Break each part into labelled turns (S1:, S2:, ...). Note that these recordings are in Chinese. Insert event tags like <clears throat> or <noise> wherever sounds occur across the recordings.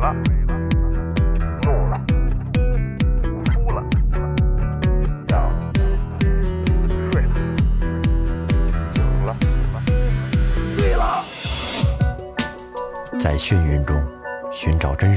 S1: 了，怒了，哭了，笑了，睡了，醒了，醉了。
S2: 在眩晕中寻找真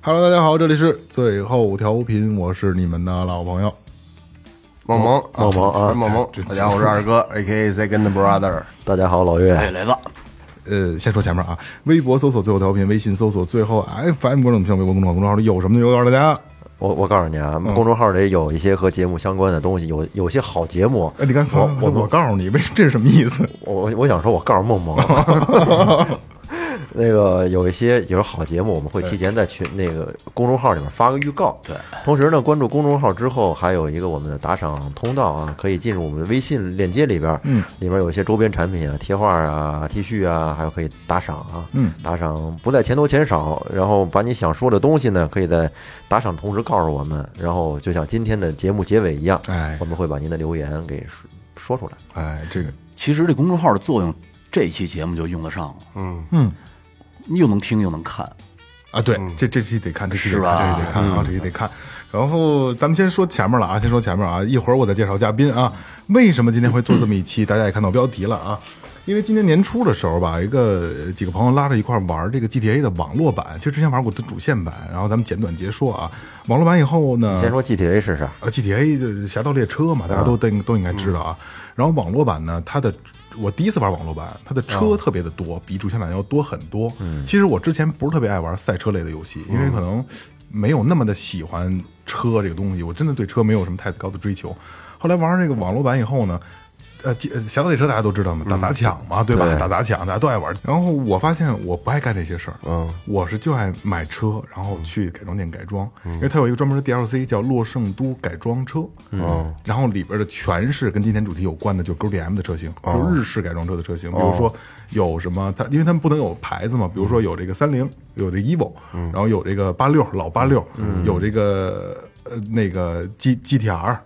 S3: Hello，大家好，这里是最后调频，我是你们的老朋友。
S4: 梦萌，
S5: 梦萌啊
S4: 我是梦萌，大家好，我是二哥，A K A Second Brother。
S5: 大家好，老岳，
S6: 哎
S3: 呃，先说前面啊，微博搜索最后调频，微信搜索最后 FM 关注我们新浪微博公众号，公众号里有什么就有告诉大家。
S5: 我我告诉你
S6: 嗯
S5: 啊，公众号里有一些和节目相关的东西，有有些好节目。
S3: 哎，你看，
S5: 我
S3: 我我告诉你，为这是什么意思？
S5: 我我我想说，我告诉梦梦， <laughs> 那个有一些有好节目，我们会提前在群那个公众号里面发个预告。对，同时呢，关注公众号之后，还有一个我们的打赏通道啊，可以进入我们的微信链接里边，嗯，里面有一些周边产品啊、贴画啊、T 恤啊，还有可以打赏啊，嗯，打赏不在钱多钱少，然后把你想说的东西呢，可以在打赏同时告诉我们，然后就像今天的节目结尾一样，
S3: 哎
S5: 我们会把您的留言给说说出来。
S3: 哎，这个
S6: 其实这公众号的作用，这一期节目就用得上了。嗯嗯，又能听又能看。
S3: 啊，对，这这期得看，这期得
S6: 是
S3: 看，这
S6: 吧
S3: 期得看啊，这期得看。然后咱们先说前面了啊，先说前面啊，一会儿我再介绍嘉宾啊。为什么今天会做这么一期？大家也看到标题了啊。因为今年年初的时候吧，一个呃几个朋友拉着一块儿玩这个 GTA 的网络版，其实之前玩过的主线版，然后咱们简短截说啊。网络版以后呢，
S5: 先说 GTA 是啥？
S3: 呃，GTA 就是《侠盗猎车》嘛，大家都都应都应该知道啊。然后网络版呢，它的我第一次玩网络版，它的车特别的多，比主线版要多很多。其实我之前不是特别爱玩赛车类的游戏，因为可能没有那么的喜欢车这个东西，我真的对车没有什么太高的追求。后来玩这个网络版以后呢，呃，街呃侠盗猎车大家都知道嘛，打砸抢嘛，嗯对吧？打砸抢，大家都爱玩。然后我发现我不爱干这些事儿，嗯，我是就爱买车，然后去改装店改装，因为它有一个专门的 DLC 叫《洛圣都改装车》，嗯，然后里边的全是跟今天主题有关的，就 GDM 的车型，有日式改装车的车型，比如说有什么它，因为他们不能有牌子嘛，比如说有这个三菱，有这 Evo，然后有这个八六老八六，有这个呃那个 G GTR。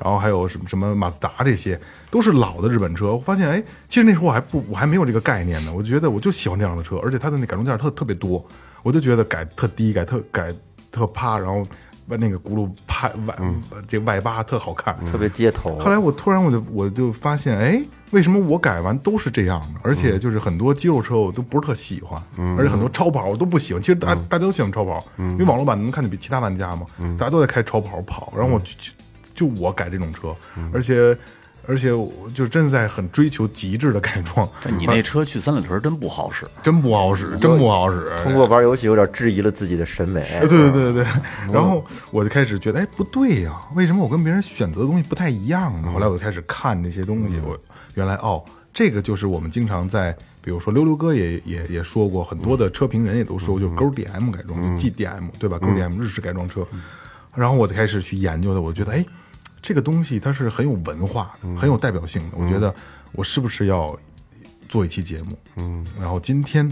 S3: 然后还有什么什么马自达这些，都是老的日本车。我发现，哎，其实那时候我还不，我还没有这个概念呢。我就觉得我就喜欢这样的车，而且它的那改装件儿特特别多，我就觉得改特低，改特改特趴，然后把那个轱辘趴外、这外八特好看。
S5: 特别街头。
S3: 后来我突然我就我就发现，哎，为什么我改完都是这样的？而且就是很多肌肉车我都不是特喜欢，而且很多超跑我都不喜欢。其实大家、大家都喜欢超跑，因为网络版能看见比其他玩家嘛，大家都在开超跑跑，然后我就就就我改这种车，而且而且我就真的在很追求极致的改装，
S6: 但你
S5: 嗯
S6: 那车去三里屯真不好使，
S3: 真不好使，真不好使。
S5: 通过玩游戏有点质疑了自己的审美。
S3: 哎，对对对对， <laughs> 然后我就开始觉得，哎，不对呀、为什么我跟别人选择的东西不太一样呢？后来我就开始看这些东西，我原来哦，这个就是我们经常在，比如说溜溜哥也也也说过，很多的车评人也都说过，就是勾 DM 改装，就 GDM 对吧？勾 DM 日式改装车，然后我就开始去研究的，我觉得，哎，这个东西它是很有文化的，很有代表性的，我觉得我是不是要做一期节目，嗯，然后今天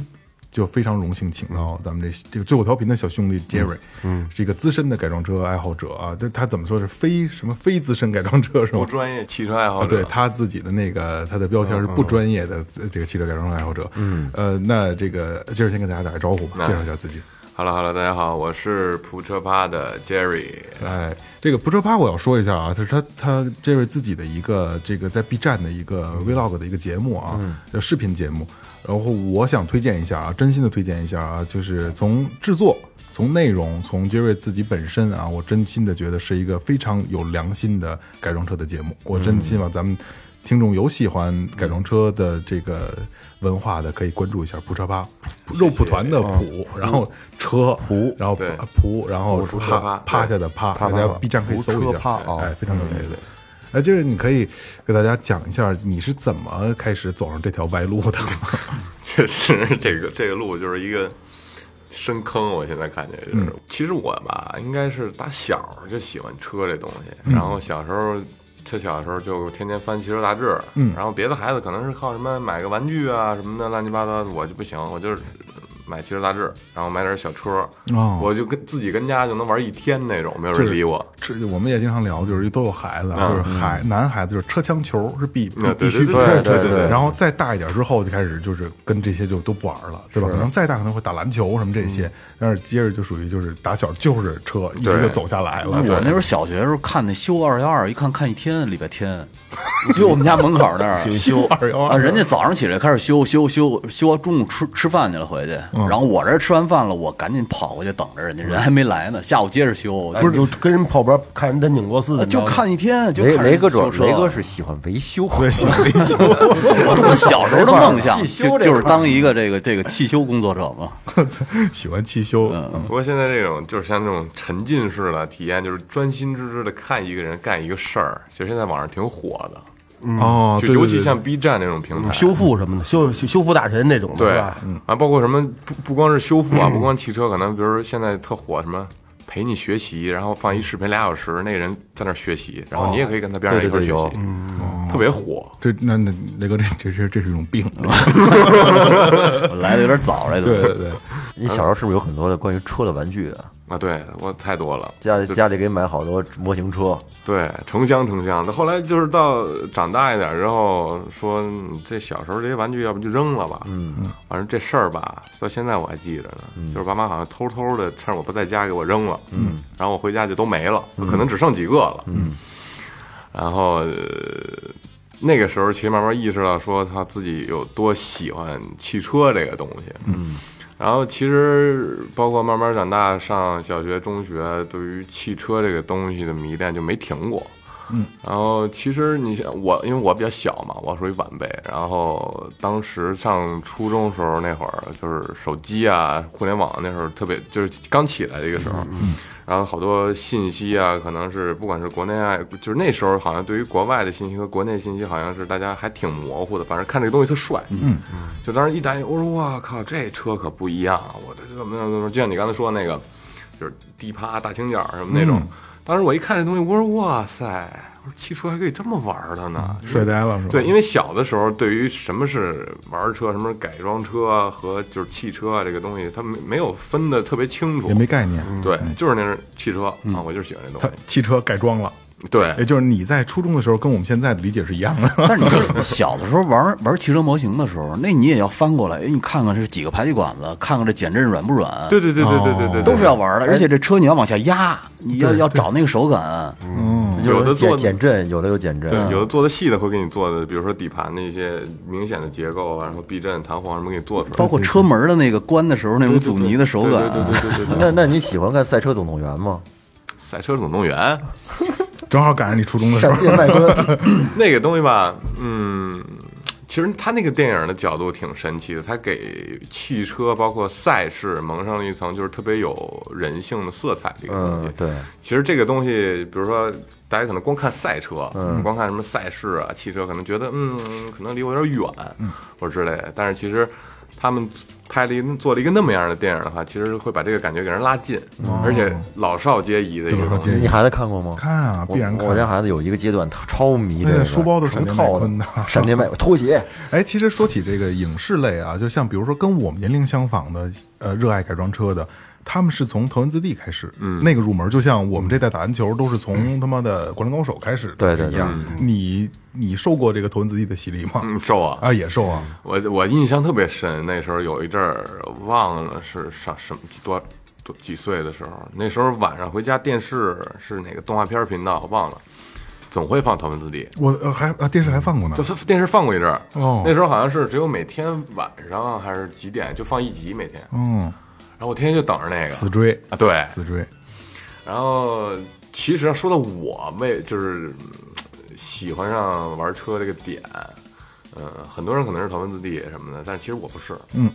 S3: 就非常荣幸请到咱们这这个最后调频的小兄弟杰瑞，嗯，是一个资深的改装车爱好者啊，这他怎么说是非什么非资深改装车是吗
S7: 不？专业汽车爱好
S3: 啊，
S7: 者，
S3: 对他自己的那个他的标签是不专业的呃这个汽车改装爱好者，嗯，呃，那这个杰瑞先跟大家打个招呼吧，介绍一下自己。
S7: h e l l o Hello，大家好，我是扑车趴的 Jerry， <laughs>
S3: 哎，这个不车趴我要说一下啊，这是他他这位自己的一个这个在 B 站的一个
S7: 嗯
S3: Vlog 的一个节目啊，呃视频节目。然后我想推荐一下啊，真心的推荐一下啊，就是从制作、从内容、从杰瑞自己本身啊，我真心的觉得是一个非常有良心的改装车的节目。
S7: 嗯
S3: 我真希望咱们听众有喜欢改装车的这个文化的，可以关注一下普车趴，肉蒲团的蒲，然后车蒲，然后
S7: 嗯对
S3: 蒲，然后
S7: 蒲车
S3: 趴
S7: 趴
S3: 趴
S7: 对
S3: 下的趴，大家 B 站可以搜一
S5: 车
S3: 下
S5: 趴，
S6: 啊
S5: 哦
S3: 哎，非常有意思。哎，就是你可以给大家讲一下你是怎么开始走上这条歪路的吗？
S7: 确实这个这个路就是一个深坑，我现在看见
S3: 嗯
S7: 就是。其实我吧，应该是打小就喜欢车这东西，
S3: 嗯
S7: 然后小时候。他小时候就天天翻《汽车杂志》，嗯，然后别的孩子可能是靠什么买个玩具啊什么的乱七八糟的，我就不行，我就是买《汽车杂志》，然后买点小车，
S3: 哦
S7: 我就跟自己跟家就能玩一天那种，没有人理我。
S3: 这我们也经常聊，就是都有孩子，啊就是孩男孩子就是车枪球是必必
S7: 嗯
S3: 必
S7: 对
S3: 须的，
S7: 对对
S5: 对对对
S3: 然后再大一点之后就开始就是跟这些就都不玩了，对吧？可能再大可能会打篮球什么这
S7: 嗯
S3: 些，但是接着就属于就是打小就是车一直就走下来
S5: 啊
S3: 了。
S6: 我那时候小学的时候看那修二幺二，一看看一天，礼
S5: <laughs>
S6: 拜天，就我们家门口那儿修
S3: 二幺
S6: 啊，
S3: 二
S6: 人家早上起来开始修修修修，中午吃吃饭去了回去，
S5: 嗯
S6: 然后我这吃完饭了，我赶紧跑过去等着人家，人还没来呢，下午接着修，
S4: 不是，就跟人跑边看人家拧螺丝
S6: 就
S4: 的，
S6: 就看一天，就
S5: 雷
S6: 看人
S5: 雷哥主要
S6: 修车
S5: 雷哥是喜欢维修，
S3: 对， <laughs> 喜欢维修，
S6: 我小时候的梦想
S5: 汽修
S6: 就
S5: 这
S6: 就是当一个这个这个汽修工作者嘛，
S3: 喜欢汽修，
S7: 不过现在这种就是像这种沉浸式的体验，就是专心致志的看一个人干一个事儿，其实现在网上挺火的，
S3: 哦，
S7: 嗯就
S3: 对
S7: 尤
S3: 对
S7: 其
S3: 对
S7: 像 B 站这种平台，
S4: 嗯修复什么的，修修修复大神这种的，是
S7: 对
S4: 吧？，
S7: 啊，包括什么不不光是修复啊，不光汽车，可能比如说现在特火什么。陪你学习，然后放一视频俩小时，那个人在那儿学习，然后你也可以跟他边上一块儿学习，特别火。
S3: 这那那雷哥这这这这是一种病，
S6: 我来的有点早，来的
S3: 对对 <laughs> 对，
S5: <laughs> 你小时候是不是有很多的关于车的玩具啊？
S7: 啊，对我太多了，
S5: 家里家里给买好多模型车，
S7: 对，成箱成箱的。后来就是到长大一点之后，说嗯这小时候这些玩具，要不就扔了吧。嗯，反正这事儿吧，到现在我还记着呢。就是爸妈好像偷偷的趁我不在家给我扔了。嗯，然后我回家就都没了，可能只剩几个了。嗯，然后、呃那个时候其实慢慢意识到，说他自己有多喜欢汽车这个东西。嗯。然后其实包括慢慢长大，上小学、中学，对于汽车这个东西的迷恋就没停过。嗯，然后其实你像我，因为我比较小嘛，我属于晚辈。然后当时上初中时候那会儿，就是手机啊、互联网那时候特别，就是刚起来的一个时候。然后好多信息啊，可能是不管是国内啊，就是那时候好像对于国外的信息和国内信息，好像是大家还挺模糊的。反正看这个东西特帅，嗯，就当时一打，我说哇靠，这车可不一样，啊我这怎么怎么怎么，就像你刚才说那个，就是低趴大倾角什么那种。当时我一看这东西，我说哇塞，我说汽车还可以这么玩的呢，
S3: 帅呆了是吧？
S7: 对，因为小的时候，对于什么是玩车、什么是改装车啊和就是汽车啊这个东西，它没没有分的特别清楚
S3: 也。没概念，
S7: 对，就是那是汽车啊，我就喜欢这东
S3: 他
S7: 西。
S3: 汽车改装了，也
S7: 对，
S3: 就是你在初中的时候跟我们现在的理解是一样的， <laughs>
S6: 但是你说小的时候玩玩汽车模型的时候，那你也要翻过来，哎，你看看这是几个排气管子，看看这减震软不软，
S7: 对对对对对对对，
S6: 都是要玩的。而且这车你要往下压，你要要找那个手感。
S5: 有
S7: 有的
S5: 减
S7: 做
S5: 减震，有的有减震，
S7: 对，有的做的细的会给你做的，比如说底盘的一些明显的结构啊，然后避震、弹簧什么给你做出来。
S6: 包括车门的那个关的时候，那种阻尼的手感，
S7: 对对对对对对对。
S5: 那那你喜欢看《赛车总动员》
S3: <laughs>
S5: 吗？
S7: 赛车总动员
S3: 正好赶上你初中的时候
S5: 闪。电麦昆，
S7: 那个东西吧，嗯，其实他那个电影的角度挺神奇的，他给汽车包括赛事蒙上了一层就是特别有人性的色彩的一个东西。
S5: 嗯，
S3: <laughs>
S5: 对，
S7: 其实这个东西，比如说大家可能光看赛车，光看什么赛事啊、汽车，可能觉得嗯，可能离我有点远，或者之类的。但是其实他们拍了一做了一个那么样的电影的话，其实会把这个感觉给人拉近，而且哦老少皆宜的一个东西。
S5: 你孩子看过吗？
S3: 看啊，
S5: 我
S3: 必然看。
S5: 我家孩子有一个阶段超迷这
S3: 哎
S5: 个，
S3: 呀书包都是
S5: 成
S3: 闪电麦
S5: 套
S3: 昆的
S5: <laughs> 闪电
S3: <laughs>
S5: 麦拖鞋，
S3: 哎，其实说起这个影视类啊，就像比如说跟我们年龄相仿的，呃，热爱改装车的，他们是从头文字 D 开始，嗯，那个入门，就像我们这代打篮球都是从他妈的《灌篮高手》开始的，
S5: 对对对
S3: 一样。你你受过这个头文字 D 的洗礼吗？
S7: 嗯，瘦啊！
S3: 啊，也受啊，
S7: 我我印象特别深，那时候有一阵儿忘了是上什么多多几岁的时候，那时候晚上回家电视是哪个动画片频道我忘了，总会放《头文字 D》。
S3: 我呃还啊电视还放过呢
S7: 就，是电视放过一阵儿，
S3: 哦
S7: 那时候好像是只有每天晚上还是几点就放一集，每天，
S3: 嗯，
S7: 然后我天天就等着那个
S3: 死追，
S7: 啊，对，
S3: 死追，
S7: 然后其实说到我为就是嗯喜欢上玩车这个点，嗯，很多人可能是头文字 D 什么的，但是其实我不是，
S3: 嗯，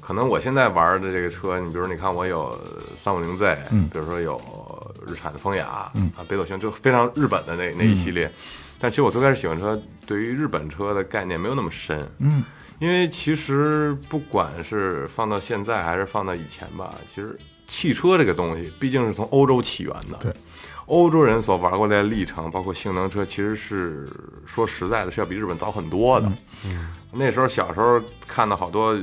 S7: 可能我现在玩的这个车，你比如你看我有三五零 Z，
S3: 嗯
S7: 比如说有日产的风雅，嗯啊北斗星，就非常日本的那
S3: 嗯
S7: 那一系列。但其实我最开始喜欢车，对于日本车的概念没有那么深，
S3: 嗯，
S7: 因为其实不管是放到现在还是放到以前吧，其实汽车这个东西毕竟是从欧洲起源的，
S3: 对，
S7: 欧洲人所玩过的历程，包括性能车，其实是说实在的，是要比日本早很多的。那时候小时候看到好多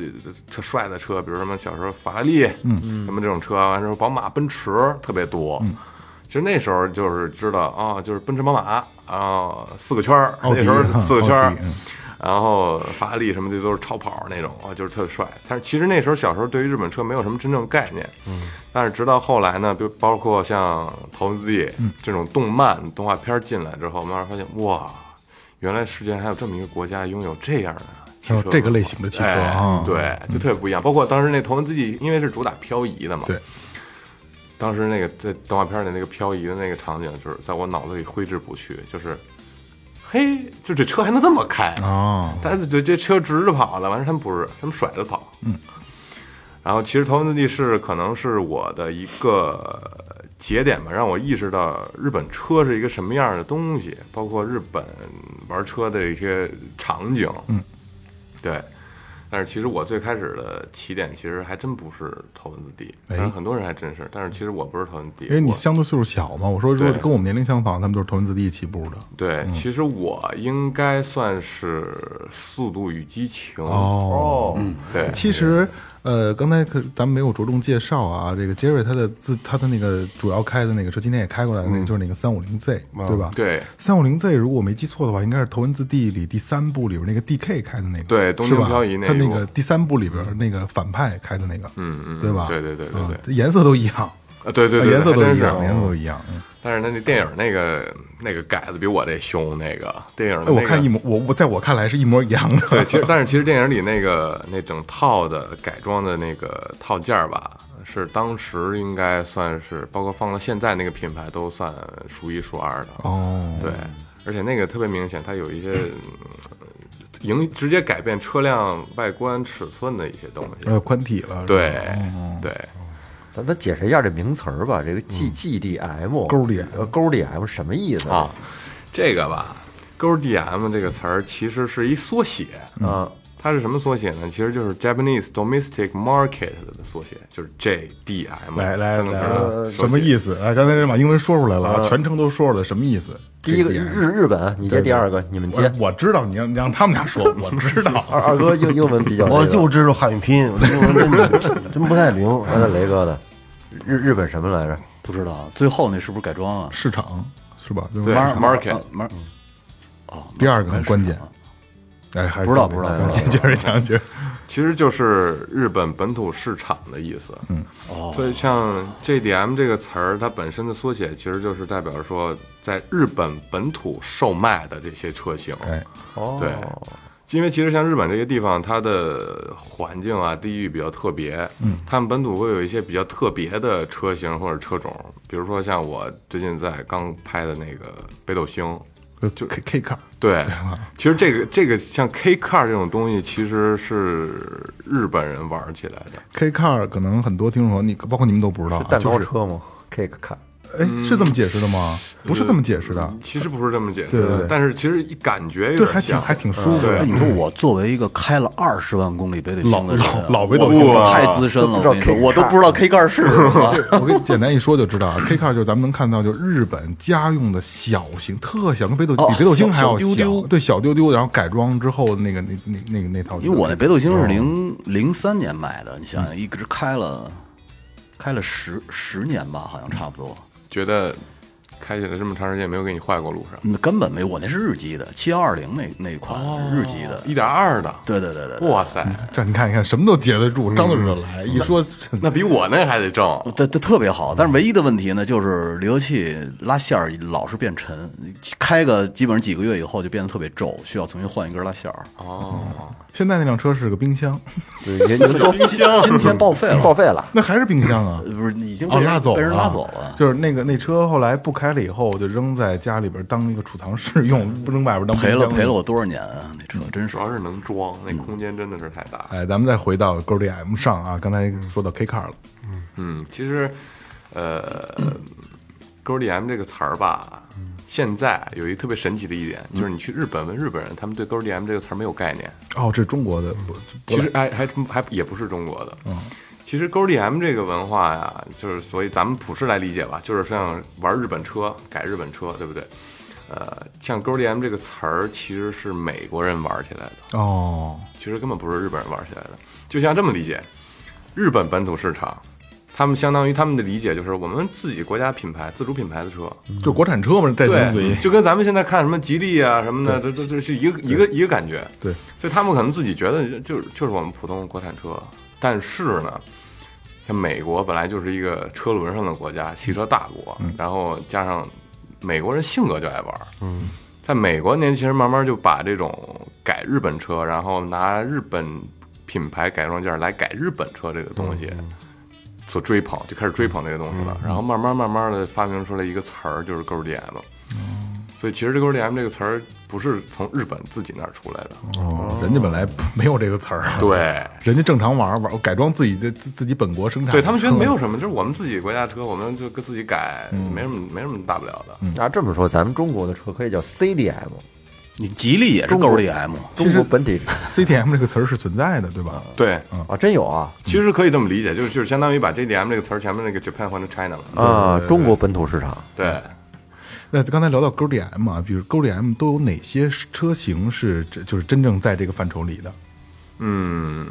S7: 特帅的车，比如什么小时候法拉利，嗯，什么这种车，完之后宝马、奔驰特别多。
S3: 嗯
S7: 其实那时候就是知道啊、就是奔驰、宝马啊，四个圈儿，
S3: 奥迪
S7: 那时候四个圈
S3: 奥
S7: 儿
S3: 迪嗯，
S7: 然后法拉利什么的都是超跑那种啊，就是特帅。但是其实那时候小时候对于日本车没有什么真正概念，嗯，但是直到后来呢，就包括像投资地
S3: 嗯
S7: 这种动漫动画片进来之后，慢慢发现哇，原来世界上还有这么一个国家拥有这样的。
S3: 还有哦这个类型的汽车啊
S7: 哎对，就特别不一样。包括当时那《头文字 D》，因为是主打漂移的嘛，
S3: 对，
S7: 当时那个在动画片里那个漂移的那个场景，就是在我脑子里挥之不去，就是，嘿，就这车还能这么开
S3: 啊，
S7: 大家就觉得这车直着跑了，完事他们不是，他们甩着跑。嗯。然后其实《头文字 D》是可能是我的一个呃节点吧，让我意识到日本车是一个什么样的东西，包括日本玩车的一些场景。嗯。对。但是其实我最开始的起点其实还真不是《头文字 D》，但是很多人还真是，但是其实我不是《头文字 D》，
S3: 因哎为你
S7: 我
S3: 相对岁数小嘛，我说如果
S7: 对
S3: 跟我们年龄相仿，他们都是头文字 D 起步的。
S7: 对，
S3: 嗯
S7: 其实我应该算是《速度与激情》。
S3: 哦，
S7: 对，
S3: 其实，呃，刚才可咱们没有着重介绍啊，这个杰瑞他的自他的那个主要开的那个车，今天也开过来的那个就是那个三五零 Z，对吧？
S7: 嗯哦对
S3: 三五零 Z 如果我没记错的话，应该是《头文字 D》里第三部里边那个 DK 开的那个，
S7: 对东京
S3: 是吧
S7: 漂移那一
S3: 他那
S7: 部
S3: 个第三部里边那个反派开的那个，
S7: 嗯嗯，
S3: 对吧？
S7: 对对对对
S3: 啊
S7: 对，
S3: 颜色都一样，
S7: 啊，对对对，
S3: 颜色都
S7: 还真
S3: 一
S7: 是啊
S3: 样，颜色都一样。嗯
S7: 但是那那电影那个那个改的比我这凶，那个电影的
S3: 哎，我
S7: 那个
S3: 看一模，我我在我看来是一模一样的。
S7: <laughs> 对，其
S3: <laughs>
S7: 实但是其实电影里那个那整套的改装的那个套件儿吧，是当时应该算是包括放到现在那个品牌都算数一数二的。
S3: 哦，
S7: 对，而且那个特别明显，它有一些嗯影直接改变车辆外观尺寸的一些东西。
S3: 呃，宽体了，是吧
S7: 对
S3: 哦
S7: 对，
S5: 咱咱解释一下这名词儿吧，这个 G G D M
S3: 嗯勾 DM
S5: 呃勾 D M 什么意思
S7: 啊？，这个吧，勾 DM 这个词儿其实是一缩写，
S3: 嗯
S5: 啊，
S7: 它是什么缩写呢？其实就是 Japanese Domestic Market 的缩写，就是 JDM
S3: 来来
S7: 三个词
S3: 来
S7: 儿的
S3: 呃
S7: 缩写
S3: 什么意思？哎，刚才人把英文说出来了，啊全程都说出来，什么意思？
S5: 第一个
S3: 这点
S5: 日日本，你接第二个，你们接
S3: 我。我知道，你让你让他们俩说，我知道。
S5: <laughs> 二二哥英英文比较这个，
S4: 我就知道汉语拼音，我英文真的真不
S5: <laughs>
S4: 太灵。
S5: 那雷哥的日日本什么来着？
S6: 不知道最后那是不是改装啊？
S3: 市场是吧？
S7: 对
S3: 吧
S7: market
S6: 啊 mar 哦，
S3: 第二个很关键，哎，还是
S6: 不知道不知道不知道
S3: 接着讲去。
S7: 其实就是日本本土市场的意思。嗯，哦，所以像 JDM 这个词儿，它本身的缩写其实就是代表说在日本本土售卖的这些车型。
S3: 哎，
S7: 对，因为其实像日本这些地方，它的环境啊、地域比较特别，嗯，他们本土会有一些比较特别的车型或者车种，比如说像我最近在刚拍的那个北斗星，
S3: <laughs> 就 K K car，
S7: 对，其实这个这个像 K car 这种东西，其实是日本人玩起来的，
S3: K car 可能很多听众朋友你包括你们都不知道啊，
S5: 蛋糕
S3: 就是
S5: 车吗？Cake car
S3: 哎，是这么解释的吗？不是这么解释的，
S7: 其实不是这么解释
S3: 对对
S7: 的，
S3: 对
S7: 但是其实一感觉有
S3: 对，还
S7: 点
S3: 挺
S7: 像，
S3: 还挺舒服
S6: 那
S3: 的。
S7: 对
S6: 你说我作为一个开了二十万公里北斗星的人啊，
S3: 老老北斗
S6: 我
S3: 星
S6: 我
S3: 了
S6: 太资深了，
S5: 都不
S6: 我跟
S5: 知
S6: 你
S5: 道
S6: 说，我都
S5: K
S6: 不知道 K 盖是什么。
S3: <laughs> 我给你简单一说就知道
S6: <laughs>
S3: 啊，K car 就是咱们能看到，就是日本家用的小型、特小，跟北斗
S6: 哦
S3: 比北斗星还要
S6: 小丢丢
S3: 对，小丢丢，然后改装之后那个那那那个那套，
S6: 因为我那北斗
S3: 哦
S6: 星是零零三年买的，你想
S3: 嗯
S6: 想，一直开了开了十十年吧，好像差不多。
S7: 觉得开起来这么长时间没有给你坏过路上，
S6: 嗯根本没有，我那是日机的，七幺二零那那款
S3: 哦
S6: 是日机的。
S7: 一点二的，
S6: 对对对对，对
S7: 哇塞，
S3: 这你看你看，什么都解得
S6: 嗯
S3: 住，张嘴就来，一说 <laughs>
S7: 那比我那还得正，
S3: 哦
S6: 它它特别好，但是唯一的问题呢，就是离合器拉线儿老是变沉，开个基本上几个月以后就变得特别皱，需要重新换一根拉线儿。
S7: 哦
S3: 现在那辆车是个冰箱， <laughs>
S5: 对，您您做
S6: 冰箱今天报废了，
S5: 报废了，
S3: 那还是冰箱啊
S6: 呃。不是已经被
S3: 哦，
S6: 人、
S3: 拉走
S6: 被
S3: 了，
S6: 人拉走了。
S3: 就是那个那车后来不开了以后，就扔在家里边当一个储藏室用，不扔外边当
S6: 嗯赔了
S3: 哦冰箱
S6: 赔了。我多少年啊！那车真是
S7: 主要是能装，那空间真的是太大。
S3: 哎，咱们再回到 g o d M 上啊，刚才说到 K car 了，
S7: 嗯嗯，其实，呃 g o d m 这个词儿吧，现在有一特别神奇的一点，就是你去日本问日本人，他们对 “GDM” 这个词儿没有概念。
S3: 哦，这中国的不
S7: 其实哎，还真还也不是中国的。嗯，其实 GDM 这个文化呀，就是所以咱们普世来理解吧，就是像玩日本车、改日本车，对不对？呃，像 GDM 这个词儿其实是美国人玩起来的，
S3: 哦，
S7: 其实根本不是日本人玩起来的。就像这么理解，日本本土市场，他们相当于他们的理解就是我们自己国家品牌、自主品牌的车，
S3: 就国产车嘛，在咱嘴
S7: 对，就跟咱们现在看什么吉利啊什么的，这这这是一个一个一个感觉。
S3: 对，
S7: 就他们可能自己觉得就就是我们普通国产车，但是呢，像美国本来就是一个车轮上的国家，汽车大国，
S3: 嗯
S7: 然后加上美国人性格就爱玩，嗯，在美国年轻人慢慢就把这种改日本车，然后拿日本品牌改装件来改日本车这个东西。
S3: 嗯
S7: 所追捧，就开始追捧这个东西了。然后慢慢慢慢的发明出来一个词儿，就是 GDM。所以其实这 GDM 这个词儿不是从日本自己那儿出来的，
S3: 哦，人家本来没有这个词儿，啊
S7: 对。嗯
S3: 人家正常玩玩改装自己的自自己本国生产，
S7: 对他们觉得没有什么，就是我们自己国家车，我们就跟自己改，没什么没什么大不了的。
S5: 那嗯啊这么说，咱们中国的车可以叫 CDM，
S6: 你
S3: 嗯
S6: 吉利也是 GDM，
S5: 中国本体
S3: CTM 这个词儿是存在的，对吧？
S7: 对，
S5: 啊，真有啊
S7: 其实可以这么理解，就是就是相当于把 JDM 这个词儿前面那个 Japan 换成 China 了。
S5: 啊，中国本土市场。
S7: 对，
S3: 那刚才聊到 GDM 啊，比如 GDM 都有哪些车型是这就是真正在这个范畴里的？
S7: 嗯，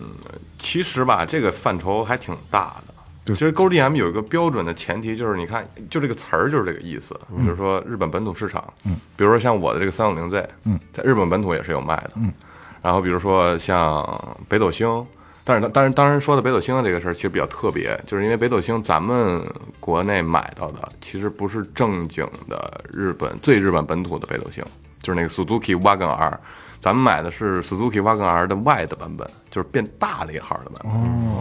S7: 其实吧，这个范畴还挺大的。
S3: 对
S7: 其实 GDM 有一个标准的前提，就是你看，就这个词儿就是这个意思。比如说日本本土市场，嗯，比如说像我的这个三五零 Z，嗯，在日本本土也是有卖的，嗯。然后比如说像北斗星，但是它但是当然说的北斗星的这个事儿其实比较特别，就是因为北斗星咱们国内买到的其实不是正经的日本最日本本土的北斗星，就是那个 Suzuki Wagon R，咱们买的是 Suzuki Wagon R 的 Y 的版本，就是变大了一号的版本。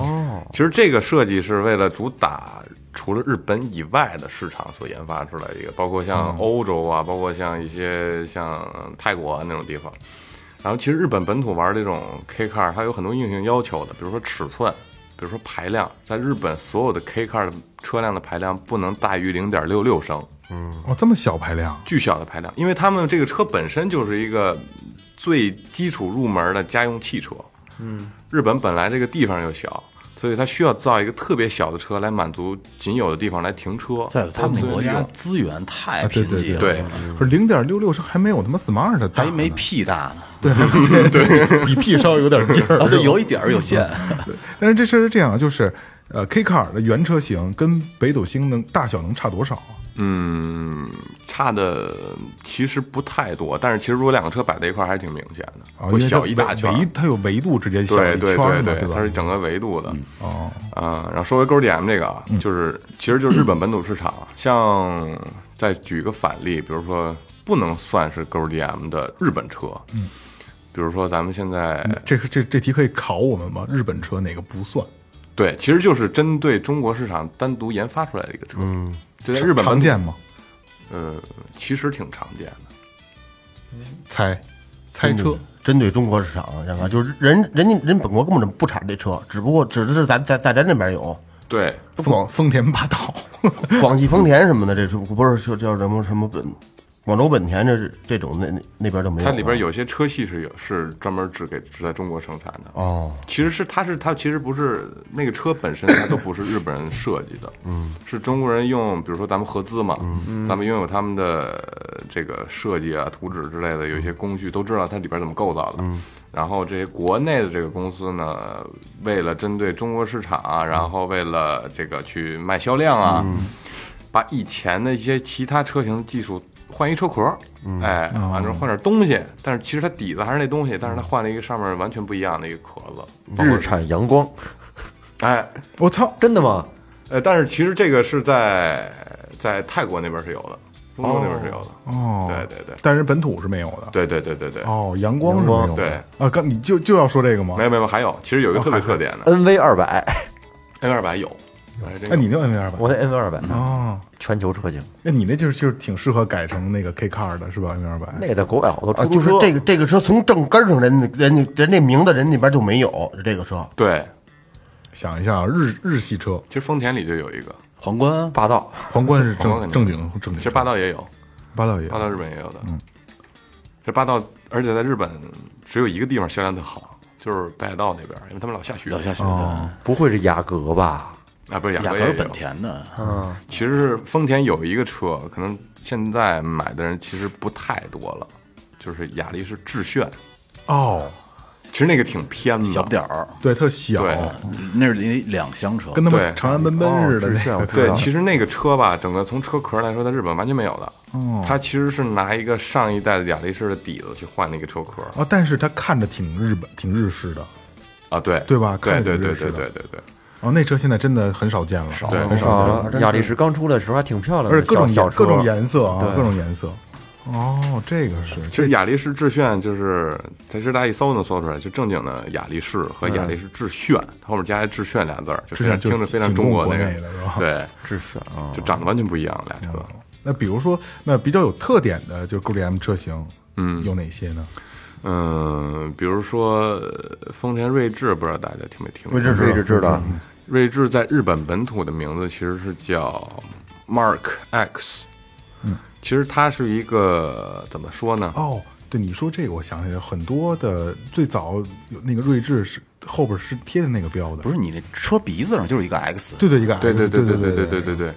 S7: 其实这个设计是为了主打除了日本以外的市场所研发出来的一个，包括像欧洲啊，包括像一些像泰国啊那种地方。然后其实日本本土玩这种 K car，它有很多硬性要求的，比如说尺寸，比如说排量，在日本所有的 K car 的车辆的排量不能大于零点六六升，
S3: 哦，这么小排量，
S7: 巨小的排量，因为他们这个车本身就是一个最基础入门的家用汽车。嗯，日本本来这个地方又小，所以它需要造一个特别小的车来满足仅有的地方来停车。
S6: 再有他们国家资源太
S3: 啊
S6: 贫瘠了，
S7: 对对
S3: 可是零点六六升还没有他妈 smart 的大
S6: 还
S3: 呢，
S6: 没 P 大呢，
S3: <laughs> 对对
S6: <laughs>
S3: 对，比 P 稍微有点劲儿，
S6: 啊，对，
S3: 是吧嗯
S6: 有一点儿有限，
S3: 但是这事儿是这样，就是呃，K car 的原车型跟北斗星能大小能差多少啊？
S7: 嗯，差的其实不太多，但是其实如果两个车摆在一块儿，还挺明显的，
S3: 啊，
S7: 会小一大圈儿。
S3: 因为它维它有维度直接小
S7: 对
S3: 一
S7: 对
S3: 圈儿
S7: 对
S3: 嘛，
S7: 对，它是
S3: 吧？
S7: 整个维度的。
S3: 哦，
S7: 啊、然后说回 GDM 这个啊，
S3: 嗯
S7: 就是其实就是日本本土市场，啊像再举个反例，比如说不能算是 GDM 的日本车，嗯，比如说咱们现在、
S3: 哎这这这题可以考我们吗？日本车哪个不算？
S7: 对，其实就是针对中国市场单独研发出来的一个车，嗯，就在日本
S3: 常
S7: 本土，
S3: 见吗？
S7: 呃，其实挺常见的，
S3: 猜猜车，
S4: 针对中国市场，然后就是人人家人本国根本就不产这车，只不过只是咱在在咱这边 <laughs> 有，
S7: 对，
S3: 丰丰田霸
S7: <laughs>
S3: 道，
S4: 广汽丰田什么的，这是不是就叫什么什么本广州本田这是这种那那那边就没有
S7: 它
S4: 了，
S7: 里边有些车系是有是专门只给只在中国生产的，
S4: 哦，
S7: 其实是它是它其实不是那个车本身，它都不是日本人设计的，嗯，是中国人用，比如说咱们合资嘛，嗯，咱们拥有他们的呃这个设计啊、图纸之类的，有一些工序都知道它里边怎么构造的，嗯，然后这些国内的这个公司呢，为了针对中国市场啊，然后为了这个去卖销量啊，把以前的一些其他车型的技术换一车壳儿，哎，完之后换点东西，但是其实它底子还是那东西，但是它换了一个上面完全不一样的一个壳子，包括
S5: 日产阳光，
S7: 哎，
S3: 我操！
S5: 真的吗？
S7: 呃，但是其实这个是在在泰国那边是有的，中国那边是有的，
S3: 哦，
S7: 对对对
S3: 但是本土是没有的。
S7: 对对对对对，
S3: 哦，阳光是没有的。
S7: 对
S3: 啊，刚你就就要说这个吗？
S7: 没有没有，还有，其实有一个特别特点的
S5: NV 二百，
S7: N 二百有，哎，真
S3: 哎，
S7: 有
S3: 你那 N V 二百
S5: 我的 NV 二百，
S3: 啊，
S5: 全球车型，
S3: 那你那就是就是挺适合改成那个 K car 的是吧？N V 二百
S5: 那个在国外好多
S4: 啊，
S5: 出
S4: 就
S5: 租
S4: 是
S5: 车，
S4: 这个这个车从正根儿上人家人家人这名字人那边就没有这个车，
S7: 对，
S3: 想一下，啊，日日系车，
S7: 其实丰田里就有一个，
S6: <laughs> 皇冠啊
S5: 霸道，
S3: 皇冠是
S7: 皇冠
S3: 正正
S7: 肯定
S3: 经正经车，
S7: 其实霸道也有，
S3: 八道也
S7: 霸道日本也有的。这霸道，而且在日本只有一个地方销量特好，就是北海道那边，因为他们老下雪。
S6: 老下雪
S3: 哦
S6: 的，
S5: 不会是雅阁吧？
S7: 啊，不是雅
S6: 雅
S7: 阁
S6: 阁
S7: 也有
S6: 是本田的，
S3: 嗯
S7: 其实丰田有一个车，可能现在买的人其实不太多了，就是雅力士致炫。
S3: 哦，
S7: 其实那个挺偏的，
S6: 小不点儿，
S3: 对，特小，
S7: 对
S6: 那是一两厢车，
S3: 跟他们
S7: 对
S3: 长安奔奔似的
S5: 哦致
S3: 那
S5: 炫
S3: 个
S5: 我
S7: 对，其实那个车吧，整个从车壳来说，在日本完全没有的。
S3: 嗯
S7: 它其实是拿一个上一代的雅力士的底子去换那个车壳
S3: 啊，但是它看着挺日本、挺日式的
S7: 啊，对
S3: 对吧
S7: 对
S3: 看着
S7: 对
S3: 就
S7: 对
S3: 是
S7: 对
S3: 的
S7: 对对对，
S3: 哦，那车现在真的很少见了，少
S7: 对
S3: 很少见
S5: 啊，
S3: 了，
S5: 雅力士刚出来的时候还挺漂亮的，
S3: 而且各种
S5: 小小
S3: 颜
S5: 车
S3: 各种颜色啊，各种颜色。哦，这个是
S7: 其实雅力士致炫就是在这大家一搜能搜出来，就正经的雅力士和雅力士致炫，它后面加一致炫俩字儿，就非常
S3: 致炫就
S7: 听着非常
S3: 仅
S7: 中国
S3: 供
S7: 那
S3: 国
S7: 个
S3: 内的是吧，哦
S7: 对，
S5: 致炫啊，
S7: 就长得完全不一样俩车。
S3: 那比如说，那比较有特点的就是 GM 车型，嗯，有哪些呢？
S7: 嗯，比如说呃丰田锐志，不知道大家听没听过？
S4: 位置
S5: 睿智知道，
S7: 锐志在日本本土的名字其实是叫 Mark X，其实它是一个怎么说呢？
S3: 哦，对，你说这个，我想起来，很多的最早有那个锐志是后边是贴的那个标的，
S6: 不是你那车鼻子上就是一个 X，
S3: 对对一个 X，
S7: 对
S3: 对
S7: 对
S3: 对
S7: 对
S3: 对
S7: 对对对。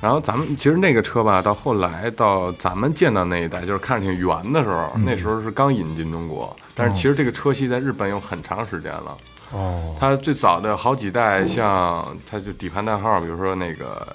S7: 然后咱们其实那个车吧，到后来到咱们见到那一代，就是看着挺圆的时候，那时候是刚引进中国，但是其实这个车系在日本有很长时间了。哦，它最早的好几代，像它就底盘代号，比如说那个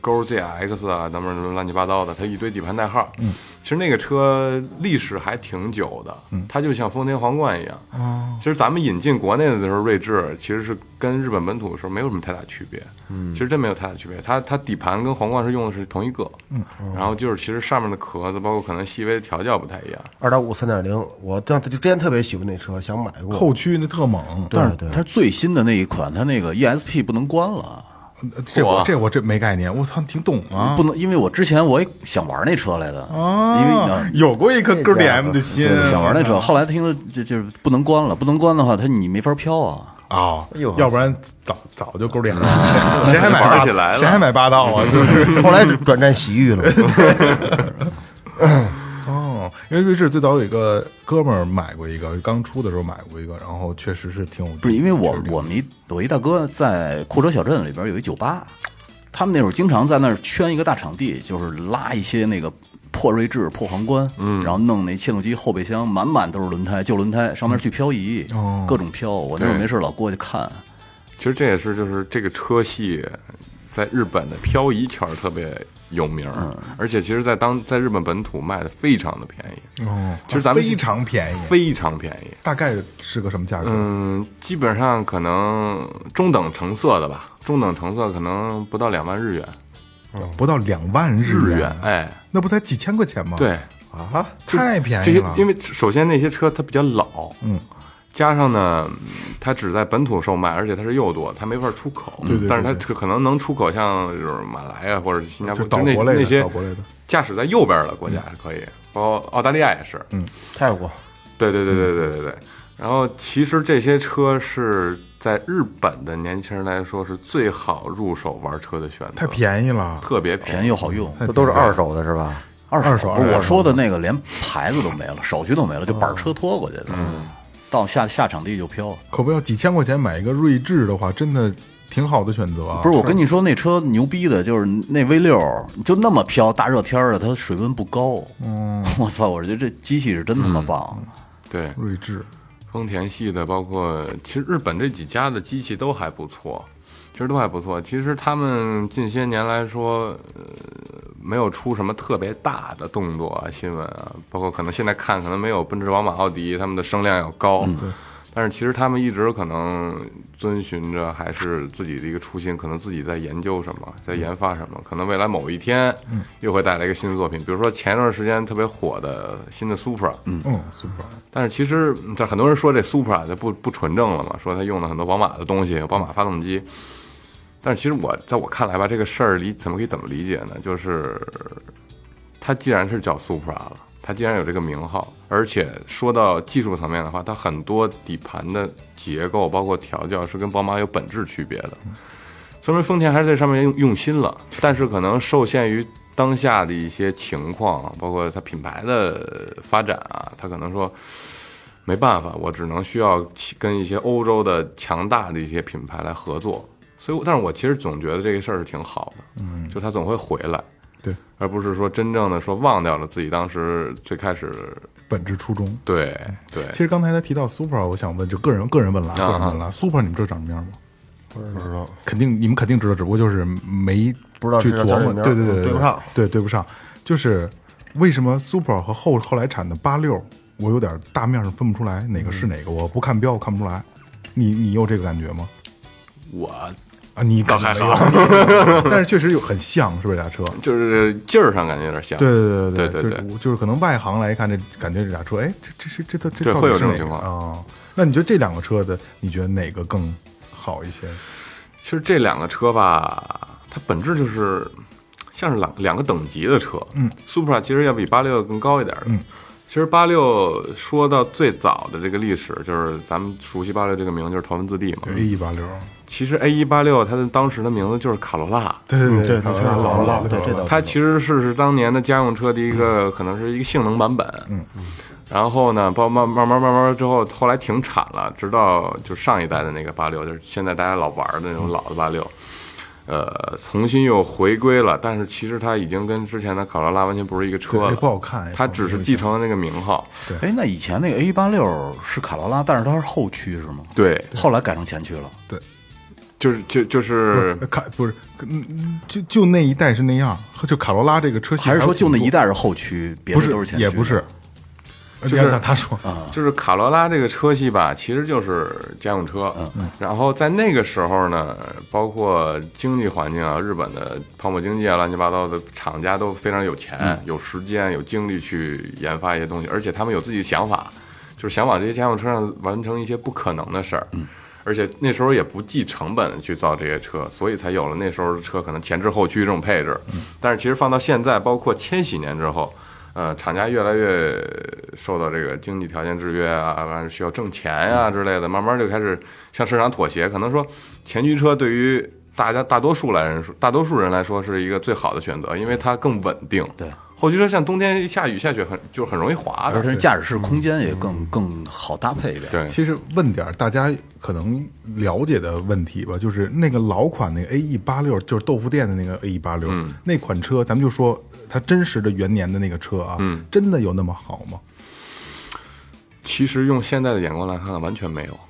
S7: 勾 ZX 啊，什么什么乱七八糟的，它一堆底盘代号。嗯，其实那个车历史还挺久的，它就像丰田皇冠一样。嗯哦，其实咱们引进国内的时候，锐志其实是跟日本本土的时候没有什么太大区别。嗯，其实真没有太大区别，它它底盘跟皇冠是用的是同一个。嗯，然后就是其实上面的壳子，包括可能细微的调教不太一样。
S4: 二点五、三点零，我当之前特别喜欢那车，想买过。
S3: 后驱那特猛，
S4: 对对，
S6: 它是最新的那一款，它那个 ESP 不能关了，
S3: 呃这我
S7: 哇
S3: 这我这没概念，我操，挺懂啊
S6: 不能，因为我之前我也想玩那车来的，因为
S3: 啊
S6: 呢，
S3: 有过一颗 GM 的心，
S6: 想玩那车，后来听说这就是不能关了，不能关的话，它你没法飘啊。
S3: 啊
S5: 哎呦，
S3: 要不然早早就 GM <laughs> 了，谁还买
S7: 玩
S3: 霸
S7: 起来了
S3: 谁还买霸道啊？就是
S4: <laughs> 后来转战洗浴了。
S3: 哦，因为锐志最早有一个哥们儿买过一个，刚出的时候买过一个，然后确实是挺有劲，
S6: 不是因为我
S3: 确实挺有
S6: 我们一我一大哥在库车小镇里边有一酒吧，他们那会儿经常在那儿圈一个大场地，就是拉一些那个破锐志、破皇冠，嗯，然后弄那切诺基后备箱满满都是轮胎，旧轮胎上面去漂移，
S3: 哦
S6: 各种漂。我那会儿没事老过去看，
S7: 其实这也是就是这个车系在日本的漂移圈儿特别有名儿，而且其实，在当在日本本土卖的非常的便宜，
S3: 哦，
S7: 其实咱们
S3: 非常便宜，
S7: 非常便宜。
S3: 大概是个什么价格？
S7: 嗯，基本上可能中等成色的吧，中等成色可能不到两万日元，
S3: 不到两万日
S7: 日元，哎，
S3: 那不才几千块钱吗？，
S7: 对，就
S3: 啊太便
S7: 这
S3: 宜
S7: 些
S3: 了。
S7: 因为首先那些车它比较老，嗯，加上呢，嗯它只在本土售卖，而且它是右舵，它没法出口，
S3: 对对
S7: 但是
S3: 对
S7: 它
S3: 对
S7: 可可能能出口像就是马来啊或者新加坡，
S3: 就岛
S7: 那
S3: 国类的
S7: 那些
S3: 岛国类嗯的
S7: 驾驶在右边的国家是可以，包括澳大利亚也是，
S3: 嗯
S4: 泰国
S7: 对对对对对对对。然后其实这些车是在日本的年轻人来说是最好入手玩车的选择，
S3: 太便宜了，
S7: 特别
S6: 便宜又好用。
S5: 这都是二手的是吧？
S6: 二
S3: 二手
S6: 不
S3: 二
S6: 是
S3: 手哦
S6: 我说的那个，连牌子都没了，手续都没了，就板车拖过去的，
S3: 嗯
S6: 到下下场地就飘。
S3: 可不要几千块钱买一个锐志的话，真的挺好的选择啊。
S6: 不是，我跟你说，那车牛逼的，就是那 V 六，就那么飘，大热天儿的，它水温不高。嗯， <laughs> 我操，我觉得这机器是真他妈棒。
S7: 对。
S3: 锐志，
S7: 丰田系的，包括其实日本这几家的机器都还不错，其实都还不错。其实他们近些年来说，呃，没有出什么特别大的动作啊、新闻啊，包括可能现在看可能没有奔驰、宝马、奥迪他们的声量要高，嗯但是其实他们一直可能遵循着还是自己的一个初心，可能自己在研究什么，在研发什么，可能未来某一天又会带来一个新的作品，比如说前一段时间特别火的新的 Supra，嗯。
S3: 嗯，super，
S7: 但是其实嗯这很多人说这 Supra 就不不纯正了嘛，说它用了很多宝马的东西，宝马发动机。但是其实我在我看来吧，这个事儿理怎么可以怎么理解呢？就是它既然是叫 Supra 了，它既然有这个名号，而且说到技术层面的话，它很多底盘的结构包括调教是跟宝马有本质区别的，说明丰田还是在上面用用心了，但是可能受限于当下的一些情况，包括它品牌的发展啊，它可能说没办法，我只能需要其跟一些欧洲的强大的一些品牌来合作。所以我，但是我其实总觉得这个事儿是挺好的，嗯，就它总会回来，
S3: 对，
S7: 而不是说真正的说忘掉了自己当时最开始，
S3: 本质初衷。
S7: 对对，
S3: 嗯其实刚才他提到 Super，我想问，就个人个人问了啊，个人问了啊，Super 你们知道长什么样吗？
S4: 不知道，
S3: 肯定你们肯定知道，只不过就是没
S4: 不知道
S3: 去
S4: 知道
S3: 琢
S4: 叫什
S3: 磨，
S4: 么名儿
S3: 对对对，
S4: 对不上，
S3: 对对不上，就是为什么 Super 和后后来产的八六，我有点大面上分不出来哪个是哪个，我不看标我看不出来，你你有这个感觉吗？
S7: 我
S3: 啊，你倒还好，但是确实有很像，是不是这俩车？
S7: 就是劲儿上感觉有点像，
S3: 对对对
S7: 对对
S3: 就是就是可能外行来看这感觉这俩车，哎，这这是这这这
S7: 对
S3: 到
S7: 会
S3: 底
S7: 有
S3: 是
S7: 这
S3: 哪
S7: 种
S3: 个
S7: 情况
S3: 啊？那你觉得这两个车的，你觉得哪个更好一些？
S7: 其实这两个车吧，它本质就是像是两两个等级的车。嗯，Supra 其实要比八六更高一点的。嗯，其实八六说到最早的这个历史，就是咱们熟悉八六这个名，就是头文字 D 嘛。
S3: 对 A 一八六，
S7: 其实 A 一八六它的当时的名字就是卡罗拉。
S3: 对对
S4: 对，
S7: 嗯
S3: 对，
S4: 老老老，对这倒
S7: 它其实是是当年的家用车的一个，可能是一个性能版本。嗯然后呢，包慢慢慢慢慢之后，后来停产了，直到就上一代的那个八六，就是现在大家老玩的那种老的八六，呃，重新又回归了。但是其实它已经跟之前的卡罗拉完全不是一个车
S3: 对
S7: 了，
S3: 不好看哎
S7: 它只是继承了那个名号。
S6: 哎，那以前那个 A 八六是卡罗拉，但是它是后驱是吗？，
S7: 对，
S6: 后来改成前驱了。
S7: 就是就就是
S3: 呃卡不是，嗯，就就那一代是那样，就卡罗拉这个车型
S6: 还是
S3: 有
S6: 说就那
S3: 挺
S6: 一
S3: 多，
S6: 代是后驱，别
S3: 不
S6: 的都前驱？
S3: 也不是，
S7: 就是
S3: 呃你看他说，
S7: 就是卡罗拉这个车系吧，其实就是家用车。然后在那个时候呢，包括经济环境啊，日本的泡沫经济啊，乱七八糟的厂家都非常有钱、有时间、有精力去研发一些东西，而且他们有自己的想法，就是想往这些家用车上完成一些不可能的事儿。
S6: 嗯
S7: 而且那时候也不计成本去造这些车，所以才有了那时候的车可能前置后驱这种配置。
S6: 嗯
S7: 但是其实放到现在，包括千禧年之后，呃，厂家越来越受到这个经济条件制约啊，完了需要挣钱呀、
S6: 嗯
S7: 之类的，慢慢就开始向市场妥协。可能说前驱车对于大家大多数来人说，大多数人来说是一个最好的选择，因为它更稳定。
S6: 对，
S7: 后驱车像冬天一下雨下雪很就很容易滑
S6: 而
S7: 的。
S6: 且驾驶室空间也更更好搭配一点。
S7: 啊对，
S3: 其实问点儿大家可能了解的问题吧，就是那个老款那个 A E 八六，就是豆腐店的那个 A E 八六，那款车，咱们就说它真实的元年的那个车啊，真的有那么好吗？
S7: 其实用现在的眼光来看，完全没有。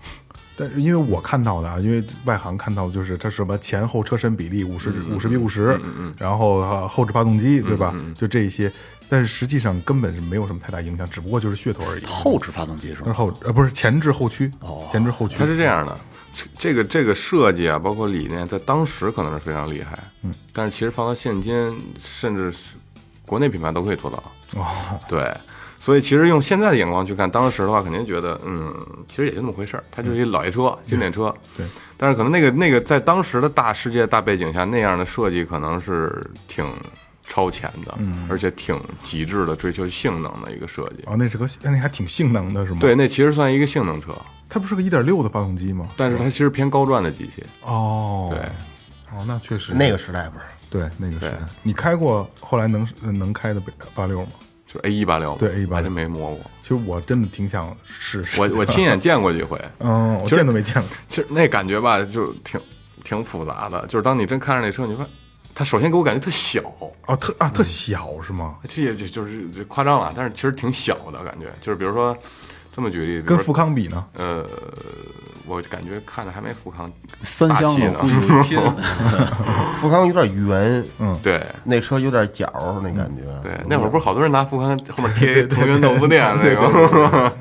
S3: 但是因为我看到的啊，因为外行看到的就是它什么前后车身比例五十五十比五十，然后啊后置发动机对吧？就这一些，但是实际上根本是没有什么太大影响，只不过就是噱头而已。
S6: 后置发动机是
S3: 但是
S6: 吗？
S3: 后呃不是前置后驱，前置后驱
S7: 它是这样的，这这个这个设计啊，包括理念，在当时可能是非常厉害，嗯，但是其实放到现今，甚至是国内品牌都可以做到，
S3: 哦，
S7: 对。所以其实用现在的眼光去看当时的话，肯定觉得，嗯，其实也就那么回事儿，它就是一老爷车、经典车。
S3: 对，
S7: 但是可能那个那个在当时的大世界大背景下，那样的设计可能是挺超前的，而且挺极致的追求性能的一个设计。
S3: 哦那是个那还挺性能的是吗？
S7: 对，那其实算一个性能车，
S3: 它不是个一点六的发动机吗？
S7: 但是它其实偏高转的机器。
S3: 哦，
S7: 对，
S3: 哦，那确实
S4: 那个时代不是，
S3: 对那个时代
S7: 对，
S3: 你开过后来能呃能开的北八六吗？
S7: 就是 A 一八六，
S3: 对 A186
S7: 还真没摸过。
S3: 其实我真的挺想试试，
S7: 我我亲眼见过几回，
S3: 嗯，我
S7: 其实
S3: 见都没见过，
S7: 其实那感觉吧，就挺挺复杂的。就是当你真看着那车，你说它首先给我感觉特小，
S3: 哦，特啊特小是吗？
S7: 这也就就是就夸张了，但是其实挺小的感觉。就是比如说这么举例，比如
S3: 跟
S7: 说
S3: 富康比呢？
S7: 呃，我感觉看着还没富康
S6: 三厢
S7: 大气
S6: 的，
S7: 呢
S6: 我估计 <laughs> 有一拼
S4: 富康有点圆，
S7: 对。
S4: 那车有点角儿那感觉。
S7: 嗯对，那会儿不是好多人拿富康后面贴同源豆腐店那个，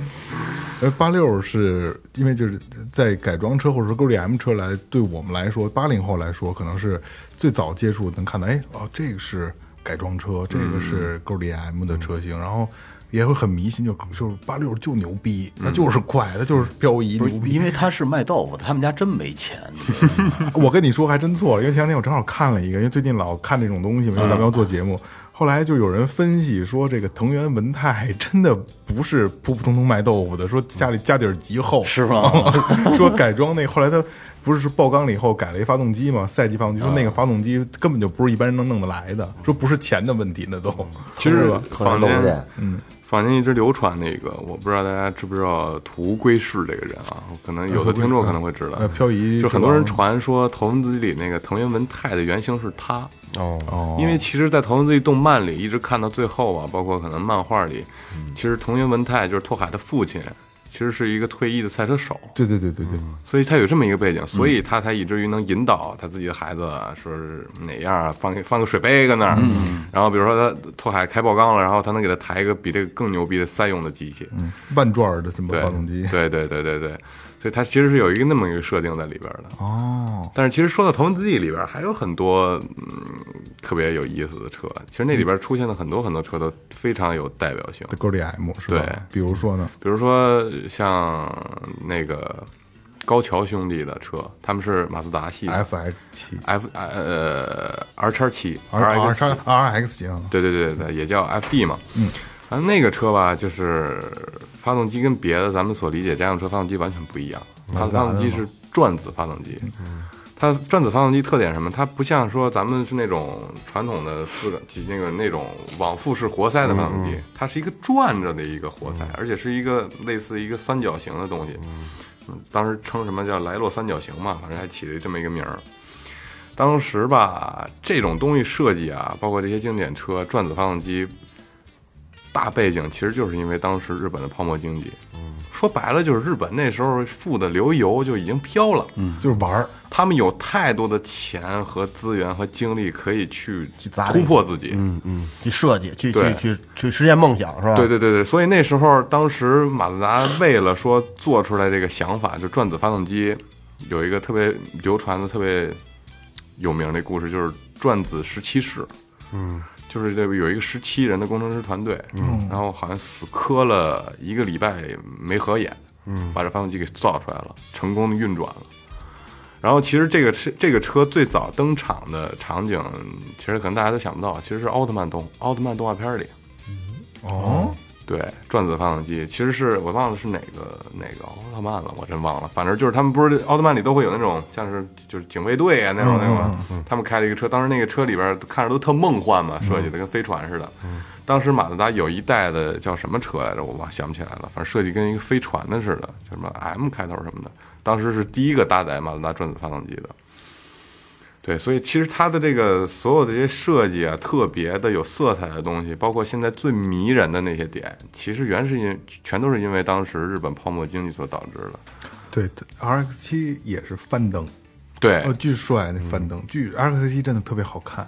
S3: 呃，八六是因为就是在改装车或者说 GDM 车来，对我们来说，八零后来说，可能是最早接触能看到，哎，哦，这个是改装车，这个是
S6: 嗯
S3: GDM 的车型，然后也会很迷信，就就是八六就牛逼，它就是快，它就是漂移
S6: 嗯不是
S3: 牛逼。
S6: 因为他是卖豆腐的，他们家真没钱。你知道吗
S3: 我跟你说还真错了，因为前两天我正好看了一个，因为最近老看这种东西嘛，因为咱
S6: 嗯
S3: 们要做节目。后来就有人分析说，这个藤原文太真的不是 <laughs> 啊普普通通卖豆腐的，说家里家底儿极厚，
S6: 是吗？
S3: 说改装那后来他不是爆缸了以后改了一发动机嘛，赛季发动机，说
S7: 啊
S3: 那个发动机根本就不是一般人能弄得来的，说不是钱的问题，那都
S7: <laughs> 其实
S5: 可能
S7: 坊
S5: 都不见
S7: 间，坊间一直流传那个，我不知道大家知不知道涂龟市这个人啊，可能有的听众可能会知道
S3: <laughs> 呃，漂移
S7: 就很多人
S3: 之
S7: 传说《头文字 D》里那个藤原文太的原型是他，
S3: 哦，
S7: 因为其实，在《头文字 D》动漫里一直看到最后啊，包括可能漫画里，
S3: 嗯
S7: 其实藤原文太就是拓海的父亲，其实是一个退役的赛车手，
S3: 对对对对对，
S7: 所以他有这么一个背景，所
S3: 嗯
S7: 以他才以至于能引导他自己的孩子啊说是哪样啊，放个放个水杯搁那儿，
S3: 嗯
S7: 然后比如说他拓海开爆缸了，然后他能给他抬一个比这个更牛逼的赛用的机器，
S3: 嗯万转儿的什么
S7: 对
S3: 发动机，
S7: 对对对对对，所以它其实是有一个那么一个设定在里边的。
S3: 哦，
S7: 但是其实说到《头文字 D》里边还有很多嗯特别有意思的车，其实那里边出现的很多很多车都非常有代表性，
S3: 的 GDM 是吧？
S7: 对
S3: 比如说呢，
S7: 比如说像那个高桥兄弟的车，他们是马自达系的
S3: FX 七
S7: F 呃 R 叉七
S3: R R
S7: RX
S3: 叉 RX 七啊，
S7: 对对对对，也叫 FD 嘛。嗯，然后那个车吧，就是发动机跟别的咱们所理解家用车发动机完全不一样，嗯它的发动机是转子发动机。它转子发动机特点是什么？它不像说咱们是那种传统的四个几那个那种往复式活塞的发动机，它是一个转着的一个活塞，而且是一个类似一个三角形的东西。嗯当时称什么叫莱洛三角形嘛，反正还起了这么一个名儿。当时吧，这种东西设计啊，包括这些经典车、转子发动机，大背景其实就是因为当时日本的泡沫经济。说白了就是日本那时候富的流油就已经飘了，
S3: 就是玩儿，
S7: 他们有太多的钱和资源和精力可以去突破自己。
S4: 去设计，去
S7: 对
S4: 去去去实现梦想，是吧？
S7: 对对对对，所以那时候当时马自达为了说做出来这个想法，就转子发动机，有一个特别流传的特别有名的故事，就是转子十七式。就是这个有一个十七人的工程师团队，然后好像死磕了一个礼拜没合眼，把这发动机给造出来了，成功的运转了。然后其实这个车这个车最早登场的场景，其实可能大家都想不到，其实是奥特曼动奥特曼动画片里。嗯
S3: 哦，
S7: 对，转子发动机其实是我忘了是哪个哪个奥特曼了，我真忘了。反正就是他们不是奥特曼里都会有那种像是就是警卫队啊那种那种，他们开了一个车，当时那个车里边看着都特梦幻嘛，设计的跟飞船似的。当时马自达有一代的叫什么车来着，我忘想不起来了，反正设计跟一个飞船的似的，叫什么 M 开头什么的。当时是第一个搭载马自达转子发动机的。对，所以其实它的这个所有的这些设计啊，特别的有色彩的东西，包括现在最迷人的那些点，其实原是因全都是因为当时日本泡沫经济所导致的。
S3: 对，RX 七也是翻灯，
S7: 对嗯
S3: 哦，巨帅那翻灯，巨 RX 七真的特别好看，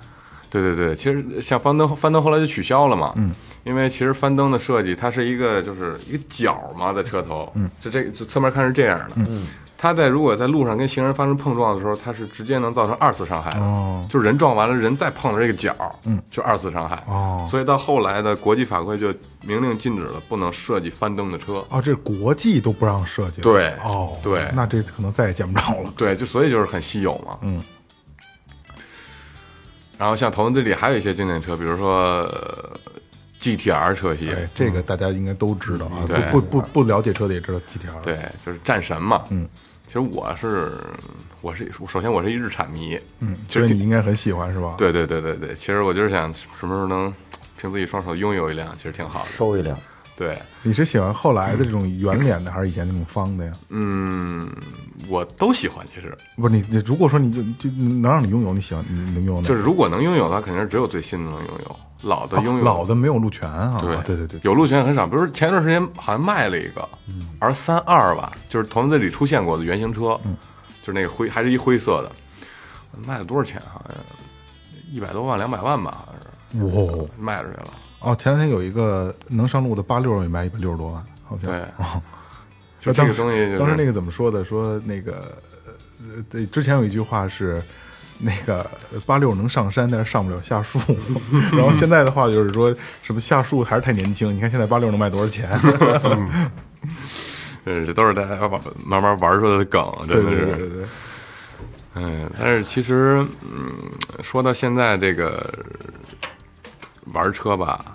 S7: 对对对，其实像翻灯，翻灯后来就取消了嘛，嗯，因为其实翻灯的设计，它是一个就是一个角嘛，在车头，嗯，就这就侧面看是这样的，嗯，它在如果在路上跟行人发生碰撞的时候，它是直接能造成二次伤害的，
S3: 哦
S7: 就是人撞完了，人再碰到这个角，嗯，就二次伤害，
S3: 哦
S7: 所以到后来的国际法规就明令禁止了不能设计翻灯的车，
S3: 哦，这国际都不让设计了，
S7: 对
S3: 哦，
S7: 对
S3: 那这可能再也见不着了，
S7: 对，就所以就是很稀有嘛。
S3: 嗯。
S7: 然后像头文字里还有一些经典车，比如说、呃 GTR 车系，
S3: 哎，这个大家应该都知道啊，
S7: 嗯对
S3: 不不不不了解车的也知道 GTR，，
S7: 对，就是战神嘛。
S3: 嗯，
S7: 其实我是我是首先我是一日产迷，
S3: 嗯，
S7: 其
S3: 所
S7: 实
S3: 以你应该很喜欢是吧？，
S7: 对对对对对，其实我就是想什么时候能凭自己双手拥有一辆，其实挺好的。
S5: 收一辆，
S7: 对，
S3: 你是喜欢后来的这种圆脸的，还是以前那种方的呀？
S7: 嗯，我都喜欢，其实
S3: 不是你，你如果说你就就能让你拥有，你喜欢你能拥有哪个？哦
S7: 就是如果能拥有的话，肯定是只有最新的能拥有，老的
S3: 啊
S7: 拥有、
S3: 老的没有路权啊，
S7: 对
S3: 对对对，
S7: 有路权很少。比如说前段时间好像卖了一个
S3: 嗯
S7: R 三二吧，就是《头文字 D》里出现过的原型车，就是那个灰，还是一灰色的，卖了多少钱？啊好像一百多万、两百万吧，好像是
S3: 哇
S7: 卖出去了。
S3: 哦，前两天有一个能上路的八六也卖一百六十多万，好像
S7: 对
S3: 哦
S7: 就
S3: 那当
S7: 这
S3: 时
S7: 个东西、就是，
S3: 当时那个怎么说的？说那个呃，对，之前有一句话是。那个八六能上山，但是上不了下
S7: <laughs>
S3: 树。然后现在的话就是说什么下树还是太年轻。你看现在八六能卖多少
S7: <laughs>
S3: 钱？
S7: 呃，这都是大家玩慢慢玩出来的梗，
S3: 对
S7: 真的
S3: 对
S7: 是。
S3: 对对对，
S7: 嗯，但是其实，嗯，说到现在这个玩车吧，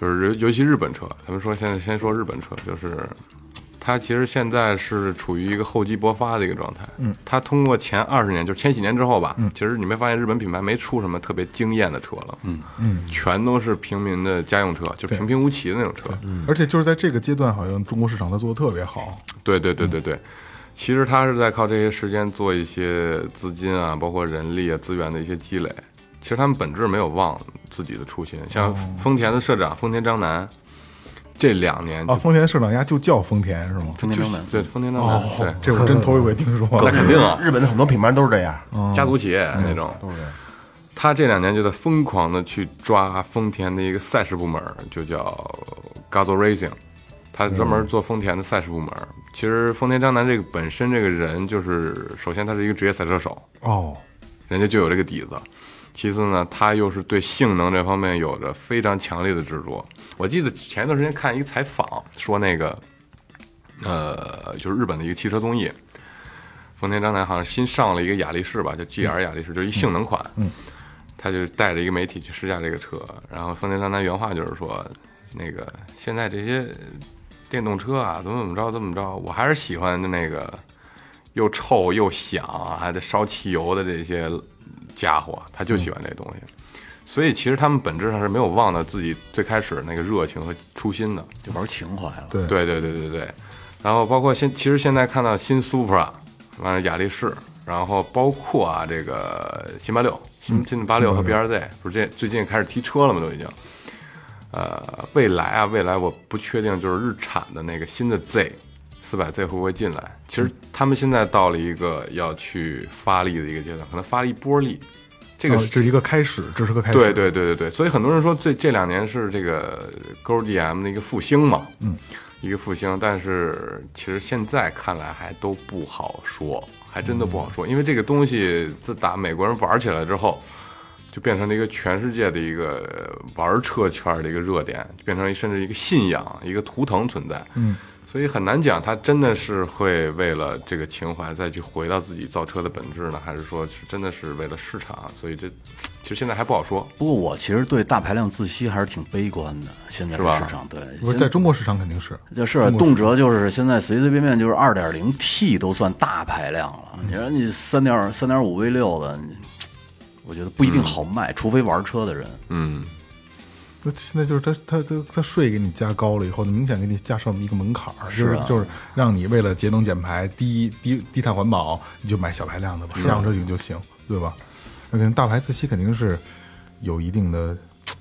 S7: 就是尤尤其日本车，咱们说现在先说日本车，就是它它其实现在是处于一个厚积薄发的一个状态。嗯，它通过前二十年，就是千禧年之后吧，其实你没发现日本品牌没出什么特别惊艳的车了，嗯嗯，全都是平民的家用车，就平平无奇的那种车。
S3: 而且就是在这个阶段，好像中国市场它做的特别好，
S7: 对对对对对，其实他是在靠这些时间做一些资金啊，包括人力啊、资源的一些积累。其实他们本质没有忘自己的初心，
S6: 哦
S7: 像丰田的社长丰田章男，这两年就、
S3: 啊，丰田社长家就叫丰田是吗？
S6: 哦
S3: 哦
S6: 丰田章男哦
S7: 对丰田章男、哦对
S3: 这我真头一回听说。
S7: <laughs> 那肯定啊，
S4: 日本的很多品牌都是这样，
S6: 哦
S7: 家族企业啊那种。
S6: 嗯
S7: 他这两年就在疯狂的去抓丰田的一个赛事部门，就叫 Gazoo Racing，他专门做丰田的赛事部门。
S6: 嗯
S7: 其实丰田章男这个本身这个人就是，首先他是一个职业赛车手，
S3: 哦，
S7: 人家就有这个底子。其次呢，他又是对性能这方面有着非常强烈的执着。我记得前一段时间看一个采访，说那个，呃，就是日本的一个汽车综艺，丰田章男好像新上了一个雅力士吧，叫 GR 雅力士，就是一性能款。嗯，他就带着一个媒体去试驾这个车，然后丰田章男原话就是说，那个现在这些电动车啊，怎么怎么着，怎么着，我还是喜欢的那个又臭又响，还得烧汽油的这些家伙，他就喜欢这东西。所以其实他们本质上是没有忘了自己最开始那个热情和初心的。
S6: 就玩情怀了。
S3: 对
S7: 对对对对对。然后包括现，其实现在看到新 Supra，完了雅力士，然后包括啊这个新八六、新嗯新的八六和 BRZ，不是这最近开始提车了吗？都已经。呃，未来啊，未来我不确定，就是日产的那个新的 Z 四百 Z 会不会进来？其实他们现在到了一个要去发力的一个阶段，可能发力波力，哦
S3: 这
S7: 这个
S3: 哦这是一个开始，这是个开始。
S7: 对对对对对，所以很多人说这这两年是这个 g o d m 的一个复兴嘛，嗯，一个复兴，但是其实现在看来还都不好说，还真的不好说，因为这个东西自打美国人玩起来之后，就变成了一个全世界的一个呃玩车圈的一个热点，就变成了甚至一个信仰、一个图腾存在，嗯。所以很难讲，他真的是会为了这个情怀再去回到自己造车的本质呢，还是说是真的是为了市场？所以这其实现在还不好说。
S6: 不过我其实对大排量自吸还是挺悲观的，现在
S7: 是
S6: 这
S7: 吧
S6: 市场对，
S3: 不是
S6: 现
S3: 在中国市场肯定是
S6: 就是动辄就是现在随随便便就是二点零 T 都算大排量了，你说你三点三点五 V 六的，你我觉得不一定好卖，除非玩车的人。
S7: 嗯，
S3: 那现在就是他他他他税给你加高了以后，明显给你加上一个门槛儿，就是就是让你为了节能减排、低低低碳环保，你就买小排量的吧，家用车型就行，对吧？那跟大牌自吸肯定是有一定的嘖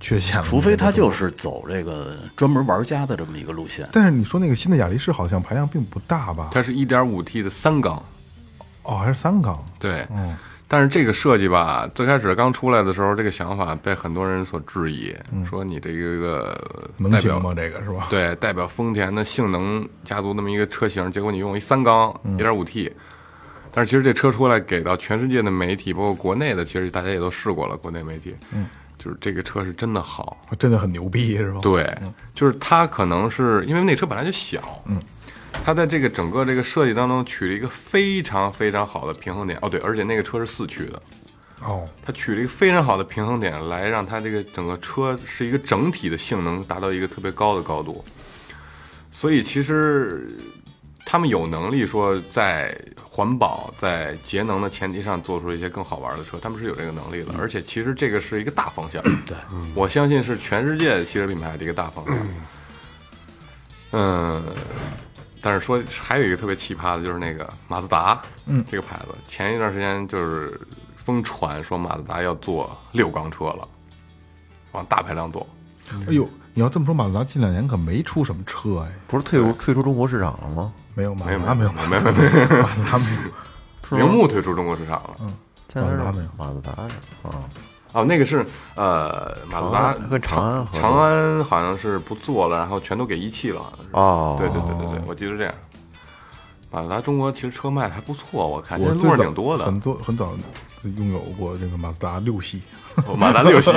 S3: 缺陷了，
S6: 除非他就是走这个专门玩家的这么一个路线，
S3: 但是你说那个新的雅力士好像排量并不大吧？
S7: 它是一点五 T 的三缸，
S3: 哦，还是三缸，
S7: 对，但是这个设计吧，最开始刚出来的时候，这个想法被很多人所质疑，说你这个
S3: 能
S7: 代
S3: 行
S7: 表
S3: 吗？这个是吧？
S7: 对，代表丰田的性能家族那么一个车型，结果你用一三缸一点五 T，但是其实这车出来给到全世界的媒体，包括国内的，其实大家也都试过了，国内媒体，嗯，就是这个车是真的好，
S3: 真的很牛逼是吧？嗯
S7: 对，就是它可能是因为那车本来就小，嗯，它在这个整个这个设计当中取了一个非常非常好的平衡点。哦，对，而且那个车是四驱的，
S3: 哦，
S7: 它取了一个非常好的平衡点，来让它这个整个车是一个整体的性能达到一个特别高的高度。所以其实他们有能力说在环保、在节能的前提上做出一些更好玩的车，他们是有这个能力的。而且其实这个是一个大方向，对，我相信是全世界汽车品牌的一个大方向。嗯，但是说还有一个特别奇葩的，就是那个马自达，嗯，这个牌子前一段时间就是疯传说马自达要做六缸车了，往大排量做。
S3: 哎呦，你要这么说，马自达近两年可没出什么车哎，
S5: 不是退出退出中国市场了吗？
S3: 没有马
S7: 没
S3: 自
S7: 有
S3: 啊达没有
S7: 没有
S3: <laughs>
S7: 没有没有，
S3: 马自达没有，
S7: 铃木退出中国市场
S3: 嗯
S7: 了。
S5: 现在是
S3: 马自达没有
S5: 马自达啊，
S7: 哦，那个是呃，马自达
S5: 跟哦长安合作
S7: 长安好像是不做了，然后全都给一汽了，好像是。
S5: 哦
S7: 对对对对对，我记得这样。马自达中国其实车卖的还不错，我看，现
S3: 我
S7: 在
S3: 最
S7: 路上
S3: 早
S7: 挺多的
S3: 很。多很早拥有过这个马自达六系，
S7: 哦马自达六系，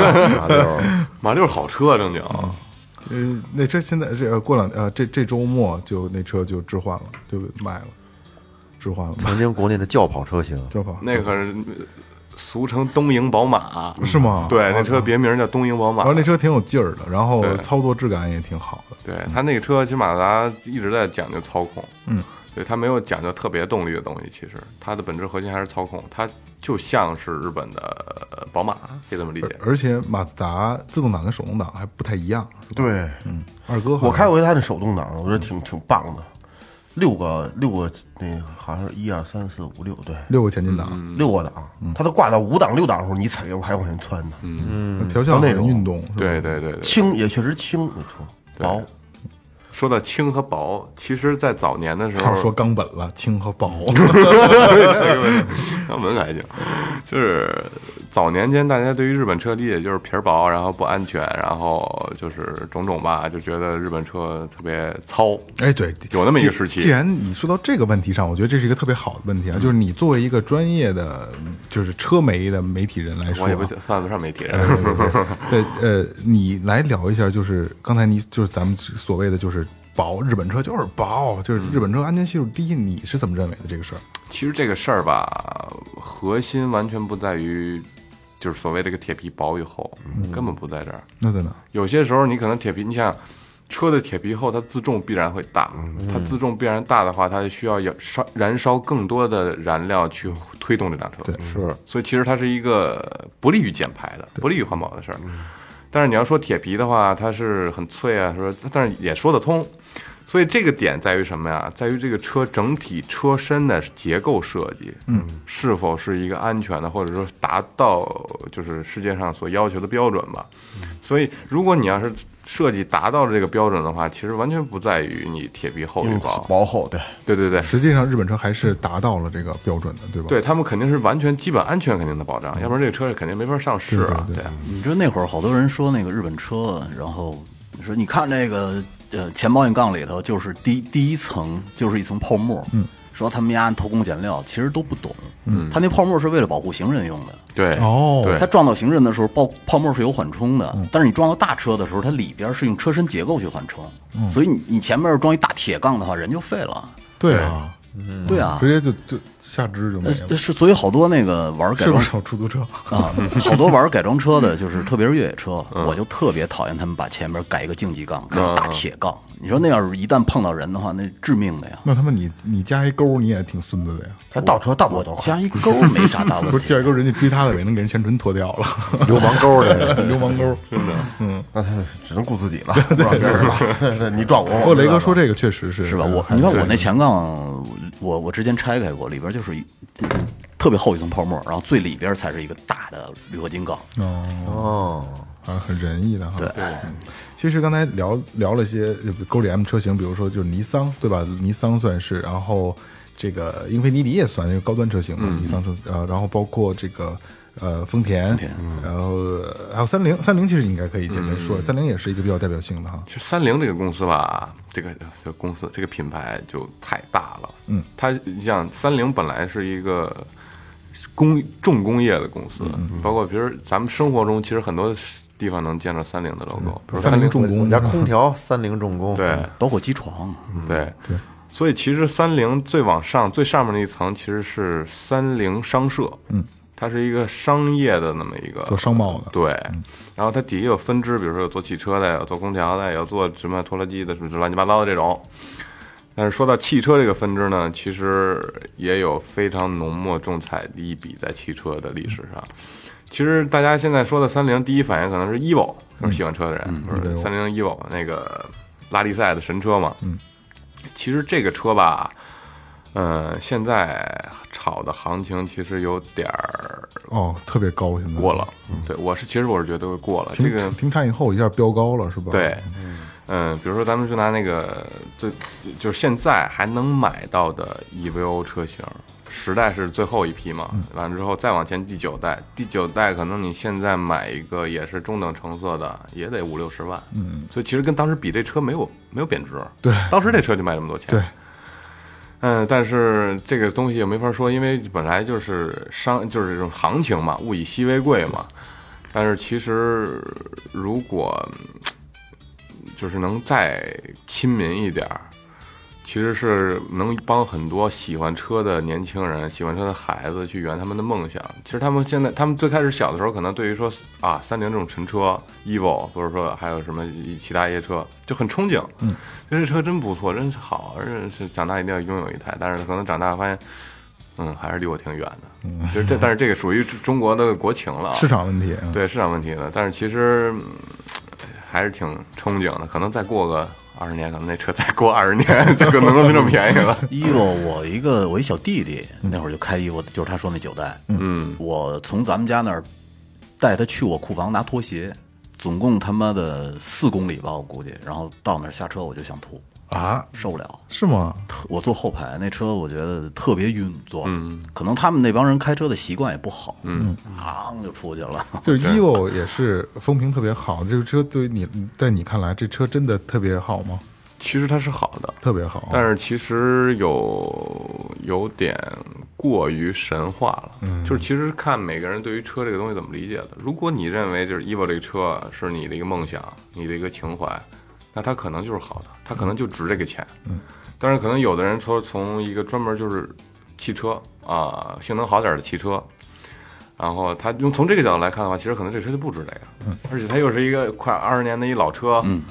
S7: <laughs>
S5: 马六，
S7: 马六是好车，正经。
S3: 嗯，那车现在这呃过两呃这这周末就那车就置换了，就卖了，置换了，
S5: 曾经国内的轿跑车型，
S3: 知道吧？
S7: 那可是呃俗称东营宝马，啊
S3: 是吗？
S7: 嗯
S3: 哦
S7: 对，那车别名叫东营宝马
S3: 然后。那车挺有劲儿的，然后
S7: 对
S3: 操作质感也挺好的，
S7: 对他那个车，其实马自达一直在讲究操控，
S3: 嗯，
S7: 对它没有讲究特别动力的东西，其实它的本质核心还是操控，它就像是日本的呃宝马，可以这么理解。
S3: 而且马自达自动挡跟手动挡还不太一样，是吧
S4: 对，
S3: 嗯，二哥好像
S4: 我开过一台那手动挡的，我觉得挺挺棒的，六个六个那好像是一二三四五六对。
S3: 六个前进档，
S7: 嗯
S4: 六个档，它都挂到五档六档的时候，你踩油还往前窜呢。
S7: 嗯
S3: 调校
S4: 到那
S3: 很
S4: 种
S3: 运动，是吧
S7: 对对对对，
S4: 轻也确实轻，没错，薄。
S7: 说到轻和薄，其实，在早年的时
S3: 开
S7: 候，
S3: 始说冈本了，轻和
S7: <laughs>
S3: 薄，
S7: 那门还行，就是早年间大家对于日本车理解就是皮儿薄，然后不安全，然后就是种种吧，就觉得日本车特别糙。
S3: 哎，对，
S7: 有那么一个
S3: 既
S7: 时期嗯
S3: 既然你说到这个问题上，我觉得这是一个特别好的问题啊，就是你作为一个专业的，就是车媒的媒体人来说
S7: 我
S3: 啊，
S7: 也不算得上媒体人，
S3: <laughs> 对，呃，你来聊一下，就是刚才你就是咱们所谓的就是薄，日本车就是薄，就是日本车安全系数低，你是怎么认为的这个事儿？
S7: 其实这个事儿吧，核心完全不在于，就是所谓这个铁皮薄与厚，根本不在这儿。
S3: 那在哪？
S7: 有些时候你可能铁皮，你想车的铁皮厚，它自重必然会大，它自重必然大的话，它需要要烧燃烧更多的燃料去推动这辆车。是，所以其实它是一个不利于减排的、不利于环保的事儿。但是你要说铁皮的话，它是很脆啊，说但是也说得通。所以这个点在于什么呀？在于这个车整体车身的结构设计，嗯，是否是一个安全的，或者说达到就是世界上所要求的标准吧。所以如果你要是设计达到了这个标准的话，其实完全不在于你铁皮厚与
S4: 用
S7: 薄，
S4: 薄厚，对，
S7: 对对对，
S3: 实际上，日本车还是达到了这个标准的，对啊吧？
S7: 对他们肯定是完全基本安全肯定的保障，要不然这个车是肯定没法上市啊，
S3: 对对对
S7: 对啊。
S6: 你知道那会儿好多人说那个日本车，然后你说你看这个呃前保险杠里头就是第第一层就是一层泡沫，嗯，说他们家偷工减料，其实都不懂，嗯，他那泡沫是为了保护行人用的，
S7: 对，
S3: 哦
S7: 对
S6: 它撞到行人的时候，爆泡沫是有缓冲的，但是你撞到大车的时候，它里边是用车身结构去缓冲，所以你你前面装一大铁杠的话，人就废了。
S3: 对啊，
S6: 对啊
S3: 直，接就就下肢就没
S6: 呃
S3: 了，
S6: 是所以好多那个玩改
S3: 是不
S6: 装
S3: 是有出租车？
S4: <laughs>
S6: 啊，好多玩改装车的，
S4: 嗯
S6: 就是特别是越野车，我就特别讨厌他们把前面改一个竞技
S4: 嗯
S6: 杠，改一个大铁杠。你说那要是一旦碰到人的话，那致命的呀。
S3: 那他妈你你加一钩，你也挺孙子的呀！
S4: 它倒车倒不了多快。
S6: 加一钩没啥大
S4: <laughs>
S3: <laughs>
S6: 问
S3: 不是
S6: 题
S3: 加一钩，人家追他的尾能给人全唇脱掉了， <laughs>
S5: 流氓沟的，
S3: 流氓钩。
S4: 那它只能顾自 <laughs> 己了，不知道别人 <laughs> 了。你撞我，
S3: 不
S4: 我
S3: 过哦雷哥
S4: 知道
S3: 说这个确实是
S6: 是吧？
S4: 嗯
S6: 我你看我那前杠，我我之前拆开过，里边就是一特别厚一层泡沫，然后最里边才是一个大的铝合金杠。
S4: 嗯
S5: 哦
S3: 啊，很仁义的哈。对，其实刚才聊聊了一些呃勾里 M 车型，比如说就是尼桑，对吧？尼桑算是，然后这个英菲尼迪也算一个高端车型嘛，尼桑车，呃，然后包括这个呃丰田，然后呃还有三菱，三菱其实应该可以简单说，三菱也是一个比较代表性的哈。
S7: 其实三菱这个公司吧，这个这个公司这个品牌就太大了。嗯，它你想，三菱本来是一个工重工业的公司，包括平时咱们生活中其实很多地方能见到三菱的 logo，比如
S3: 三菱重
S5: 我
S3: 工
S5: 家空调三菱重工，
S7: 对
S6: 包括机床，
S4: 嗯
S7: 对嗯对。所以其实三菱最往上最上面那一层其实是三菱商社，嗯，它是一个商业的那么一个
S3: 做商贸的，
S7: 对，然后它底下有分支，比如说有做汽车的，有做空调的，有做什么拖拉机的，什么乱七八糟的这种。但是说到汽车这个分支呢，其实也有非常浓墨重彩的一笔在汽车的历史上。其实大家现在说的三菱，第一反应可能是 EVO，就是喜欢车的人，不是三菱 EVO 那个拉力赛的神车嘛。嗯，其实这个车吧，呃，现在炒的行情其实有点儿
S3: 哦，特别高，现在
S7: 过了。嗯对，我是其实我是觉得会过了。这
S3: 停
S7: 个
S3: 停产以后一下飙高了，是吧？
S7: 对，嗯，比如说咱们就拿那个最就是现在还能买到的 EVO 车型，十代是最后一批嘛，完了之后再往前第九代，第九代可能你现在买一个也是中等成色的，也得五六十万，嗯，所以其实跟当时比，这车没有没有贬值，
S3: 对
S7: 当时这车就卖这么多钱，
S3: 对。
S7: 嗯，但是这个东西也没法说，因为本来就是商，就是这种行情嘛，物以稀为贵嘛。但是其实如果嗯就是能再亲民一点儿，其实是能帮很多喜欢车的年轻人、喜欢车的孩子去圆他们的梦想。其实他们现在，他们最开始小的时候，可能对于说啊，三菱这种神车，EVO，或者说还有什么一其他一些车，就很憧憬，嗯，这车真不错，真是好，而且是长大一定要拥有一台。但是可能长大发现，嗯，还是离我挺远的。就是这，但是这个属于中国的国情了啊，
S3: 市场问题，嗯
S7: 对市场问题呢，但是其实嗯还是挺憧憬的，可能再过个二十年，可能那车再过二十年就可能能这么便宜了。
S6: Evo，我一个我一小弟弟那会儿就开 Evo，就是他说那九代，嗯，我从咱们家那儿带他去我库房拿拖鞋，总共他妈的四公里吧，我估计，然后到那儿下车我就想吐，
S3: 啊，
S6: 受不了。
S3: 是吗？
S6: 特我坐后排那车，我觉得特别晕，坐，可能他们那帮人开车的习惯也不好，嗯，啊就出去了。 <laughs>
S3: 就是 Evo 也是风评特别好，这个车对于你，在你看来，这车真的特别好吗？
S7: 其实它是好的，
S3: 特别好，
S7: 但是其实有有点过于神话了。就是其实看每个人对于车这个东西怎么理解的。如果你认为就是 Evo 这个车是你的一个梦想，你的一个情怀，那它可能就是好的，它可能就值这个钱。嗯，但是可能有的人从从一个专门就是汽车啊、性能好点的汽车。然后他用从这个角度来看的话，其实可能这车就不值这个，而且它又是一个快二十年的一老车，嗯，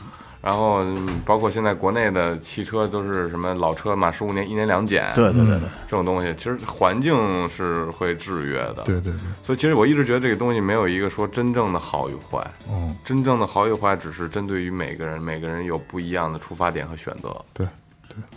S7: 然后嗯包括现在国内的汽车都是什么老车满十五年一年两检，
S6: 对对对对，
S7: 这种东西，其实环境是会制约的。
S3: 对对对，
S7: 所以其实我一直觉得这个东西没有一个说真正的好与坏，
S3: 嗯，
S7: 真正的好与坏只是针对于每个人，每个人有不一样的出发点和选择。
S3: 对。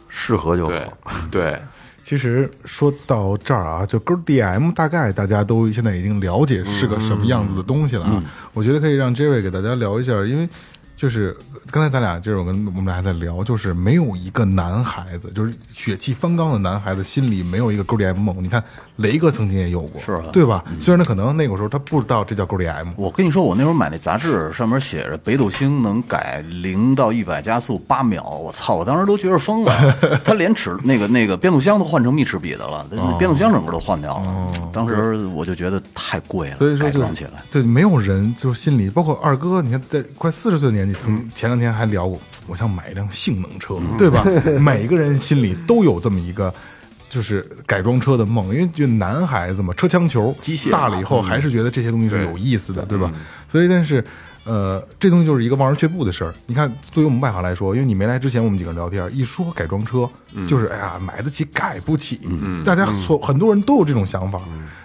S5: 适合就
S7: 对
S5: 好。
S7: 对，
S3: 其实说到这儿啊，就根 DM 大概大家都现在已经了解是个什么样子的东西了啊。
S6: 嗯
S3: 我觉得可以让 Jerry 给大家聊一下，因为就是刚才咱俩就是我跟我们俩还在聊，就是没有一个男孩子，就是血气方刚的男孩子心里没有一个勾 DM 梦。你看雷哥曾经也有过，
S6: 是啊
S3: 对吧？虽然他可能那个时候他不知道这叫勾 DM，
S6: 我跟你说，我那时候买那杂志，上面写着北斗星能改零到一百加速八秒，我操！我当时都觉得疯
S3: <laughs>
S6: 了。他连齿那个那个变速箱都换成密齿比的了，那变速箱整个都换掉了。当时我就觉得太贵了，
S3: 所以说
S6: 改
S3: 就
S6: 装
S3: 是
S6: 起来。
S3: 对，没有人就是心里，包括二哥，你看在快四十岁的年纪，曾
S6: 嗯
S3: 前两天还聊过，我想买一辆性能车，对
S6: <laughs>
S3: 吧？每个人心里都有这么一个。就是改装车的梦，因为就男孩子嘛，车枪球，
S6: 机械嗯
S3: 大了以后还是觉得这些东西是有意思的，对吧？所以，但是，呃，这东西就是一个望而却步的事儿。你看，对于我们外行来说，因为你没来之前，我们几个人聊天，一说改装车，就是哎呀，买得起，改不起，大家所很多人都有这种想法。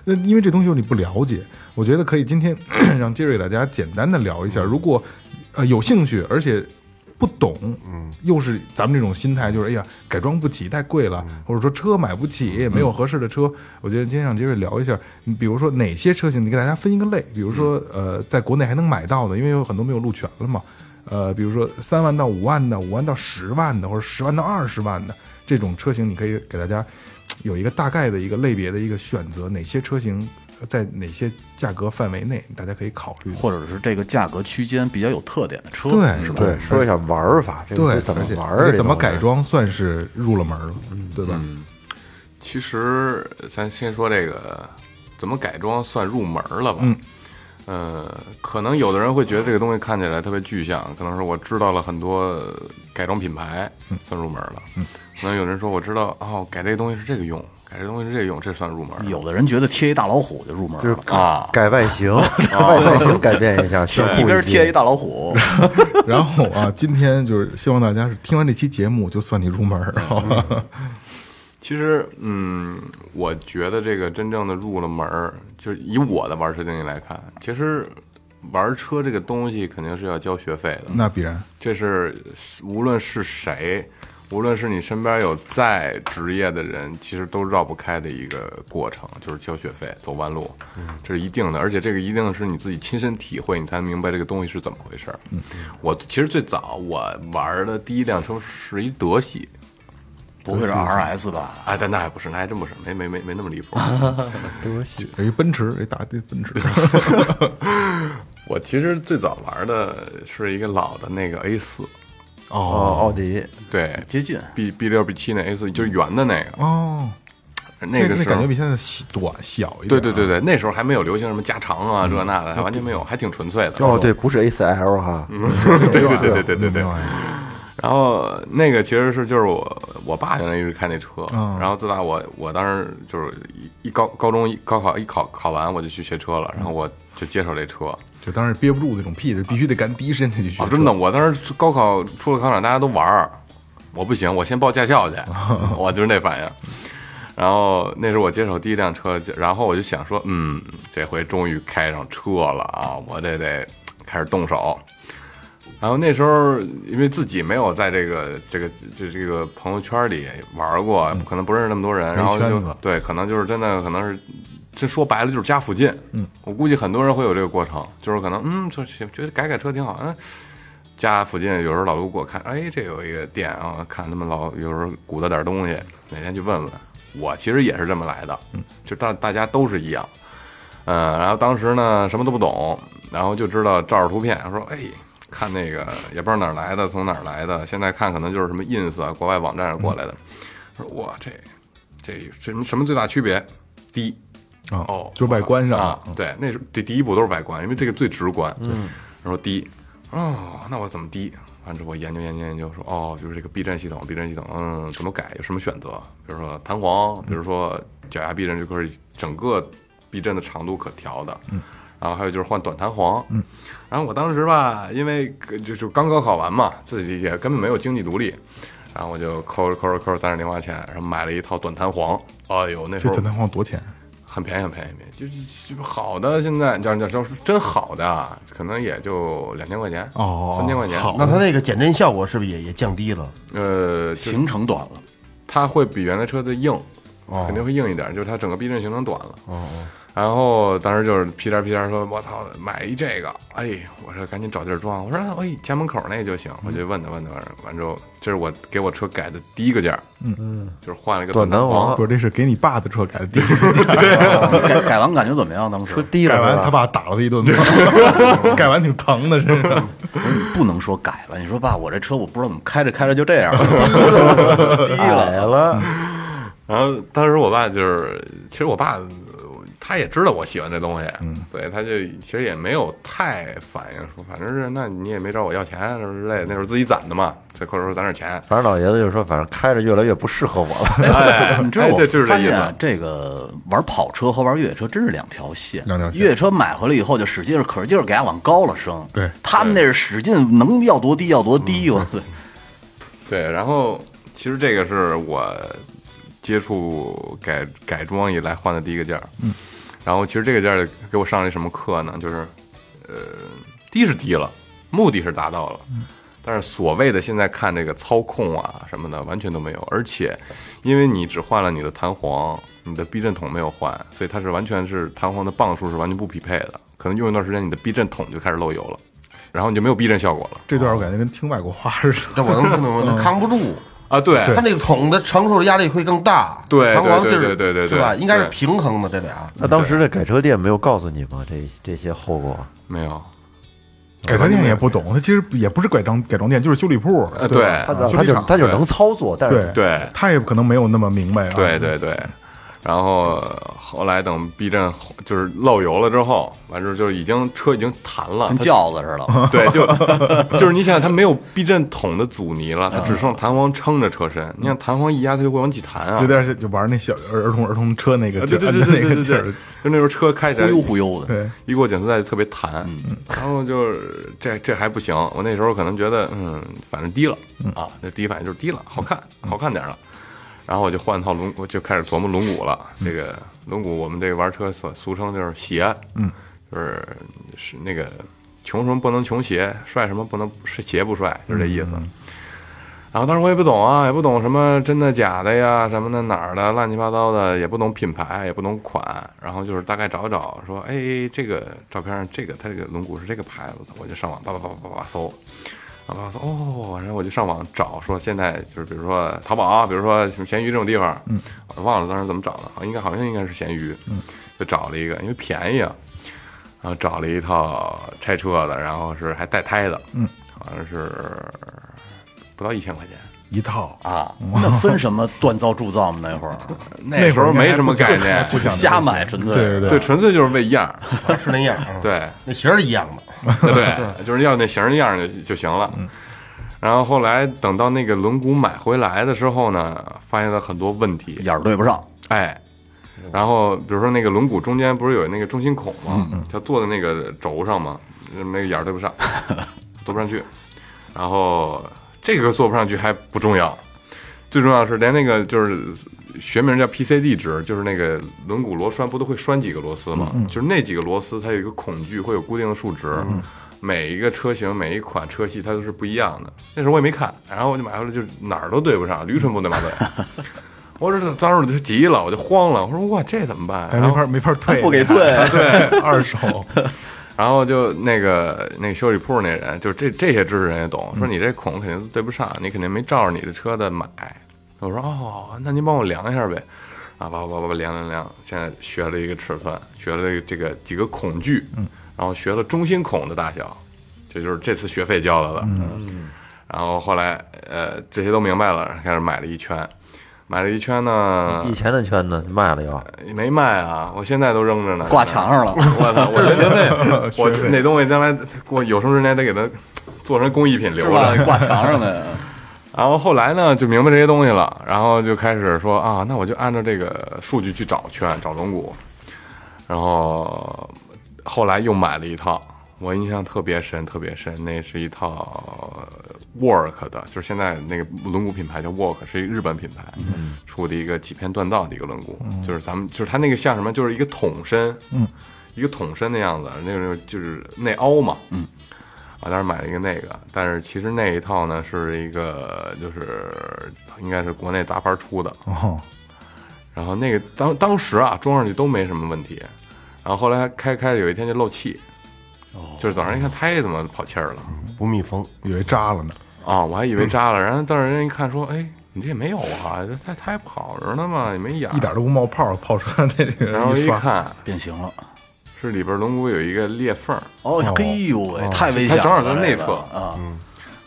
S3: 那因为这东西你不了解，我觉得可以今天 <coughs> 让杰瑞给大家简单的聊一下，如果呃有兴趣，而且不懂，嗯，又是咱们这种心态，就是哎呀，改装不起，太贵了，或者说车买不起，也没有合适的车。我觉得今天让杰瑞聊一下，你比如说哪些车型，你给大家分一个类，比如说呃，在国内还能买到的，因为有很多没有路权了嘛，呃，比如说三万到五万的，五万到十万的，或者十万到二十万的这种车型，你可以给大家有一个大概的一个类别的一个选择，哪些车型呃在哪些价格范围内，大家可以考虑。
S6: 或者是这个价格区间比较有特点的车，
S3: 对
S6: 是吧？
S5: 对，说一下玩儿法，这
S3: 对，
S5: 这怎么
S3: 而且
S5: 玩
S3: 而
S5: 儿，
S3: 且
S5: 这
S3: 怎么
S5: 东西
S3: 改？装，算是入了门了，
S7: 嗯
S3: 对吧？
S7: 其实呃咱先说这个怎么改装算入门了吧？
S3: 嗯
S7: 呃，可能有的人会觉得这个东西看起来特别具象，可能是我知道了很多呃改装品牌，算入门了。
S3: 嗯
S7: 可能有人说我知道哦，改这个东西是这个用，改这东西是这个用，这算入门。
S6: 有的人觉得贴一大老虎就入门
S5: 就是
S6: 了，
S7: 啊，
S5: <laughs> 改外形，外外形改变 <laughs> 一下，炫酷
S6: 一边
S5: 些
S6: 贴一大老虎，
S3: <laughs> 然后啊，今天就是希望大家是听完这期节目就算你入门儿，好
S7: 嗯
S3: <laughs> 吧？
S7: 其实，嗯，我觉得这个真正的入了门儿，就是以我的玩车经历来看，其实玩车这个东西肯定是要交学费的。
S3: 那必然，
S7: 这是无论是谁，无论是你身边有再职业的人，其实都绕不开的一个过程，就是交学费、走弯路，
S3: 嗯
S7: 这是一定的。而且这个一定是你自己亲身体会，你才明白这个东西是怎么回事儿。
S3: 嗯
S7: 我其实最早我玩的第一辆车是一德系，
S6: 不会是 RS 吧？
S7: 哎，但那还不是，那还真不是，没没没没那么
S3: <laughs>
S7: 离谱。
S3: 有一奔驰，有一大的奔
S7: <laughs>
S3: 驰，
S7: 我其实最早玩的是一个老的那个 A 四，
S5: 哦，奥迪
S7: 对
S6: 接近
S7: B B 六 B 七那 A 四就是圆的那个，
S3: 哦，
S7: 那个
S3: 那
S7: 是
S3: 感觉比现在小短小一点，啊嗯
S7: 对对对，对，那时候还没有流行什么加长啊这那的，还完全没有，还挺纯粹的。
S5: 哦，对，不是 A 4 L 哈，
S7: 对对对对对对
S3: 没
S7: 对
S3: 有。哎
S7: 然后那个其实是就是我我爸原来一直开那车，
S3: 嗯
S7: 然后自打我我当时就是一一高高中一高考一考考完我就去学车了，然后我就接手这车。
S3: 就当时憋不住那种屁，就必须得赶第一时间得去学
S7: 啊，真的，我当时高考出了考场，大家都玩儿，我不行，我先报
S3: <laughs>
S7: 驾校去，我就是那反应。然后那是我接手第一辆车，就然后我就想说，嗯，这回终于开上车了啊，我这得开始动手。然后那时候因为自己没有在这个这个这这个朋友圈里玩过，可能不认识那么多人，然后
S3: 嗯圈
S7: 就
S3: 子
S7: 对，可能就是真的可能是。这说白了就是家附近，嗯，我估计很多人会有这个过程，就是可能，嗯，就觉得改改车挺好，嗯，家附近有时候老路过看，哎，这有一个店啊，看他们老有时候鼓捣点东西，哪天去问问。我其实也是这么来的，就大大家都是一样，嗯，然后当时呢什么都不懂，然后就知道照着图片说，哎，看那个也不知道哪儿来的，从哪儿来的，现在看可能就是什么 ins 啊，国外网站上过来的，说哇这这什么什么最大区别？第一，
S3: 啊，
S7: 哦
S3: 就外观上嗯
S7: 啊，对，那是这第一步都是外观，因为这个最直观。嗯，然后低，哦，那我怎么低？完之后我研究研究研究，说哦，就是这个避震系统，避震系统，嗯，怎么改？有什么选择？比如说弹簧，比如说脚丫避震，这块儿整个避震的长度可调的。嗯，然后还有就是换短弹簧。嗯，然后我当时吧，因为呃就是刚高考完嘛，自己也根本没有经济独立。然后我就抠着抠着抠着攒点零花钱，然后买了一套短弹簧。哎呦，那时
S3: 这
S7: 候
S3: 转弹簧多钱？啊
S7: 很便宜，很便宜，很便宜就是就是好的，现在叫叫叫真好的啊，可能也就两千块钱，
S3: 哦
S7: 三千块钱，
S4: 那它那个减震效果是不是也也降低 <laughs> 了？
S7: 呃，就是
S6: 行程短
S3: <laughs>
S6: 了，
S7: 它会比原来车的硬，肯定会硬一点，就是它整个避震行程短了。然后当时就是屁颠儿屁颠儿说：“我操，买一这个！”哎，我说赶紧找地儿装。我说：“哎，家门口那就行。”我就问他问他，完之后，这是我给我车改的第一个件儿，嗯嗯，就是换了一个
S5: 短弹
S7: 短弹
S5: 簧
S7: 簧
S3: 不，是，这是给你爸的车改的第一部，
S7: <laughs>
S6: 改改完感觉怎么样？当时
S5: 车低了
S3: 改
S5: 是
S3: 完他
S5: 吧，
S3: 爸打了他一
S7: <laughs>
S3: 顿，改完挺疼的，真是。
S6: 不能说改了，你说爸，我这车我不知道怎么开着开着就这样了。
S5: <laughs> 矮了，
S7: 然后当时我爸就是，其实我爸呃他也知道我喜欢这东西，
S6: 嗯
S7: 所以他就其实也没有太反应说，反正是那你也没找我要钱啊什么之类的，那时候自己攒的嘛，这或者说攒点钱，
S5: 反正老爷子就说，反正开着越来越不适合我
S7: <laughs>
S5: 了。
S7: 哎，
S6: 你知道我
S7: 哎、这就是这
S6: 发
S7: 意
S6: 现
S7: 思
S6: 啊，，这个玩跑车和玩越野车真是两条线。
S3: 两条线
S6: 越野车买回来以后就使劲儿可劲儿给它往高了升，
S3: 对
S6: 他们那是使劲能要多低要多低，我操！
S7: 对。然后其实这个是我接触改改装以来换的第一个件儿，嗯，然后其实这个件儿给我上了一什么课呢？就是呃，低是低了，目的是达到了，但是所谓的现在看这个操控啊什么的完全都没有，而且因为你只换了你的弹簧，你的避震筒没有换，所以它是完全是弹簧的磅数是完全不匹配的，可能用一段时间你的避震筒就开始漏油了，然后你就没有避震效果了
S3: 这段我感觉跟听外国话似的。
S7: <laughs>
S4: 这我能听懂，我扛不 <laughs> 住。
S7: 啊，对。
S4: 它那个桶的承受的压力会更大，
S7: 对
S4: 弹簧劲儿
S7: 对对对对对
S4: 是吧？
S7: 对
S4: 应该是平衡的这俩，啊
S5: 那当时这改车店没有告诉你吗？这这些后果？
S7: 没有，
S3: 改装店也不懂，他其实也不是改装改装店，就是修理铺。
S7: 呃，
S3: 对
S7: 对
S3: 吧，
S5: 他
S3: 修
S5: 他
S3: 理
S5: 就
S3: 厂
S5: 他就是
S7: 对
S5: 能操作，但
S3: 对
S5: 是
S7: 对
S3: 他也可能没有那么明白啊。
S7: 对对对，然后后来等避震就是漏油了之后，完之后就是已经车已经弹
S3: <laughs>
S7: 了，
S6: 跟
S7: 它
S6: 轿子似
S7: <laughs>
S6: 的。
S7: 对，就就是你想想，它没有避震筒的阻尼
S3: 啊
S7: 了，它只剩弹簧撑着车身。你想弹簧一压，它就会往起弹啊
S3: 有。点像就玩那小儿童儿童车那个
S7: 啊
S3: 劲
S7: 对
S3: 儿，
S7: 对对
S3: 摁的那
S7: 对对对
S3: 个劲
S7: 对
S3: 儿，，
S7: 就那时候车开起
S6: 忽
S7: 来
S6: 悠忽悠
S3: <laughs>
S6: 的，
S3: 对，
S7: 一过减速带就特别弹，然后就是这这还不行，我那时候可能觉得嗯，反正低了啊，那第一反应就是低了，好看好看点儿了，然后我就换套轮，我就开始琢磨轮毂了。这个轮毂我们这个玩车所俗称就是鞋，嗯，就是是那个穷什么不能穷鞋，帅什么不能是鞋不帅，就这意思。然后当时我也不懂啊，也不懂什么真的假的呀，什么的哪儿的乱七八糟的，也不懂品牌，也不懂款。然后就是大概找找，说哎，这个照片上这个它这个轮毂是这个牌子的，我就上网叭叭叭叭叭叭搜，然后说哦，然后我就上网找，说现在就是比如说淘宝啊，比如说什么闲鱼这种地方，嗯，我忘了当时怎么找的，好像应该好像应该是闲鱼，嗯，就找了一个，因为便宜啊，然后找了一套拆车的，然后是还带胎的，嗯，好像是不到一千块钱
S3: 一套
S7: 啊，
S6: 那分什么锻造铸造吗？那会儿
S7: 那哎时候没什么概念，
S3: 不讲究
S6: 瞎买，纯粹。
S3: 对对
S7: <laughs> 对，纯粹就是为样 <laughs>
S4: <laughs>
S7: 儿，
S4: 是那样。嗯，
S7: 对
S4: 那型儿一样的，
S7: 对，就是要那型儿样儿就就行了。然后后来等到那个轮毂买回来的时候呢，发现了很多问题，
S6: 眼儿对不上，
S7: 哎，然后比如说那个轮毂中间不是有那个中心孔吗？它坐在那个轴上嘛，那个眼儿对不上，坐不上去。然后这个坐不上去还不重要，最重要的是连那个就是学名叫 PCD 值，就是那个轮毂螺栓不都会拴几个螺丝吗？就是那几个螺丝它有一个孔距，会有固定的数值。每一个车型、每一款车系它都是不一样的。那时候我也没看，然后我就买回来，就哪儿都对不上，驴唇不对马嘴。我这当时我就急了，我就慌了，我说哇这怎么办？
S3: 哎，
S7: 然
S3: 没
S7: 后
S3: 法没法退，啊
S6: 不给退，
S7: <laughs>
S3: 对，二手，
S7: 然后就那个那个修理铺那人，就这这些知识人也
S6: 嗯
S7: 懂，说你这孔肯定都对不上，你肯定没照着你的车的买。我说哦，那您帮我量一下呗，啊，叭叭叭叭量量量，现在学了一个尺寸，学了一个这个几个孔距，
S6: 嗯
S7: 然后学了中心孔的大小，这就是这次学费交的了。嗯，然后后来呃这些都明白了，开始买了一圈，买了一圈呢
S6: 嗯
S5: 以前的圈子卖了又，
S7: 没卖啊，我现在都扔着呢，
S6: 挂墙上了。
S7: <laughs> 我操，我
S4: 学费，
S7: 我那东西将来我有生之年得给它做成工艺品留
S6: 是
S7: 着
S6: 吧。？挂墙上的，
S7: <laughs> 然后后来呢，就明白这些东西了，然后就开始说啊，那我就按照这个数据去找圈，找龙骨。然后后来又买了一套，我印象特别深，特别深，那是一套呃 Work 的，就是现在那个轮毂品牌叫 Work，是一日本品牌
S6: 嗯
S7: 出的一个几片锻造的一个轮毂，就是咱们就是它那个像什么，就是一个桶身，嗯，一个桶身的样子，那个就是内凹嘛，嗯。我当时买了一个那个，但是其实那一套呢是一个，就是应该是国内杂牌出的，
S3: 哦，
S7: 然后那个当当时啊装上去都没什么问题，然后后来开开着有一天就漏气，
S3: 哦
S7: 就是早上一看胎怎么跑气儿了
S3: 嗯
S4: 不密封，
S3: 以为扎了呢，
S7: 啊、我还以为扎了，然后但是人家一看说，哎，你这也没有啊，这胎胎跑着呢嘛，也没眼儿
S3: 一点都不冒泡，泡出来那个
S7: 啊然后一
S3: 刷，
S7: 看
S6: 变形了。
S7: 是里边轮毂有一个裂缝儿，
S6: 哦，嘿呦喂，太危险了！
S7: 它正好在
S6: 这个
S7: 内侧
S6: 啊，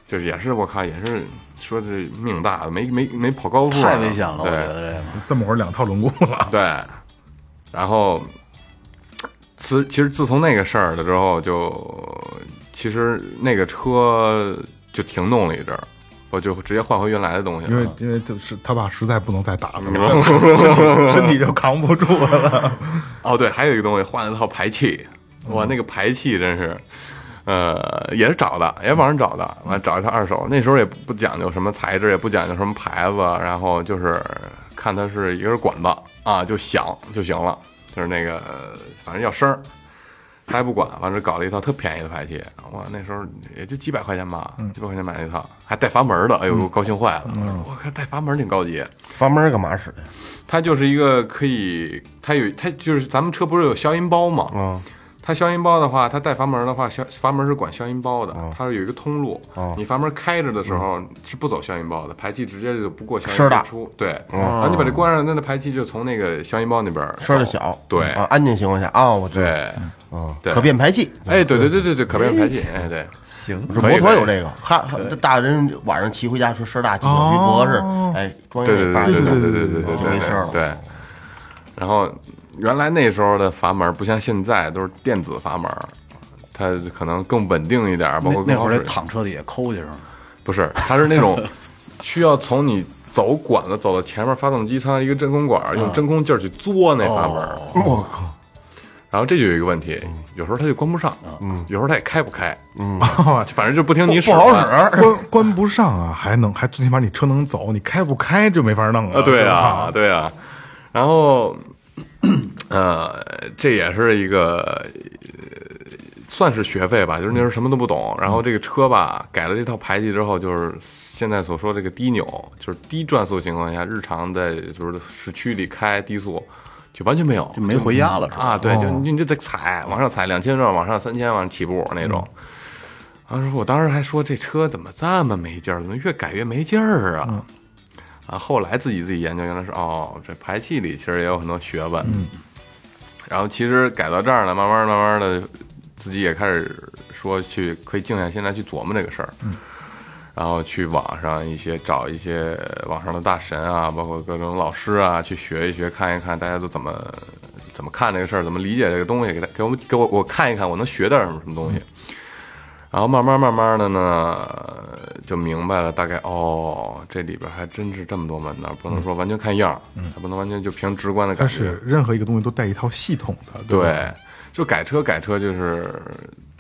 S7: 就是也是我靠，也是说这命大，没没没跑高速啊，
S6: 太危险了，我觉
S7: 对
S6: 得这个。
S3: 这么会儿两套轮毂
S7: <laughs>
S3: 了，
S7: 对，然后自其实自从那个事儿了之后就，其实那个车就停弄了一阵儿，我就直接换回原来的东西
S3: 因
S7: 了
S3: 为。因为就是他爸实在不能再打他
S7: <laughs>
S3: 了，身体就扛不住了，
S7: 哦，对，还有一个东西换了套排气，哇，那个排气真是。呃，也是找的，也网上找的，完找一套二手。那时候也不讲究什么材质，也不讲究什么牌子，然后就是看它是一个是管子啊，就响就行了，就是那个反正要声儿，他也不管。完了搞了一套特便宜的排气，我那时候也就几百块钱吧，几百块钱买了一套，还带阀门的，哎呦，我高兴坏了，我说我靠，带阀门挺高级。
S4: 阀门干嘛使的？
S7: 它就是一个可以，它有它就是咱们车不是有消音包嘛？
S4: 嗯
S7: 它消音包的话，它带阀门的话，消阀门是管消音包的，
S4: 嗯
S7: 它是有一个通路。你阀门开着的时候是不走消音包的，排气直接就不过消
S4: 声儿
S7: 音包
S4: 大嗯
S7: 出。对，然后你把这关上，那那排气就从那个消音包那边儿
S4: 声儿
S7: 走
S4: 小，
S7: 对
S4: 啊，安静情况下啊，我知道，
S7: 对，
S4: 嗯，
S7: 对
S4: 可变排气。
S7: 哎，对对对对对，可变排气，哎对，
S4: 我说摩托有这个，哈，哈大人晚上骑回家说声儿大，骑小鱼博士，哎，装一
S7: 对
S4: 那
S7: 对
S4: 把
S7: 对
S4: 就
S7: 对对对对对
S4: 就
S7: 对
S4: 没事儿了。
S7: 对，然后原来那时候的阀门不像现在都是电子阀门，它可能更稳定一点，包括
S6: 那
S7: 更
S6: 那会
S7: 好
S6: 儿
S7: 使
S6: 得。躺车底下抠去是吗？
S7: 不是，它是那 <laughs> 种需要从你走管子走到前面发动机舱一个真空管儿，用真空劲儿去嘬那阀门。嗯哦我靠！然后这就有一个问题，有时候它就关不上，嗯，有时候它也开不开，嗯， <laughs> 反正就不听你使，不好使啊，
S3: <laughs> 关关不上啊，还能还最起码你车能走，你开不开就没法弄了，
S7: 对啊，对啊。然后， <clears throat> 呃，这也是一个呃算是学费吧，就是那时候什么都不懂。然后这个车吧，改了这套排气之后，就是现在所说这个低扭，就是低转速情况下，日常在就是市区里开低速，就完全没有，
S6: 就没回家了是吧？
S7: 啊，对，就你你就得踩，往上踩两千转，往上三千，往上起步那种。当时我当时还说这车怎么这么没劲儿，怎么越改越没劲儿啊？啊，后来自己自己研究，原来是哦，这排气里其实也有很多学问。然后其实改到这儿呢，慢慢慢慢的，自己也开始说去可以静下心来去琢磨这个事儿。然后去网上一些找一些网上的大神啊，包括各种老师啊，去学一学，看一看大家都怎么怎么看这个事儿，怎么理解这个东西，给他给我们给我我看一看，我能学点什么什么东西。然后慢慢慢慢的呢，就明白了，大概哦，这里边还真是这么多门道，不能说完全看样儿，还不能完全就凭直观的感
S3: 但
S7: 觉。
S3: 是任何一个东西都带一套系统的，对吧
S7: 对，就改车改车就是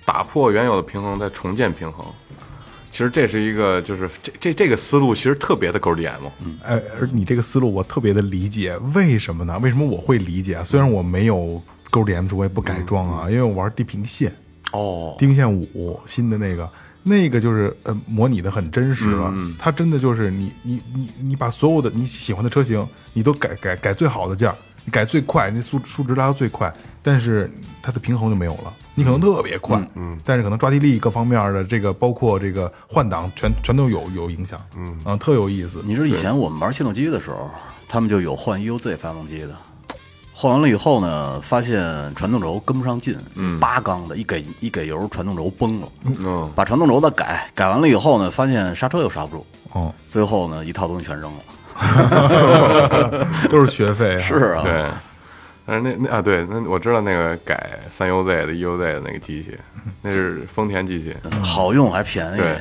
S7: 打破原有的平衡，再重建平衡。其实这是一个，就是这这这个思路其实特别的狗点嘛。嗯，
S3: 哎，而你这个思路我特别的理解，为什么呢？为什么我会理解啊？虽然我没有勾 DM，我也不改装啊，因为我玩地平线，
S7: 哦，
S3: 地平线五新的那个，那个就是呃模拟的很真实了，它真的就是你你你你把所有的你喜欢的车型，你都改改改最好的价，你改最快，那数数值拉到最快，但是它的平衡就没有了。你可能特别快，嗯，但是可能抓地力各方面的这个，包括这个换挡全，全都有有影响，嗯啊，特有意思。
S6: 你知道以前我们玩切诺基的时候，他们就有换 EUZ 发动机的，换完了以后呢，发现传动轴跟不上劲，八缸的，一给一给油，传动轴崩了，
S7: 嗯
S6: 把传动轴再改，改完了以后呢，发现刹车又刹不住，
S3: 哦，
S6: 最后呢，一套东西全扔了。
S3: 都是学费、啊，
S6: 是啊，
S7: 对。但是那那啊，对，那我知道那个改三 UZ 的 EUZ 的那个机器，那是丰田机器。
S6: 好用还便宜。
S7: 对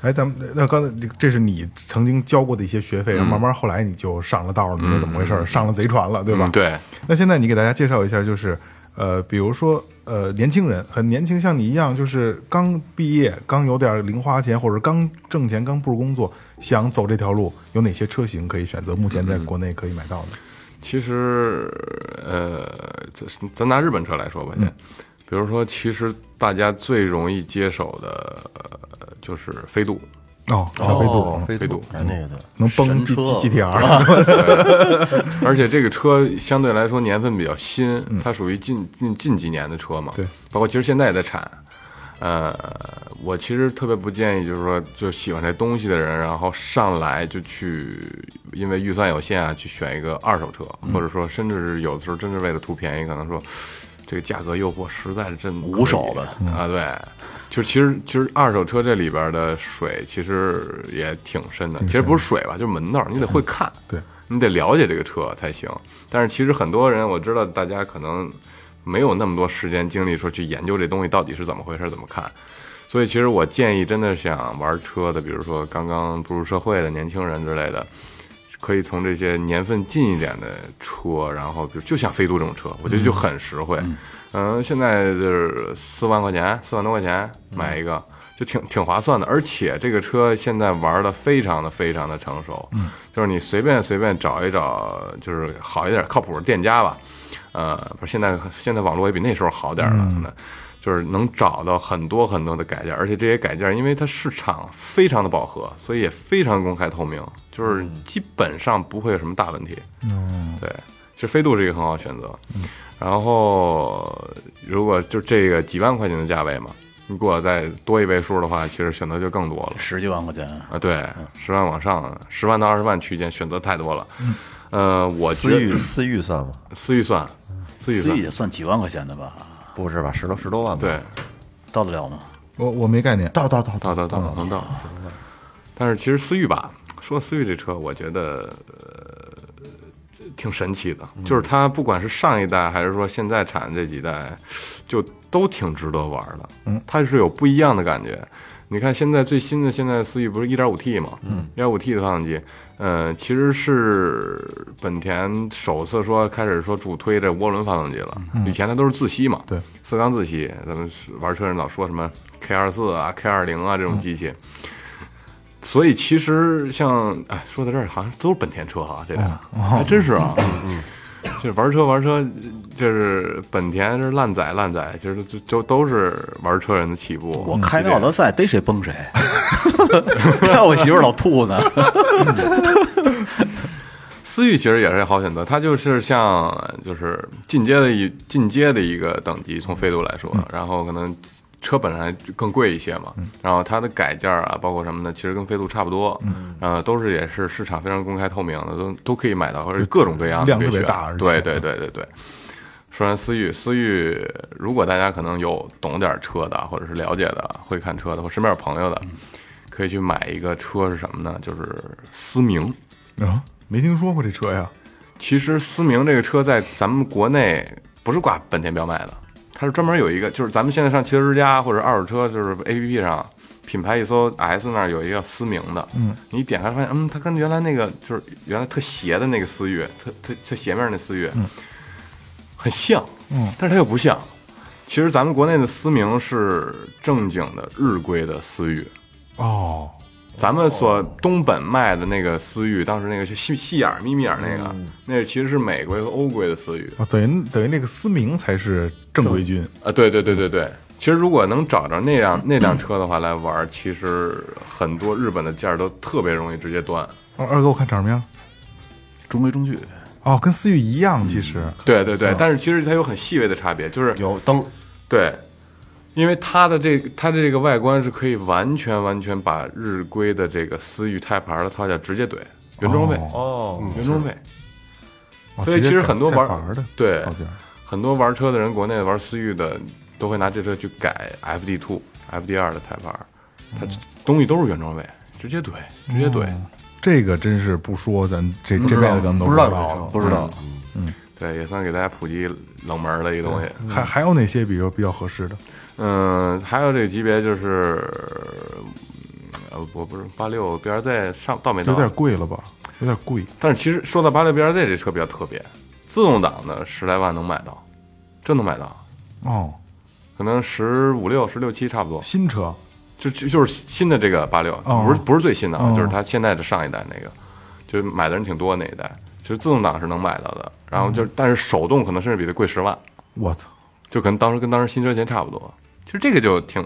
S3: 哎，咱们那刚才这是你曾经交过的一些学费，然后慢慢后来你就上了道了，你说怎么回事？上了贼船了，对吧？
S7: 嗯对。
S3: 那现在你给大家介绍一下，就是呃，比如说呃，年轻人很年轻，像你一样，就是呃刚毕业，刚有点零花钱，或者刚挣钱，刚步入工作，想走这条路，有哪些车型可以选择？目前在国内可以买到的？
S7: 其实，呃，这是咱拿日本车来说吧，先，比如说，其实大家最容易接手的呃就是飞度，
S3: 哦，小飞度，
S7: 飞度，
S4: 哎，那个对，
S3: 能崩
S6: 神
S3: G
S6: 车
S3: G T
S7: <laughs>
S3: R，
S7: 而且这个车相对来说年份比较新，它属于近近近几年的车嘛。
S3: 对，
S7: 包括其实现在也在产。呃，我其实特别不建议，就是说就喜欢这东西的人，然后上来就去，因为预算有限啊，去选一个二手车，或者说甚至是有的时候真是为了图便宜，可能说这个价格诱惑实在是真
S6: 无手的
S7: 啊，对，就其实其实二手车这里边的水其实也挺深的，其实不是水吧，就是门道，你得会看，
S3: 对
S7: 你得了解这个车才行。但是其实很多人，我知道大家可能没有那么多时间精力说去研究这东西到底是怎么回事，怎么看。所以其实我建议，真的想玩车的，比如说刚刚步入社会的年轻人之类的，可以从这些年份近一点的车，然后比如就像飞度这种车，我觉得就很实惠。嗯，现在就是四万块钱，四万多块钱买一个，就挺挺划算的。而且这个车现在玩的非常的非常的成熟，嗯，就是你随便随便找一找，就是好一点靠谱的店家吧，呃，不是现在现在网络也比那时候好点儿了，可能就是能找到很多很多的改件，而且这些改件因为它市场非常的饱和，所以也非常公开透明，就是基本上不会有什么大问题。嗯，对，其实飞度是一个很好的选择。然后如果就这个几万块钱的价位嘛，如果再多一位数的话，其实选择就更多了。
S6: 十几万块钱，
S7: 啊，对，十万往上，十万到二十万区间选择太多了。呃，我觉
S5: 思
S7: 得
S5: 域思域算吗？
S7: 私预算，私预
S6: 自己
S7: 算，
S6: 也算几万块钱的吧，
S5: 不是吧，十多十多万吧？
S7: 对，
S6: 到得了吗？
S3: 我我没概念。
S4: 到到到到，
S7: 到到到能到。但是其实思域吧，说思域这车，我觉得呃挺神奇的，就是它不管是上一代还是说现在产的这几代，就都挺值得玩的。嗯，它是有不一样的感觉。你看现在最新的现在思域不是 1.5T 嘛？嗯，1.5T 的发动机，呃，其实是本田首次说开始说主推这涡轮发动机了。以前它都是自吸嘛，
S3: 对，
S7: 四缸自吸。咱们玩车人老说什么 K 2 4啊、K 2 0啊这种机器。所以其实像哎，说到这儿好像都是本田车哈、这俩、还真是啊。就是玩车玩车，就是本田是烂仔烂仔，就是就就都是玩车人的起步。
S6: 我开那奥德赛逮谁崩谁， <laughs> 看我媳妇儿老吐
S7: <laughs>
S6: 呢。
S7: 思域其实也是好选择，它就是像就是进阶的一进阶的一个等级，从飞度来
S3: 嗯
S7: 说，然后可能车本来更贵一些嘛，然后它的改件儿啊，包括什么的，其实跟飞度差不多，
S3: 嗯
S7: 呃，都是也是市场非常公开透明的，都都可以买到，而且各种各样的
S3: 量
S7: 别
S3: 特别
S7: 选
S3: 大而且
S7: 对对对对对。说完思域，思域，如果大家可能有懂点车的，或者是了解的、会看车的，或身边有朋友的，
S3: 嗯
S7: 可以去买一个车是什么呢？就是思明。
S3: 啊，没听说过这车呀？
S7: 其实思明这个车在咱们国内不是挂本田标卖的，它是专门有一个，就是咱们现在上汽车之家或者二手车，就是 A P P 上品牌一搜 S 那儿有一个思明的，嗯，你一点开发现，嗯，它跟原来那个就是原来特斜的那个思域，特特特斜面那思域，很像，嗯，但是它又不像。其实咱们国内的思明是正经的日规的思域，
S3: 哦，
S7: 咱们所东本卖的那个思域，当时那个是细细眼儿、眯眯眼儿那个，
S3: 嗯
S7: 那个其实是美规和欧规的思域。
S3: 啊等于等于那个思明才是正规军，
S7: 啊，对对对对对，其实如果能找着那辆那辆车的话来玩儿，其实很多日本的件儿都特别容易直接断。
S3: 二哦二哥我看长什么样？
S6: 中规中矩。
S3: 哦，跟思域一样，其实
S7: 对对对，但是其实它有很细微的差别，就是
S4: 有灯，
S7: 对，因为它的这个它的这个外观是可以完全完全把日规的这个思域钛牌儿的套件直接怼原装配
S5: 哦，
S7: 原装配。
S3: 哦
S7: 所以
S3: 直接
S7: 其实很多
S3: 改
S7: 玩
S3: 改哦玩的
S7: 对
S3: 套件儿
S7: 很多玩车的人，国内玩思域的都会拿这车去改 FD Two、FD 二的胎盘，
S3: 嗯
S7: 它东西都是原装位，直接怼，直接怼。
S3: 这个真是不说，咱这这辈子咱们都
S4: 不知道有这车
S3: 了。
S6: 不知道，
S7: 对，也算给大家普及冷门的一东西。
S3: 还还有哪些比较比较合适的？
S7: 嗯，还有这个级别就是，呃，我不是八六 BRZ 上到没到？
S3: 有点贵了吧？有点贵。
S7: 但是其实说到八六 BRZ 这车比较特别，自动挡的十来万能买到，真能买到，
S3: 哦，
S7: 可能十五六、十六七差不多。
S3: 新车
S7: 就就就是新的这个八六，
S3: 哦
S7: 不是不是最新的啊，
S3: 哦
S7: 就是它现在的上一代那个，就是买的人挺多那一代，其实自动挡是能买到的，然后就
S3: 嗯
S7: 但是手动可能甚至比它贵十万，
S3: 我操，
S7: 就可能当时跟当时新车钱差不多。其实这个就挺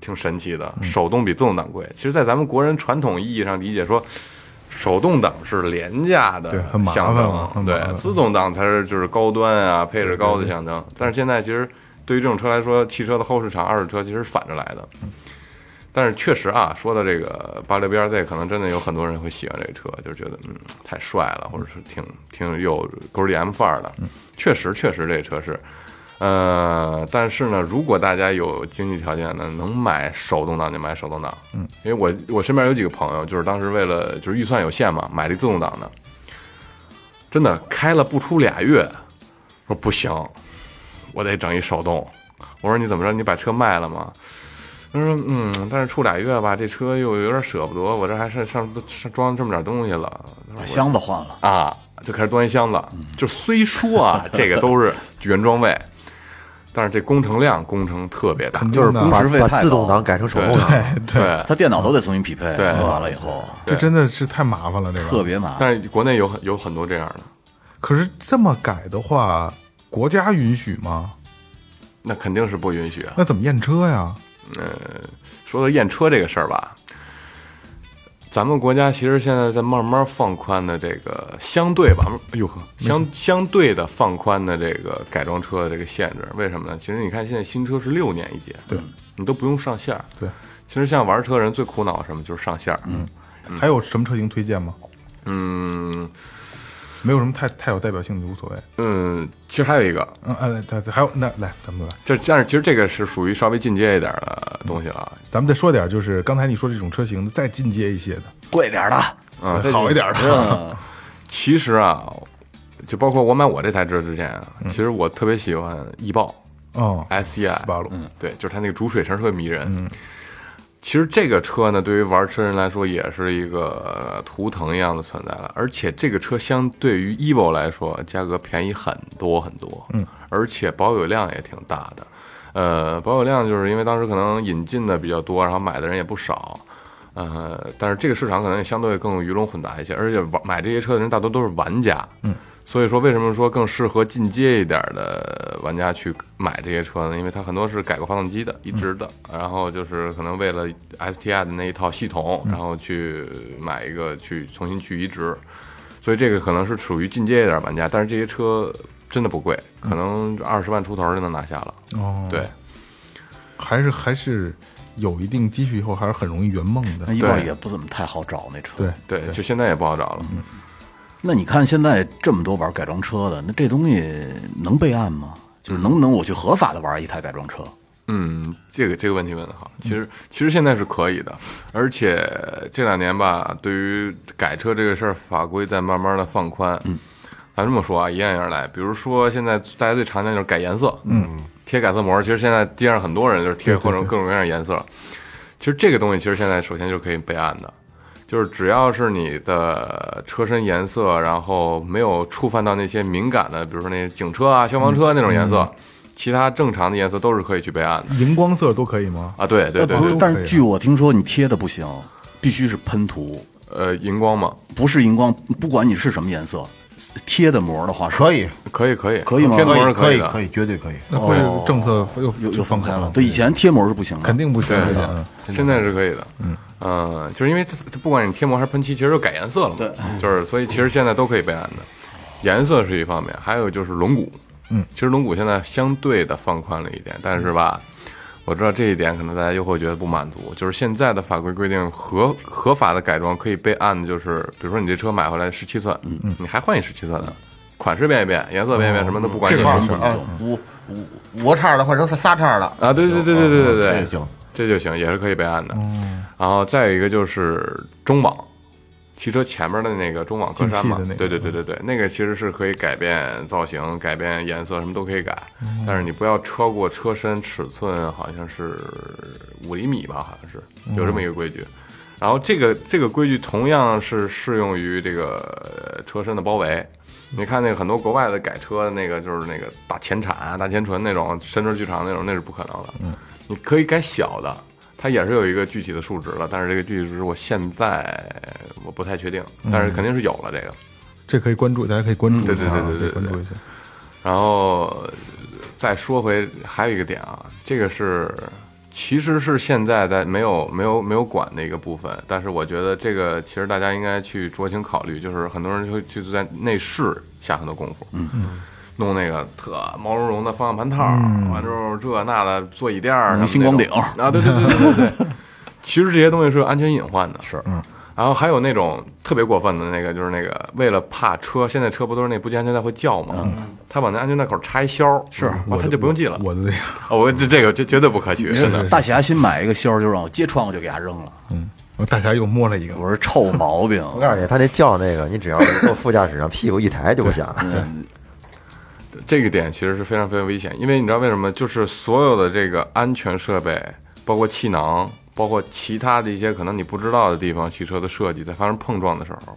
S7: 挺神奇
S3: 嗯
S7: 的，手动比自动挡贵。其实，在咱们国人传统意义上理解说，手动挡是廉价的
S3: 对很麻烦
S7: 象
S3: 嘛很
S7: 征，
S3: 麻
S7: 对
S3: 烦，
S7: 自动挡才是就是高端啊，配置高的象
S3: 嗯
S7: 征。但是现在其实对于这种车来说，汽车的后市场、二手车其实是反着来的。但是确实啊，说到这个八六 BRZ，可能真的有很多人会喜欢这车，就是觉得嗯太帅了，或者是挺挺有 GDM 范儿的。
S3: 嗯
S7: 确实，确实这车是，呃，但是呢，如果大家有经济条件呢，能买手动挡就买手动挡。嗯，因为我我身边有几个朋友，就是当时为了就是预算有限嘛，买了一自动挡的，真的开了不出俩月，说不行，我得整一手动。我说你怎么着？你把车卖了吗？他说嗯，但是处俩月吧，这车又有点舍不得，我这还上上上装这么点东西了。他说我
S6: 箱子换了，
S7: 啊，就开始端一箱子。就虽说啊，这个都是原装位，但是这工程量工程特别大。
S6: 就是
S3: 真的
S6: 工
S5: 把
S6: 时费
S5: 把
S6: 太
S5: 自动
S6: 高
S5: 挡，改成手动挡，
S3: <laughs>
S7: 对，
S6: 他电脑都得重新匹配，
S7: 对嗯
S6: 完了以后
S3: 这真的是太麻烦了，这个
S6: 特别麻烦。
S7: 但是国内有很有很多这样的，
S3: 可是这么改的话，国家允许吗？
S7: 那肯定是不允许啊。
S3: 那怎么验车呀？
S7: 说到验车这个事儿吧，咱们国家其实现在在慢慢放宽的这个相对吧，哎呦呵，相相对的放宽的这个改装车的这个限制，为什么呢？其实你看现在新车是六年一检，对你都不用上线儿。
S3: 对，
S7: 其实像玩车人最苦恼的什么就是上线儿。嗯
S3: 还有什么车型推荐吗？
S7: 嗯
S3: 没有什么太太有代表性的，无所谓。
S7: 嗯，其实还有一个，
S3: 嗯，哎，来，来还有那来，咱们来，
S7: 这但是其实这个是属于稍微进阶一点的东西了，
S3: 咱们再说点，就是刚才你说这种车型的，再进阶一些的，
S6: 贵点儿的，
S3: <laughs>
S7: 嗯，这就
S3: 好一点的。
S6: 嗯，
S7: 其实啊，就包括我买我这台车之前啊，其实我特别喜欢易豹
S3: <laughs> 哦
S7: S E I
S3: 斯巴鲁，
S7: 对，就是它那个煮水声特别迷人。其实这个车呢，对于玩车人来说也是一个呃图腾一样的存在了，而且这个车相对于 Evo 来说，价格便宜很多很多，嗯，而且保有量也挺大的。呃，保有量就是因为当时可能引进的比较多，然后买的人也不少，呃，但是这个市场可能也相对更鱼龙混杂一些，而且玩买这些车的人大多都是玩家，嗯，所以说为什么说更适合进阶一点的玩家去买这些车呢？因为它很多是改过发动机的，一直的，然后就是可能为了 STI 的那一套系统，然后去买一个去重新去移植，所以这个可能是属于进阶一点玩家，但是这些车真的不贵，可能二十万出头就能拿下了，
S3: 哦，
S7: 对。
S3: 还是还是有一定积蓄以后，还是很容易圆梦
S6: <laughs> 那
S3: 的。
S6: 一豹
S7: 对
S6: 也不怎么太好找那车。
S3: 对，
S7: 对，就现在也不好找了。
S6: 那你看现在这么多玩改装车的，那这东西能备案吗？就是能不能我去合法的玩一台改装车？
S7: 嗯，这个这个问题问的好，其实其实现在是可以的，而且这两年吧，对于改车这个事儿，法规在慢慢的放宽。嗯，咱这么说啊，一样一样来，比如说现在大家最常见就是改颜色，嗯，贴改色膜，其实现在街上很多人就是贴各种各种各样的颜色。其实这个东西其实现在首先就可以备案的，就是只要是你的车身颜色，然后没有触犯到那些敏感的，比如说那些警车啊、消防车那种颜色，其他正常的颜色都是可以去备案的
S3: 荧光色都可以吗？
S7: 啊。对对对
S6: 呃不
S7: 对
S6: 是
S3: 都，
S6: 但
S3: 可
S6: 是
S3: 以
S6: 据我听说，你贴的不行，必须是喷涂，
S7: 呃，荧光嘛，
S6: 不是荧光，不管你是什么颜色，贴的膜的话是
S4: 可
S5: 哦
S4: 以，
S7: 可以可以
S6: 可以吗
S7: 贴膜
S4: 可
S7: 是
S4: 以，可
S7: 以
S4: 以，
S7: 的，
S4: 可以，绝对可以。
S3: 那会
S7: 哦
S3: 政策又
S6: 又
S3: 就
S6: 又
S3: 放
S6: 放
S3: 开
S6: 开
S3: 了
S6: 了。，对，以前贴膜是不行的，
S3: 肯定不行
S7: 对
S3: 的。
S7: 对
S3: 嗯
S7: 现在是可以的，嗯，呃，就是因为它它不管你贴膜还是喷漆，其实就改颜色了嘛，
S6: 对，
S7: 就是所以其实现在都可以备案的，颜色是一方面，还有就是龙骨，嗯，其实龙骨现在相对的放宽了一点，但是吧，我知道这一点可能大家又会觉得不满足，就是现在的法规规定合合法的改装可以备案的就是，比如说你这车买回来十七寸，嗯，你还换一十七寸的，款式变一变，颜色变一变，什么都不管你
S4: 块儿
S7: 什么
S4: 啊，五五五个叉的换成仨仨叉的，
S7: 啊，对对对对对对对，
S4: 这行，
S7: 这就行，也是可以备案的。
S3: 嗯
S7: 然后再有一个就是中网，汽车前面的那个中网格
S3: 进
S7: 栅嘛
S3: 气的那，个嗯
S7: 对对对对对，那个其实是可以改变造型、改变颜色，什么都可以改，但是你不要超过车身尺寸，好像是五厘米吧，好像是有这么一个规矩。然后这个这个规矩同样是适用于这个呃车身的包围。你看那个很多国外的改车的那个，就是那个大前铲啊、大前唇那种，伸出巨长那种，那是不可能的。
S3: 嗯
S7: 你可以改小的，它也是有一个具体的数值了，但是这个具体数值我现在我不太确定，
S6: 嗯
S7: 但是肯定是有了这个。
S3: 这可以关注，大家可以关注一下啊，
S7: 对对对嗯对对对
S3: 可以关注一下。
S7: 然后呃再说回还有一个点啊，这个是其实是现在在没有没有没有管的一个部分，但是我觉得这个其实大家应该去酌情考虑，就是很多人会去在内饰下很多功夫，嗯嗯。弄那个特毛茸茸的方向盘套儿，完之后这那的座椅垫儿什么
S6: 嗯
S7: 那种，
S6: 星光顶
S7: 啊，对对对对对对。其实这些东西是有安全隐患的，是。然后还有那种特别过分的那个，就是那个为了怕车，现在车不都是那不系安全带会叫吗？他把那安全带口插一销，嗯是，他就不用系了。
S3: 我的这个
S7: 哦我这这个这绝对不可取，真的。
S6: 大侠新买一个销，就让我揭窗户就给他扔了。
S3: 我大侠又摸了一个，
S6: 我说臭毛病，
S5: 我告诉你，他那叫那个，你只要是坐副驾驶上，屁股一抬就不响。
S7: 这个点其实是非常非常危险，因为你知道为什么？就是所有的这个安全设备，包括气囊，包括其他的一些可能你不知道的地方，汽车的设计在发生碰撞的时候，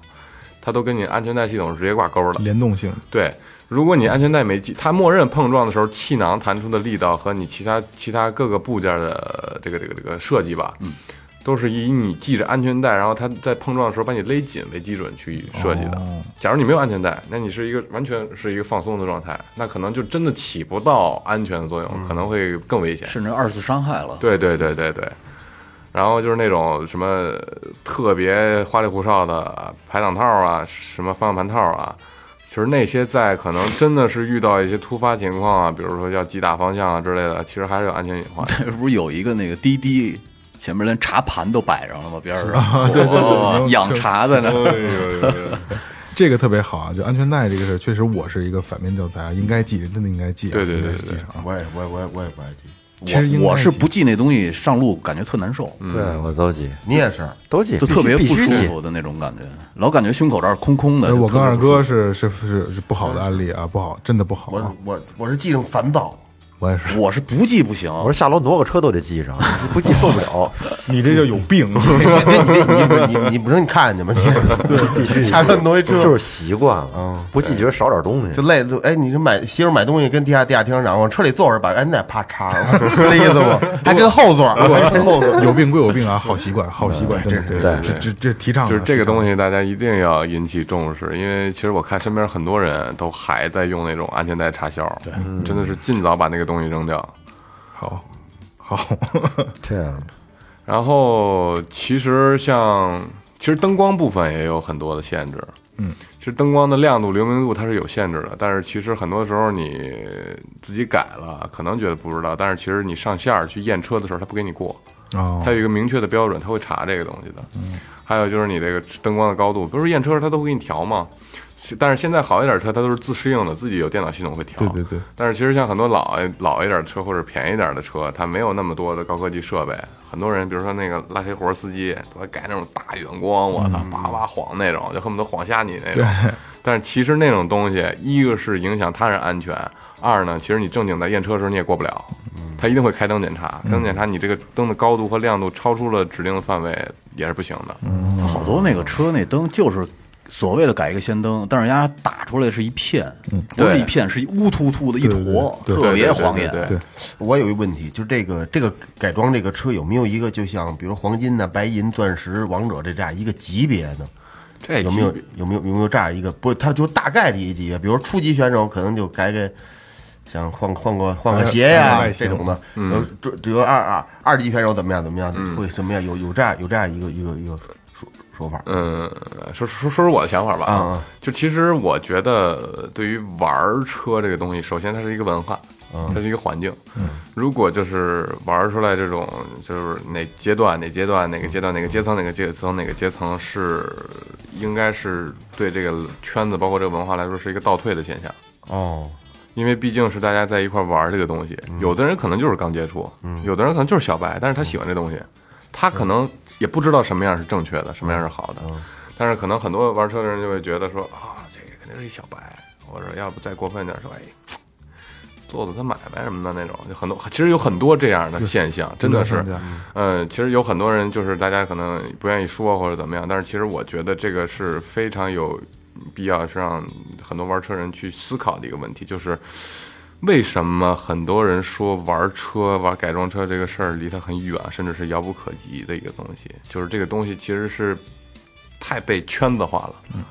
S7: 它都跟你安全带系统是直接挂钩的。
S3: 联动性
S7: 对，如果你安全带没系，它默认碰撞的时候气囊弹出的力道和你其他其他各个部件的这个这个这个设计吧，嗯，都是以你系着安全带，然后它在碰撞的时候把你勒紧为基准去设计的。
S3: 哦
S7: 假如你没有安全带，那你是一个完全是一个放松的状态，那可能就真的起不到安全的作用，可能会更危险。
S6: 甚至二次伤害了。
S7: 对对对对对。然后就是那种什么特别花里胡哨的排挡套啊，什么方向盘套啊，就是那些在可能真的是遇到一些突发情况啊，比如说要急打方向啊之类的，其实还是有安全隐患。
S6: 不是有一个那个滴滴，前面连茶盘都摆上了吗？边儿上，哦养茶在那
S7: 哎
S6: 儿。
S3: <laughs> 这个特别好啊，就安全带这个事儿，确实我是一个反面教材啊，应该系人真的应该系啊，
S7: 对对对
S3: 应该
S7: 对对
S3: 系上啊。
S4: 我也我也我也我也不爱记，
S3: 其实应该
S6: 我是
S3: 系
S6: 不系那东西上路，感觉特难受，
S5: 对我都挤，
S4: 你也是，
S5: 都挤，
S6: 就特别
S5: 嗯必
S6: 不
S5: 须
S6: 舒
S5: 必须挤。
S6: 服的那种感觉，老感觉胸口这儿空空的。
S3: 呃，
S6: 就
S3: 我
S6: 特别
S3: 跟二
S6: 不舒服
S3: 哥是是是是不好的案例啊，不好，真的不好啊
S4: 我。我我是记性
S5: <laughs>
S4: 烦躁，
S3: 我也是，
S6: 我是不系不行，
S5: 我说下楼挪个车都得系上，不系受不了。
S3: 你这就有病。
S4: <laughs> 你你你你不是你看见吗？你 <laughs> 下边挪一车
S5: <laughs> 就是嗯习惯了，不系觉得少点东
S4: 就
S5: 西。
S4: 累就哎，你这买媳妇买东西跟地下地下停车场往车里坐着，把安全带啪插上， <laughs> 是这意思不？还跟后座，还跟后座，
S3: 有病归有病啊，好习
S7: <laughs>
S3: 惯，好习惯，真
S5: 对
S3: 的，这这这这提倡啊
S7: 就是这个东
S3: 提倡
S7: 西，大家一定要引起重视，因为其实我看身边很多人都还在用那种安全带插销，对，真的是尽早把那个东西扔掉。
S3: 好，好，
S5: 这样，
S7: 然后其实像其实灯光部分也有很多的限制，嗯，其实灯光的亮度、流明度它是有限制的，但是其实很多时候你自己改了，可能觉得不知道，但是其实你上线儿去验车的时候，他不给你过，
S3: 哦
S7: 它有一个明确的标准，它会查这个东西的。还有就是你这个灯光的高度，比如说验车时它都会给你调嘛。但是现在好一点车它都是自适应的，自己有电脑系统会调。
S3: 对对对。
S7: 但是其实像很多老一老一点的车或者便宜点的车，它没有那么多的高科技设备。很多人，比如说那个拉黑活司机，都还改那种大远光，我操，叭叭晃那种，就恨不得晃瞎你那种。但是其实那种东西，一个是影响他人安全，二呢，其实你正经在验车的时候你也过不了，他一定会开灯检查。灯检查你这个灯的高度和亮度超出了指定的范围也是不行的。
S6: 它好多那个车那灯就是所谓的改一个氙灯，但是人家打出来是一片，不是一片，是乌突突的一坨，特别晃眼。
S7: 对对对对
S4: <laughs> 我有一问题，就这个这个改装这个车有没有一个就像比如黄金呐、白银、钻石、王者这这样一个级别呢？
S7: 这
S4: 有没有
S7: 级别
S4: 有没有有没有这样一个不？他就大概的一级别，比如初级选手可能就改改，想换换个换个鞋呀、
S3: 外形
S4: 这种的。嗯，这这个二二二级选手怎么样怎么样？会什么样？有有这样有这样一个一个一个说说法。
S7: 嗯，说说说说我的想法吧啊
S4: 嗯嗯
S7: 就其实我觉得，对于玩儿车这个东西，首先它是一个文化，它是一个环境。如果就是玩儿出来这种，就是哪阶段哪阶段哪个阶段哪个阶层哪个阶层哪个阶层是应该是对这个圈子包括这个文化来说是一个倒退的现象。
S4: 哦，
S7: 因为毕竟是大家在一块玩儿这个东西，有的人可能就是刚接触，有的人可能就是小白，但是他喜欢这东西，他可能也不知道什么样是正确的，什么样是好的，但是可能很多玩车的人就会觉得说啊，这个肯定是一小白，或者要不再过分一点说，哎，做做他买卖什么的那种，就很多，其实有很多这样的现象，真的是，嗯，其实有很多人就是大家可能不愿意说或者怎么样，但是其实我觉得这个是非常有必要是让很多玩车人去思考的一个问题，就是为什么很多人说玩车、玩改装车这个事儿离他很远，甚至是遥不可及的一个东西，就是这个东西其实是太被圈子化了。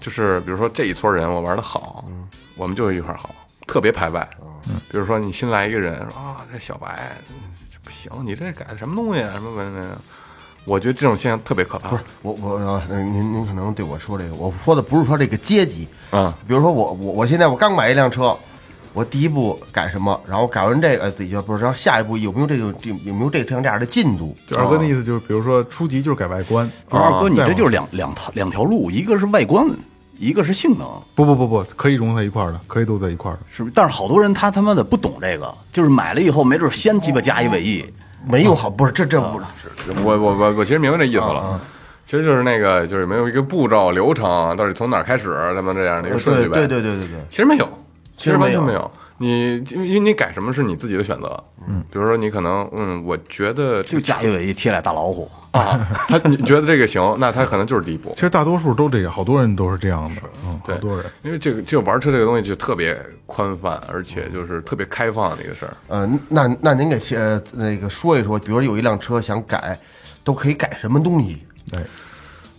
S7: 就是比如说这一撮人我玩的好，我们就一块儿好，特别排外。
S4: 嗯
S7: 比如说你新来一个人说啊，这小白这不行，你这改的什么东西啊，什么文文啊。我觉得这种现象特别可怕。
S4: 我我呃您您可能对我说这个，我说的不是说这个阶级，
S7: 嗯，
S4: 比如说我我我现在我刚买一辆车，我第一步改什么，然后改完这个哎自己就不知道下一步有没有这个这有没有这这样这样的进度，
S3: 就二哥
S7: 啊
S3: 的意思就是，比如说初级就是改外观，
S6: 不是二哥，你
S3: 再
S6: 这
S3: 往
S6: 就是两两条两条路，一个是外观，一个是性能，
S3: 不不不不，可以融合在一块儿的，可以都在一块儿的。
S6: 是不是？但是好多人他他妈的不懂这个，就是买了以后没准先鸡巴加一尾
S3: 哦
S6: 翼，
S4: 没有好不是这这不是
S7: 我我我我其实明白这意思
S4: 嗯
S7: 了，其实就是那个就是没有一个步骤流程，啊到底从哪儿开始，他妈这样的一个顺
S4: 对
S7: 序呗。
S4: 呃对对对对对，
S7: 其实没有，其
S4: 实
S7: 实完
S4: 没有
S7: 全没有。你因为你改什么是你自己的选择，嗯，比如说你可能嗯，我觉得这
S6: 就加一尾翼贴俩大老虎。
S3: 哦
S7: <laughs> 啊，他你觉得这个行，那他可能就是第一步
S3: 其。实大多数都这样，好多人都是这样的，嗯，
S7: 对
S3: 好多人。
S7: 因为这个这个玩车这个东西就特别宽泛，而且就是特别开放的一个事儿。
S4: 呃，那那您给呃那个说一说，比如有一辆车想改，都可以改什么东西？
S3: 哎，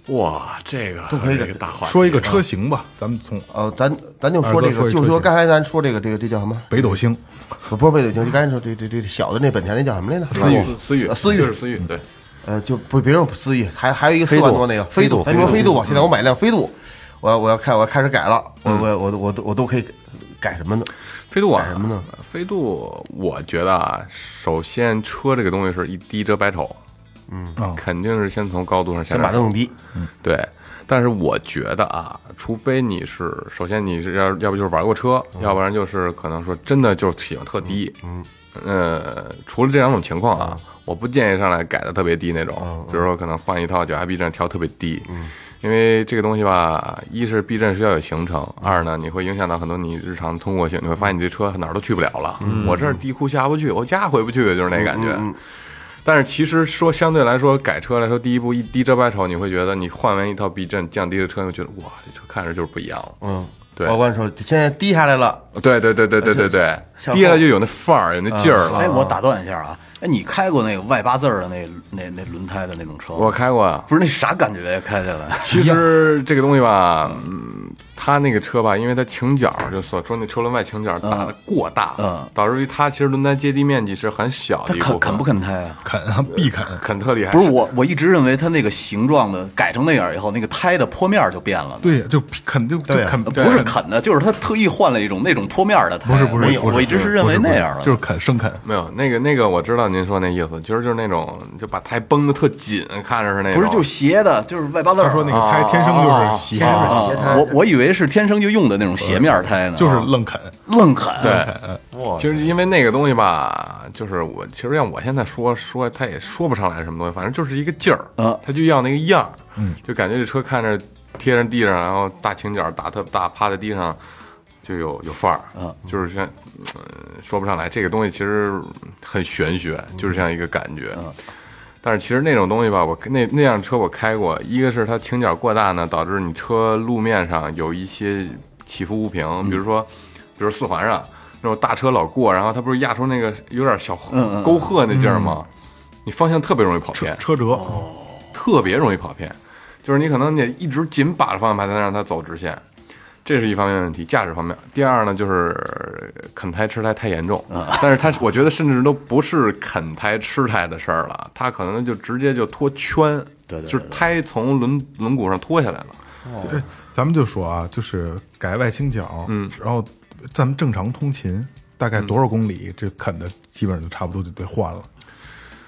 S7: 哇，这个
S4: 都可以
S7: 这个大话题啊
S3: 说一个车型吧，咱们从
S4: 呃，咱咱就说
S3: 二哥
S4: 这
S3: 说
S4: 个，
S3: 一
S4: 就
S3: 说
S4: 说
S3: 一
S4: 刚才咱说这个这个这叫什么？
S3: 北斗星，
S4: 不不是北斗星，就刚才说这这这这小的那本田那叫什么来着？
S7: 思域， <laughs> 思域
S4: 呃，思域
S7: 就是，思域，对，
S4: 呃，就不别说思域，还还有一个四万多那个
S5: 飞
S4: 飞
S5: 度
S4: 度，咱说飞度吧。现在我买辆飞度，我要我要开我要开始改了，我我我我都我都可以改什么呢？
S7: 飞度啊
S4: 哎改什么呢？
S7: 飞度，我觉得啊，首先车这个东西是一低遮百丑，
S3: 啊
S7: 嗯肯定是先从高度上下
S4: 先把它
S7: 手。
S4: 弄低，
S7: 对，但是我觉得啊，除非你是首先你是要要不就是玩过车，
S4: 嗯
S7: 要不然就是可能说真的就是喜欢特低，嗯，呃，除了这两种情况啊，我不建议上来改的特别低那种，比如说可能换一套九 i B 震调特别低，嗯。因为这个东西吧，一是避震是要有行程，二呢你会影响到很多你日常通过性，你会发现你这车哪儿都去不了了。我这儿地库下不去，我家回不去，就是那感觉。但是其实说相对来说，改车来说，第一步一低遮百丑，你会觉得你换完一套避震降低了车，你会觉得哇，这车看着就是不一样了。
S4: 嗯，
S7: 对
S4: 我跟你说，现在低下来了，
S7: 对对对对对对对，
S4: 像
S7: 低下来就有那范儿，有那劲儿
S6: 哎，
S7: 了。
S6: 我打断一下啊，哎，你开过那个外八字儿的那那那轮胎的那种车吗？
S7: 我开过啊，
S6: 不是那啥感觉呀？开起来，
S7: 其实这个东西吧，嗯，他那个车吧，因为它倾角，就所说那车轮外倾角打的过大，
S6: 嗯
S7: 导致于它其实轮胎接地面积是很小
S6: 他
S7: 的一部
S6: 肯
S7: 分。
S6: 肯不肯胎啊？
S3: 啃啊必啃，
S7: 肯特厉害，
S6: 不是我，我一直认为它那个形状的改成那样以后，那个胎的坡面儿就变了。
S3: 对，就啃就就
S4: 对
S3: 啃，
S6: 呃，不是啃的，就是他特意换了一种那种坡面儿的胎。
S3: 不是不是不
S6: 我以
S3: 是，不
S6: 我一直
S3: 不
S6: 是认为
S3: 不
S6: 那
S3: 是
S6: 样的。
S3: 就是啃生啃，
S7: 没有那个那个，我知道您说那意思，其实就是那种就把胎绷得特紧，看着是那种，
S6: 不是就斜的，就是外八字儿。
S3: 他说那个胎
S7: 啊
S3: 天生就是斜
S4: 天
S3: 的，
S4: 上是斜
S6: 啊
S4: 胎，
S6: 我我以为是天生就用的那种斜面儿胎呢，
S3: 呃就是愣啃，
S6: 愣啃。
S7: 对，其实因为那个东西吧，就是我其实像我现在说说，他也说不上来什么东西，反正就是一个劲儿，
S6: 嗯
S7: 他就要那个样儿，就感觉这车看着贴着地上，然后大倾角打特大趴在地上，就有有范儿，
S6: 嗯，
S7: 就是像、呃说不上来，这个东西其实很玄学，
S6: 嗯
S7: 就是像一个感觉，但是其实那种东西吧，我那那辆车我开过，一个是它倾角过大呢，导致你车路面上有一些起伏不
S6: 嗯
S7: 平，比如说，比如四环上那种大车老过，然后它不是压出那个有点小
S6: 嗯嗯
S7: 沟壑那劲儿吗？你方向特别容易跑偏，
S3: 车辙，
S7: 特别容易跑偏，就是你可能你一直紧把着方向盘才能让它走直线，这是一方面问题，驾驶方面。第二呢，就是啃胎吃胎太严重，但是它我觉得甚至都不是啃胎吃胎的事儿了，它可能就直接就脱圈，对对就是胎从轮轮毂上脱下来了。
S3: 对，哎咱们就说啊，就是改外倾角，嗯，然后咱们正常通勤大概多少公里，这啃的基本上就差不多就得换了，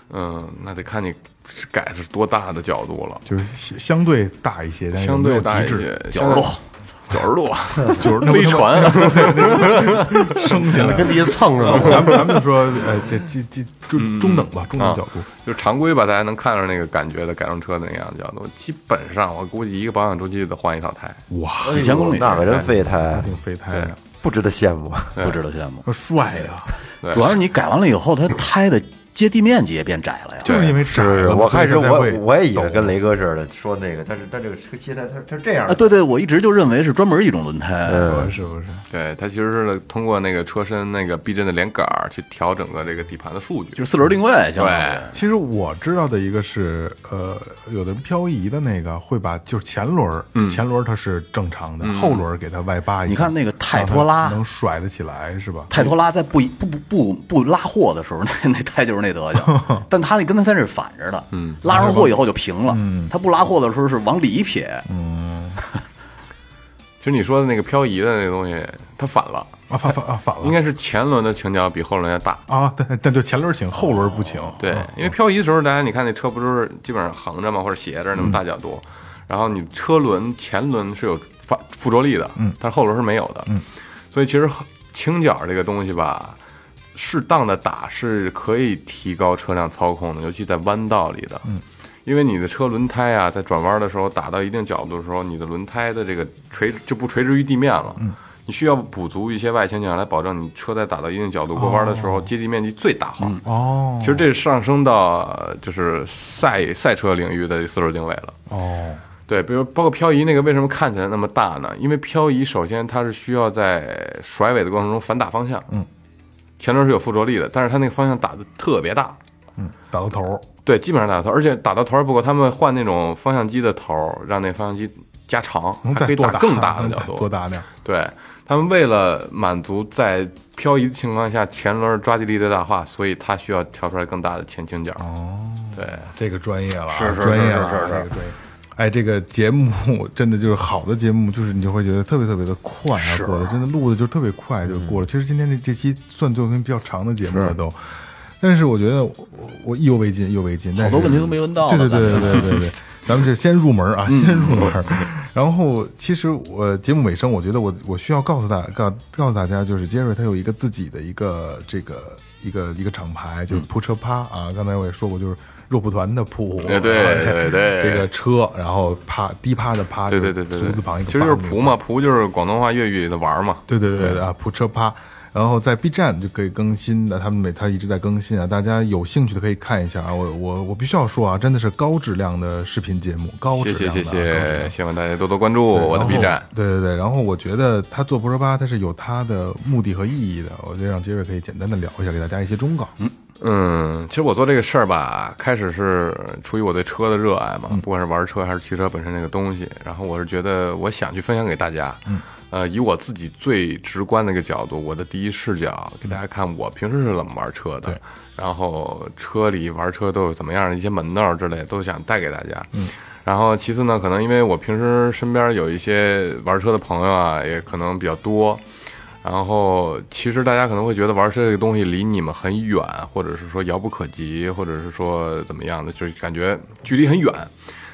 S7: 嗯，那得看你是改的是多大的角度了，
S3: 就是相相对大一些，但是
S7: 相
S3: 没
S7: 对
S3: 有
S7: 大
S3: 极
S7: 一
S3: 致，
S7: 些，角度。九十度，
S6: <laughs>
S7: 九十
S3: 那不
S7: 飞船，啊
S3: 升起来
S4: 跟。底下
S3: <laughs>
S4: 蹭着呢。
S3: 咱们咱们就说，呃，这这这中中等吧，中等角度，
S7: 就常规吧，大家能看着那个感觉的改装车的那样的角度，基本上我估计一个保养周期得换一套胎。
S3: 哇，
S6: 几千公里
S5: 那可真废胎，
S3: 挺费胎啊，
S5: 哎 <laughs> 不值得羡慕。
S6: 不值得羡慕。
S3: 帅呀，
S7: 对
S6: 主要是你改完了以后，它胎的接地面积也变窄了呀。
S3: 就是因为窄
S5: <laughs> <laughs> 是
S3: 了
S5: 我开始
S3: 所以它才
S5: 我
S3: 会
S5: 我也以为
S3: 抖
S5: 跟雷哥似的说那个，但是但这个车切它它它是这样
S6: 啊，
S5: 的，
S6: 对对，我一直就认为是专门一种轮胎。啊
S7: 嗯
S3: 不是不是，
S7: 对，它其实是通过那个车身那个避震的连杆儿去调整个这个底盘的数据。
S6: 就是四轮定位，相当于
S7: 对
S3: 其实我知道的一个是，呃，有的人漂移的那个会把就是前轮儿，
S7: 嗯
S3: 前轮儿它是正常的，后轮儿给它外扒一下。
S6: 你看那个泰托拉
S3: 让它能甩得起来是吧？
S6: 泰托拉在不不不不不拉货的时候，那那胎就是那德
S7: <laughs>
S6: 行，但他那跟他胎是反着的，嗯，拉上货以后就平了，嗯，他不拉货的时候是往里一撇，
S7: 嗯其实你说的那个漂移的那东西，它反了，
S3: 啊反
S7: <laughs>
S3: 反啊反了，
S7: 应该是前轮的倾角比后轮要大。
S3: 啊，对， <laughs> 但就前轮儿请，后轮儿不请。
S7: 对，因为漂移的时候，大家你看那车不就是基本上横着嘛，或者斜着那种大角度，然后你车轮前轮是有发附着力的，嗯，但是后轮是没有的，嗯，所以其实倾角这个东西吧，适当的打是可以提高车辆操控的，尤其在弯道里的，嗯。因为你的车轮胎啊，在转弯的时候打到一定角度的时候，你的轮胎的这个垂就不垂直于地面了。嗯，你需要补足一些外倾角来保证你车在打到一定角度过弯的时候，接地面积最大化。
S3: 哦
S7: 其实这上升到呃就是赛赛车领域的四轮定位了。
S3: 哦，
S7: 对，比如包括漂移那个，为什么看起来那么大呢？因为漂移首先它是需要在甩尾的过程中反打方向，嗯，前轮是有附着力的，但是它那个方向打的特别大，
S3: 打到头儿，
S7: 对，基本上打到头，而且打到头儿不够，他们换那种方向机的头儿，让那方向机加长，
S3: 能
S7: 还
S3: 再
S7: 可以
S3: 多
S7: 打更大的
S3: 能
S7: 角
S3: 再
S7: 度，
S3: 多大点儿？
S7: 对他们为了满足在漂移的情况下前轮抓地力最大化，所以它需要调出来更大的前倾角。哦，对，
S3: 这个专业了啊，
S7: 是是是
S3: 专业了啊，
S7: 是是是
S3: 这个专业。哎，这个节目 <laughs> 真的就是好的节目，就是你就会觉得特别特别的快啊，过得真的录的就特别快就
S6: 嗯
S3: 过了。其实今天这这期算作为比较长的节目了都，但是我觉得我我意犹未尽，意犹未尽，
S6: 好
S3: 但
S6: 多
S3: 是
S6: 问题都没问到
S3: 对
S6: 呢。
S3: 对
S6: 感觉
S3: 对对对对
S6: <laughs>
S3: 对，咱们这先入门
S6: 嗯
S3: 啊，先入门。然后，其实我节目尾声，我觉得我我需要告诉大告告诉大家，就是杰瑞他有一个自己的一个这个一个一个厂牌，
S6: 嗯
S3: 就是扑车趴啊。刚才我也说过，就是肉蒲团的扑，
S7: 哎对对对
S3: 啊这个车，然后趴低趴的趴，
S7: 对对对对
S3: 竹
S7: 对，
S3: 字旁一个，
S7: 其实就是“仆”嘛，“嗯仆”就是广东话粤语里的“玩”嘛。
S3: 对对对对啊，扑车趴。然后在 B 站就可以更新的，他们每他一直在更新啊，大家有兴趣的可以看一下啊。我我我必须要说啊，真的是高质量的视频节目，高质
S7: 谢
S3: 量
S7: 谢
S3: 的啊，
S7: 谢
S3: 高质量
S7: 谢，
S3: 的。
S7: 希望大家多多关注我
S3: 然
S7: 的
S3: 后
S7: B 站。
S3: 对对对，然后我觉得他做博士吧，他是有他的目的和意义的。我就让杰瑞可以简单的聊一下，给大家一些忠告。嗯，
S7: 嗯，其实我做这个事儿吧，开始是出于我对车的热爱嘛，不管是玩车还是骑车本身这个东西。然后我是觉得我想去分享给大家，呃，以我自己最直观的一个角度，我的第一视角给大家看我平时是怎么玩车的，然后车里玩车都有怎么样的一些门道之类的，都想带给大家。嗯。然后其次呢，可能因为我平时身边有一些玩车的朋友啊，也可能比较多，然后，其实大家可能会觉得玩车这个东西离你们很远，或者是说遥不可及，或者是说怎么样的，就是感觉距离很远。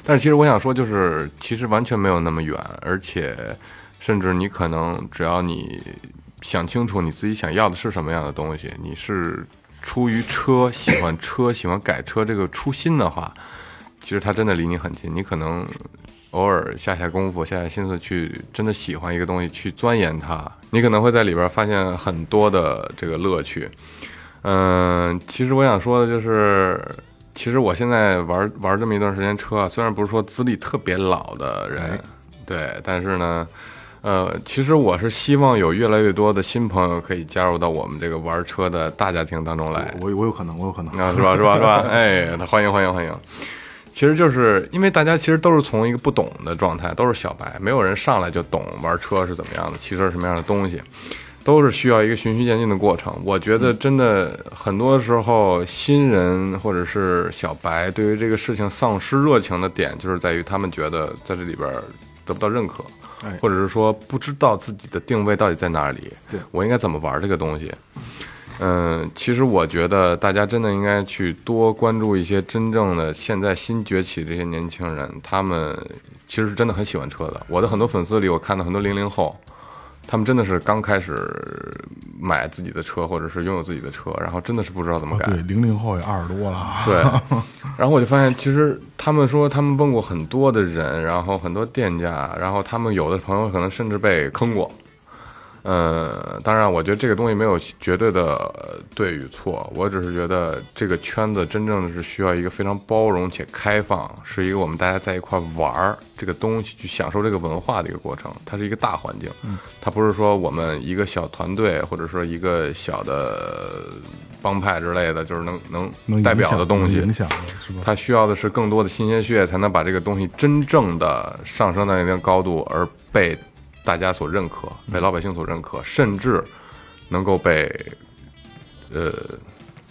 S7: 但是其实我想说，就是其实完全没有那么远，而且甚至你可能只要你想清楚你自己想要的是什么样的东西，你是出于车喜欢车、喜欢改车这个初心的话，其实它真的离你很近。你可能偶尔下下功夫、下下心思去真的喜欢一个东西，去钻研它，你可能会在里边发现很多的这个乐趣。嗯，其实我想说的就是，其实我现在玩玩这么一段时间车啊，虽然不是说资历特别老的人，对，但是呢，呃，其实我是希望有越来越多的新朋友可以加入到我们这个玩车的大家庭当中来。
S3: 我我有可能，我有可能。
S7: <laughs> 啊，是吧？是吧？是吧？哎，那欢迎欢迎欢迎！其实就是因为大家其实都是从一个不懂的状态，都是小白，没有人上来就懂玩车是怎么样的，汽车是什么样的东西，都是需要一个循序渐进的过程。我觉得真的很多时候新人或者是小白对于这个事情丧失热情的点，就是在于他们觉得在这里边得不到认可
S3: 哎，
S7: 或者是说不知道自己的定位到底在哪里
S3: 对，
S7: 我应该怎么玩这个东西。嗯，其实我觉得大家真的应该去多关注一些真正的现在新崛起这些年轻人，他们其实是真的很喜欢车的。我的很多粉丝里，我看到很多零零后，他们真的是刚开始买自己的车，或者是拥有自己的车，然后真的是不知道怎么
S3: 啊
S7: 改。
S3: 对，零零后也二十多了，
S7: <laughs>
S3: 啊
S7: 对，然后我就发现，其实他们说他们问过很多的人，然后很多店家，然后他们有的朋友可能甚至被坑过。呃，当然，我觉得这个东西没有绝对的呃对与错，我只是觉得这个圈子真正的是需要一个非常包容且开放，是一个我们大家在一块玩儿这个东西，去享受这个文化的一个过程。它是一个大环境，它不是说我们一个小团队或者说一个小的帮派之类的，就是能
S3: 能
S7: 能
S3: 影
S7: 代表
S3: 响嗯
S7: 的东西
S3: 能。影响是吧？
S7: 它需要的是更多的新鲜血，才能把这个东西真正的上升到一定高度，而被大家所认可，
S3: 嗯
S7: 被老百姓所认可，甚至能够被呃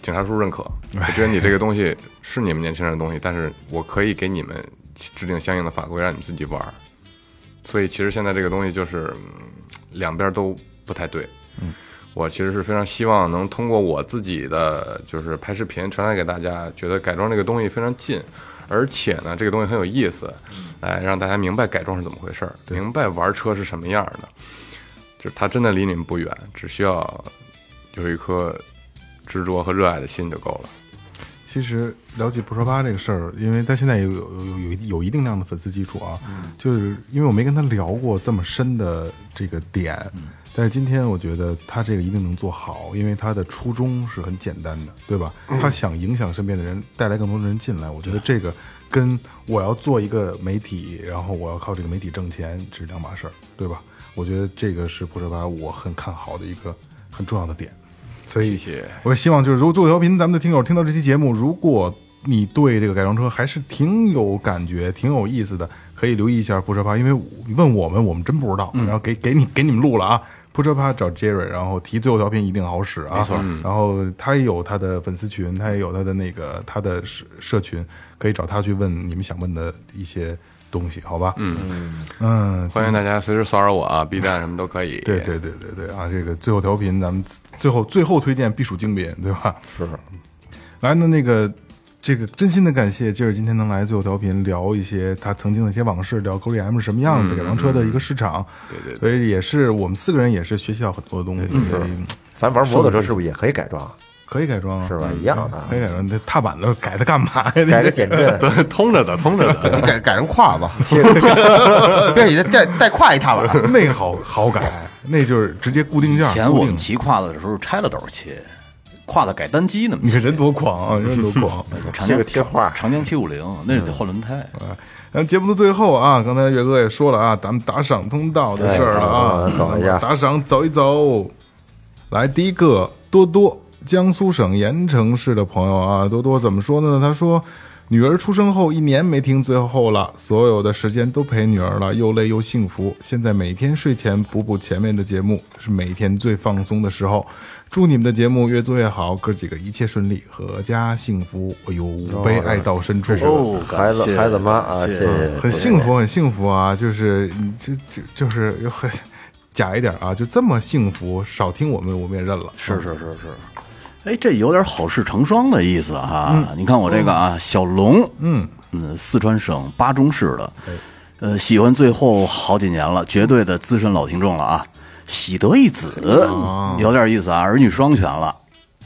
S7: 警察叔
S3: <laughs>
S7: 认可。我觉得你这个东西是你们年轻人的东西，但是我可以给你们制定相应的法规，让你们自己玩儿。所以其实现在这个东西就是嗯两边都不太对。我其实是非常希望能通过我自己的就是拍视频传达给大家，觉得改装这个东西非常近，而且呢，这个东西很有意思，
S3: 嗯
S7: 来让大家明白改装是怎么回事儿，明白玩车是什么样的。就是它真的离你们不远，只需要有一颗执着和热爱的心就够了。
S3: 其实了解不说吧这个事儿，因为他现在有有有有有一定量的粉丝基础啊，
S7: 嗯
S3: 就是因为我没跟他聊过这么深的这个点，但是今天我觉得他这个一定能做好，因为他的初衷是很简单的，对吧？
S7: 嗯
S3: 他想影响身边的人，带来更多的人进来，我觉得这个跟我要做一个媒体，然后我要靠这个媒体挣钱是两码事儿，对吧？我觉得这个是不说吧我很看好的一个很重要的点。所以，
S7: 谢谢
S3: 我也希望就是，如果做调频，咱们的听友听到这期节目，如果你对这个改装车还是挺有感觉、挺有意思的，可以留意一下铺车趴，因为你问我们，我们真不知道，然后给给你给你们录了啊。铺车趴找 Jerry，然后提最后调频一定好使啊。没错，然后他也有他的粉丝群，他也有他的那个他的社社群，可以找他去问你们想问的一些东西，好吧？嗯嗯，
S7: 欢迎大家随时骚扰我啊，B 站什么都可以。
S3: 对对对对对啊！这个最后调频，咱们最后最后推荐必属精品，对吧？是。来，那那个这个真心的感谢今儿今天能来最后调频聊一些他曾经的一些往事，聊 g m 是什么样的，改装车的一个市场。对对，所以也是我们四个人也是学习到很多东西，所以
S5: 咱玩摩托车是不是也可以改装？
S3: 可以改装啊
S5: 是吧一样的啊
S3: 可以改装，这踏板的改它干嘛呀？
S5: 改个减 <laughs> 震，
S7: 对，通着的，通着的。
S4: 你改改成胯吧， <laughs> 别你带带胯一踏板。
S3: 那个好好改，那就是直接固定
S6: 以
S3: 件儿。
S6: 前
S3: 固
S6: 我
S3: 定
S6: 们骑胯子的时候拆了斗切，胯子改单机呢嘛
S3: 你。看人多狂啊，人多狂。
S6: 长
S5: 贴
S6: 江
S5: 个贴画嗯
S6: 长江七五零那是得换轮胎。
S3: 然后节目的最后啊，刚才岳哥也说了啊，咱们打赏通道的事儿了啊，
S5: 哎打赏一下
S3: 打赏走一走。来，第一个多多江苏省盐城市的朋友啊，多多怎么说呢？他说，女儿出生后一年没听最后了，所有的时间都陪女儿了，又累又幸福。现在每天睡前补补前面的节目，是每天最放松的时候。祝你们的节目越做越好，哥几个一切顺利，阖家幸福。哎呦，吾辈爱到深处。
S6: 哦，
S5: 孩
S6: 感
S5: 子
S6: 谢
S5: 孩子妈啊，谢谢，
S3: 很幸福，很幸福啊！就是你这这就是有很假一点啊，就这么幸福，少听我们我们也认了。是是是是，
S6: 哎，这有点好事成双的意思哈、
S5: 嗯
S6: 你看我这个啊，小龙，嗯四川省巴中市的，
S5: 哎
S6: 呃，喜欢最后好几年了，绝对的资深老听众了啊。喜得一子，
S5: 哎
S6: 有点意思啊，儿女双全了。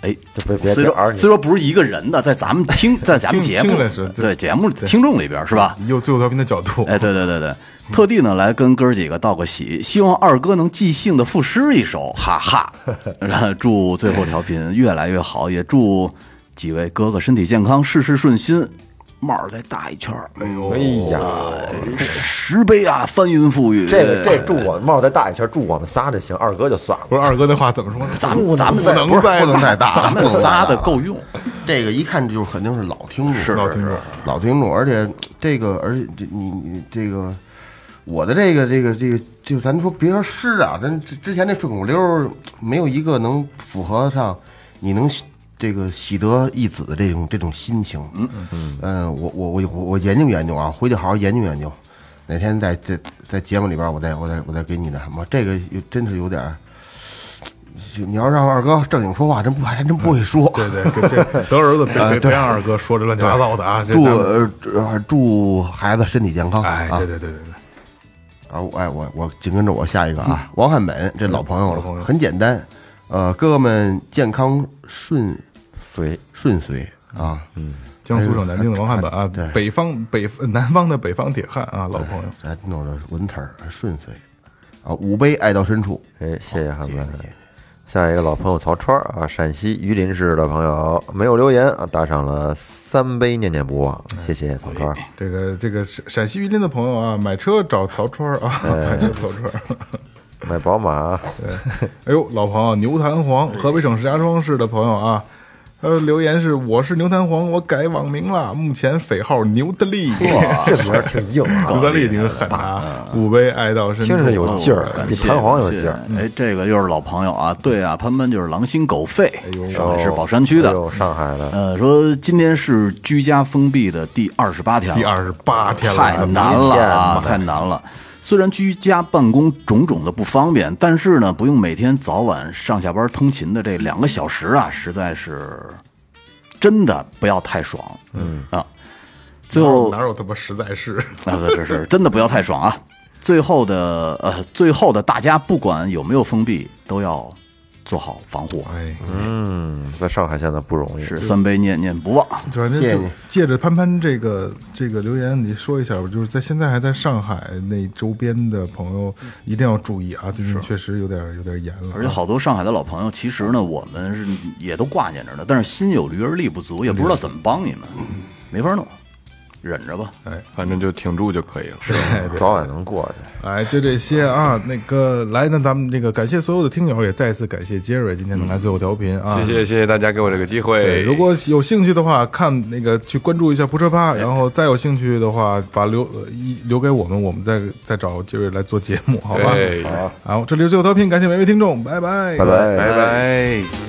S6: 哎，
S5: 这别别
S6: 虽
S5: 别儿
S6: 说
S5: 女
S6: 虽说不是一个人的，在咱们听，在咱们
S3: 听
S6: 节目
S3: 听的是，
S6: 对
S3: 对
S6: 节目听众里边是吧？
S3: 又最后调频的角度，
S6: <laughs> 哎，对对对对，特地呢来跟哥儿几个道个喜，希望二哥能即兴的赋诗一首，哈哈。然后祝最后调频越来越好，也祝几位哥哥身体健康，事事顺心，帽儿再大一圈儿，
S5: 哎呀，
S6: 十杯啊，翻云覆雨。
S5: 这个这祝我帽再大一圈，祝我们仨就行，二哥就算了。
S3: 不是二哥那话怎么说呢？
S6: 咱们咱们
S3: 不能
S6: 不是
S3: 再
S4: 不能再大了
S6: 咱们仨的够用，
S4: 这个一看就是肯定是老听众，
S3: 老听众，
S4: 老听众，而且这个，而且这你你这个，我的这个这个这个，就咱说别说诗啊，咱之之前那顺口溜儿没有一个能符合上你能喜这个喜得一子的这种这种心情。嗯嗯我我我我我研究研究啊，回去好好研究研究，哪天在在在节目里边儿我再我再我再给你那什么，这个有真是有点儿。就你要让二哥正经说话，真不还真不会说。
S3: 对对，给这得儿子别别别让二哥说这乱七八糟的啊！这
S4: 祝
S3: 咱们
S4: 呃呃祝孩子身体健康。
S3: 哎，
S4: 啊
S3: 对对对对对，
S4: 啊，我哎我我紧跟着我下一个啊，王汉本这老朋
S3: 嗯
S4: 友
S3: 老朋
S4: 了，
S3: 友
S4: 很简单，呃，哥哥们健康顺
S5: 随
S4: 顺遂啊，
S3: 嗯江苏省南京的王汉本啊
S4: 对，
S3: 北方北南方的北方铁汉啊，老朋友，
S4: 哎，弄的文词儿顺遂啊，五杯爱到深处，
S5: 哎，谢谢韩们。下一个老朋友曹川儿啊，陕西榆林市的朋友没有留言啊，打赏了三杯念念不忘，
S6: 哎
S5: 谢谢曹川儿。
S3: 这个这个陕陕西榆林的朋友啊，买车找曹川儿啊， <laughs> 买车找曹川儿。
S5: 买宝马，
S3: 哎呦，老朋友牛弹簧，河北省石家庄市的朋友啊，他说留言是：我是牛弹簧，我改网名了，目前匪号牛的力， <laughs>
S5: 这名儿挺硬
S3: 牛
S5: 啊，
S3: 的力挺狠啊，五杯爱到深处，啊
S5: 听着有劲儿，比弹簧有劲儿。
S6: 谢谢哎，这个又是老朋友啊，对啊，潘潘就是狼心狗肺，上海市宝山区的
S5: 哎。呦上海的，
S6: 呃，说今天是居家封闭的第二十八条，
S3: 第28天了
S6: 太难了啊，太难了。虽然居家办公种种的不方便，但是呢，不用每天早晚上下班通勤的这两个小时啊，实在是真的不要太爽。嗯啊，最后
S3: 哪有他妈实在是？
S6: <laughs> 啊，不这是真的不要太爽啊！最后的呃，最后的大家不管有没有封闭，都要做好防护，
S3: 哎，
S5: 嗯，在上海现在不容易，
S6: 是三杯念念不忘。
S3: 反正
S4: 谢谢
S3: 就
S4: 你
S3: 借着潘潘这个这个留言，你说一下吧，就是在现在还在上海那周边的朋友一定要注意啊，最近确实有点有点严了啊，
S6: 而且好多上海的老朋友，其实呢，我们是也都挂念着呢，但是心有余而力不足，也不知道怎么帮你们，没法弄，忍着吧。
S7: 反正就挺住就可以了。
S5: 早晚能过去。
S3: 哎，就这些啊。那个，来，那咱们这个感谢所有的听友，也再次感谢杰瑞今天能来最后调频啊。
S7: 谢谢谢谢大家给我这个机
S3: 对，
S7: 会。
S3: 如果有兴趣的话，看那个去关注一下扑车趴，然后再有兴趣的话，把留呃一留给我们，我们再再找杰瑞来做节目，好吧？啊
S7: 对
S3: 好，这里是最后调频，感谢每位听众，拜拜，
S5: 拜拜。
S7: 拜拜。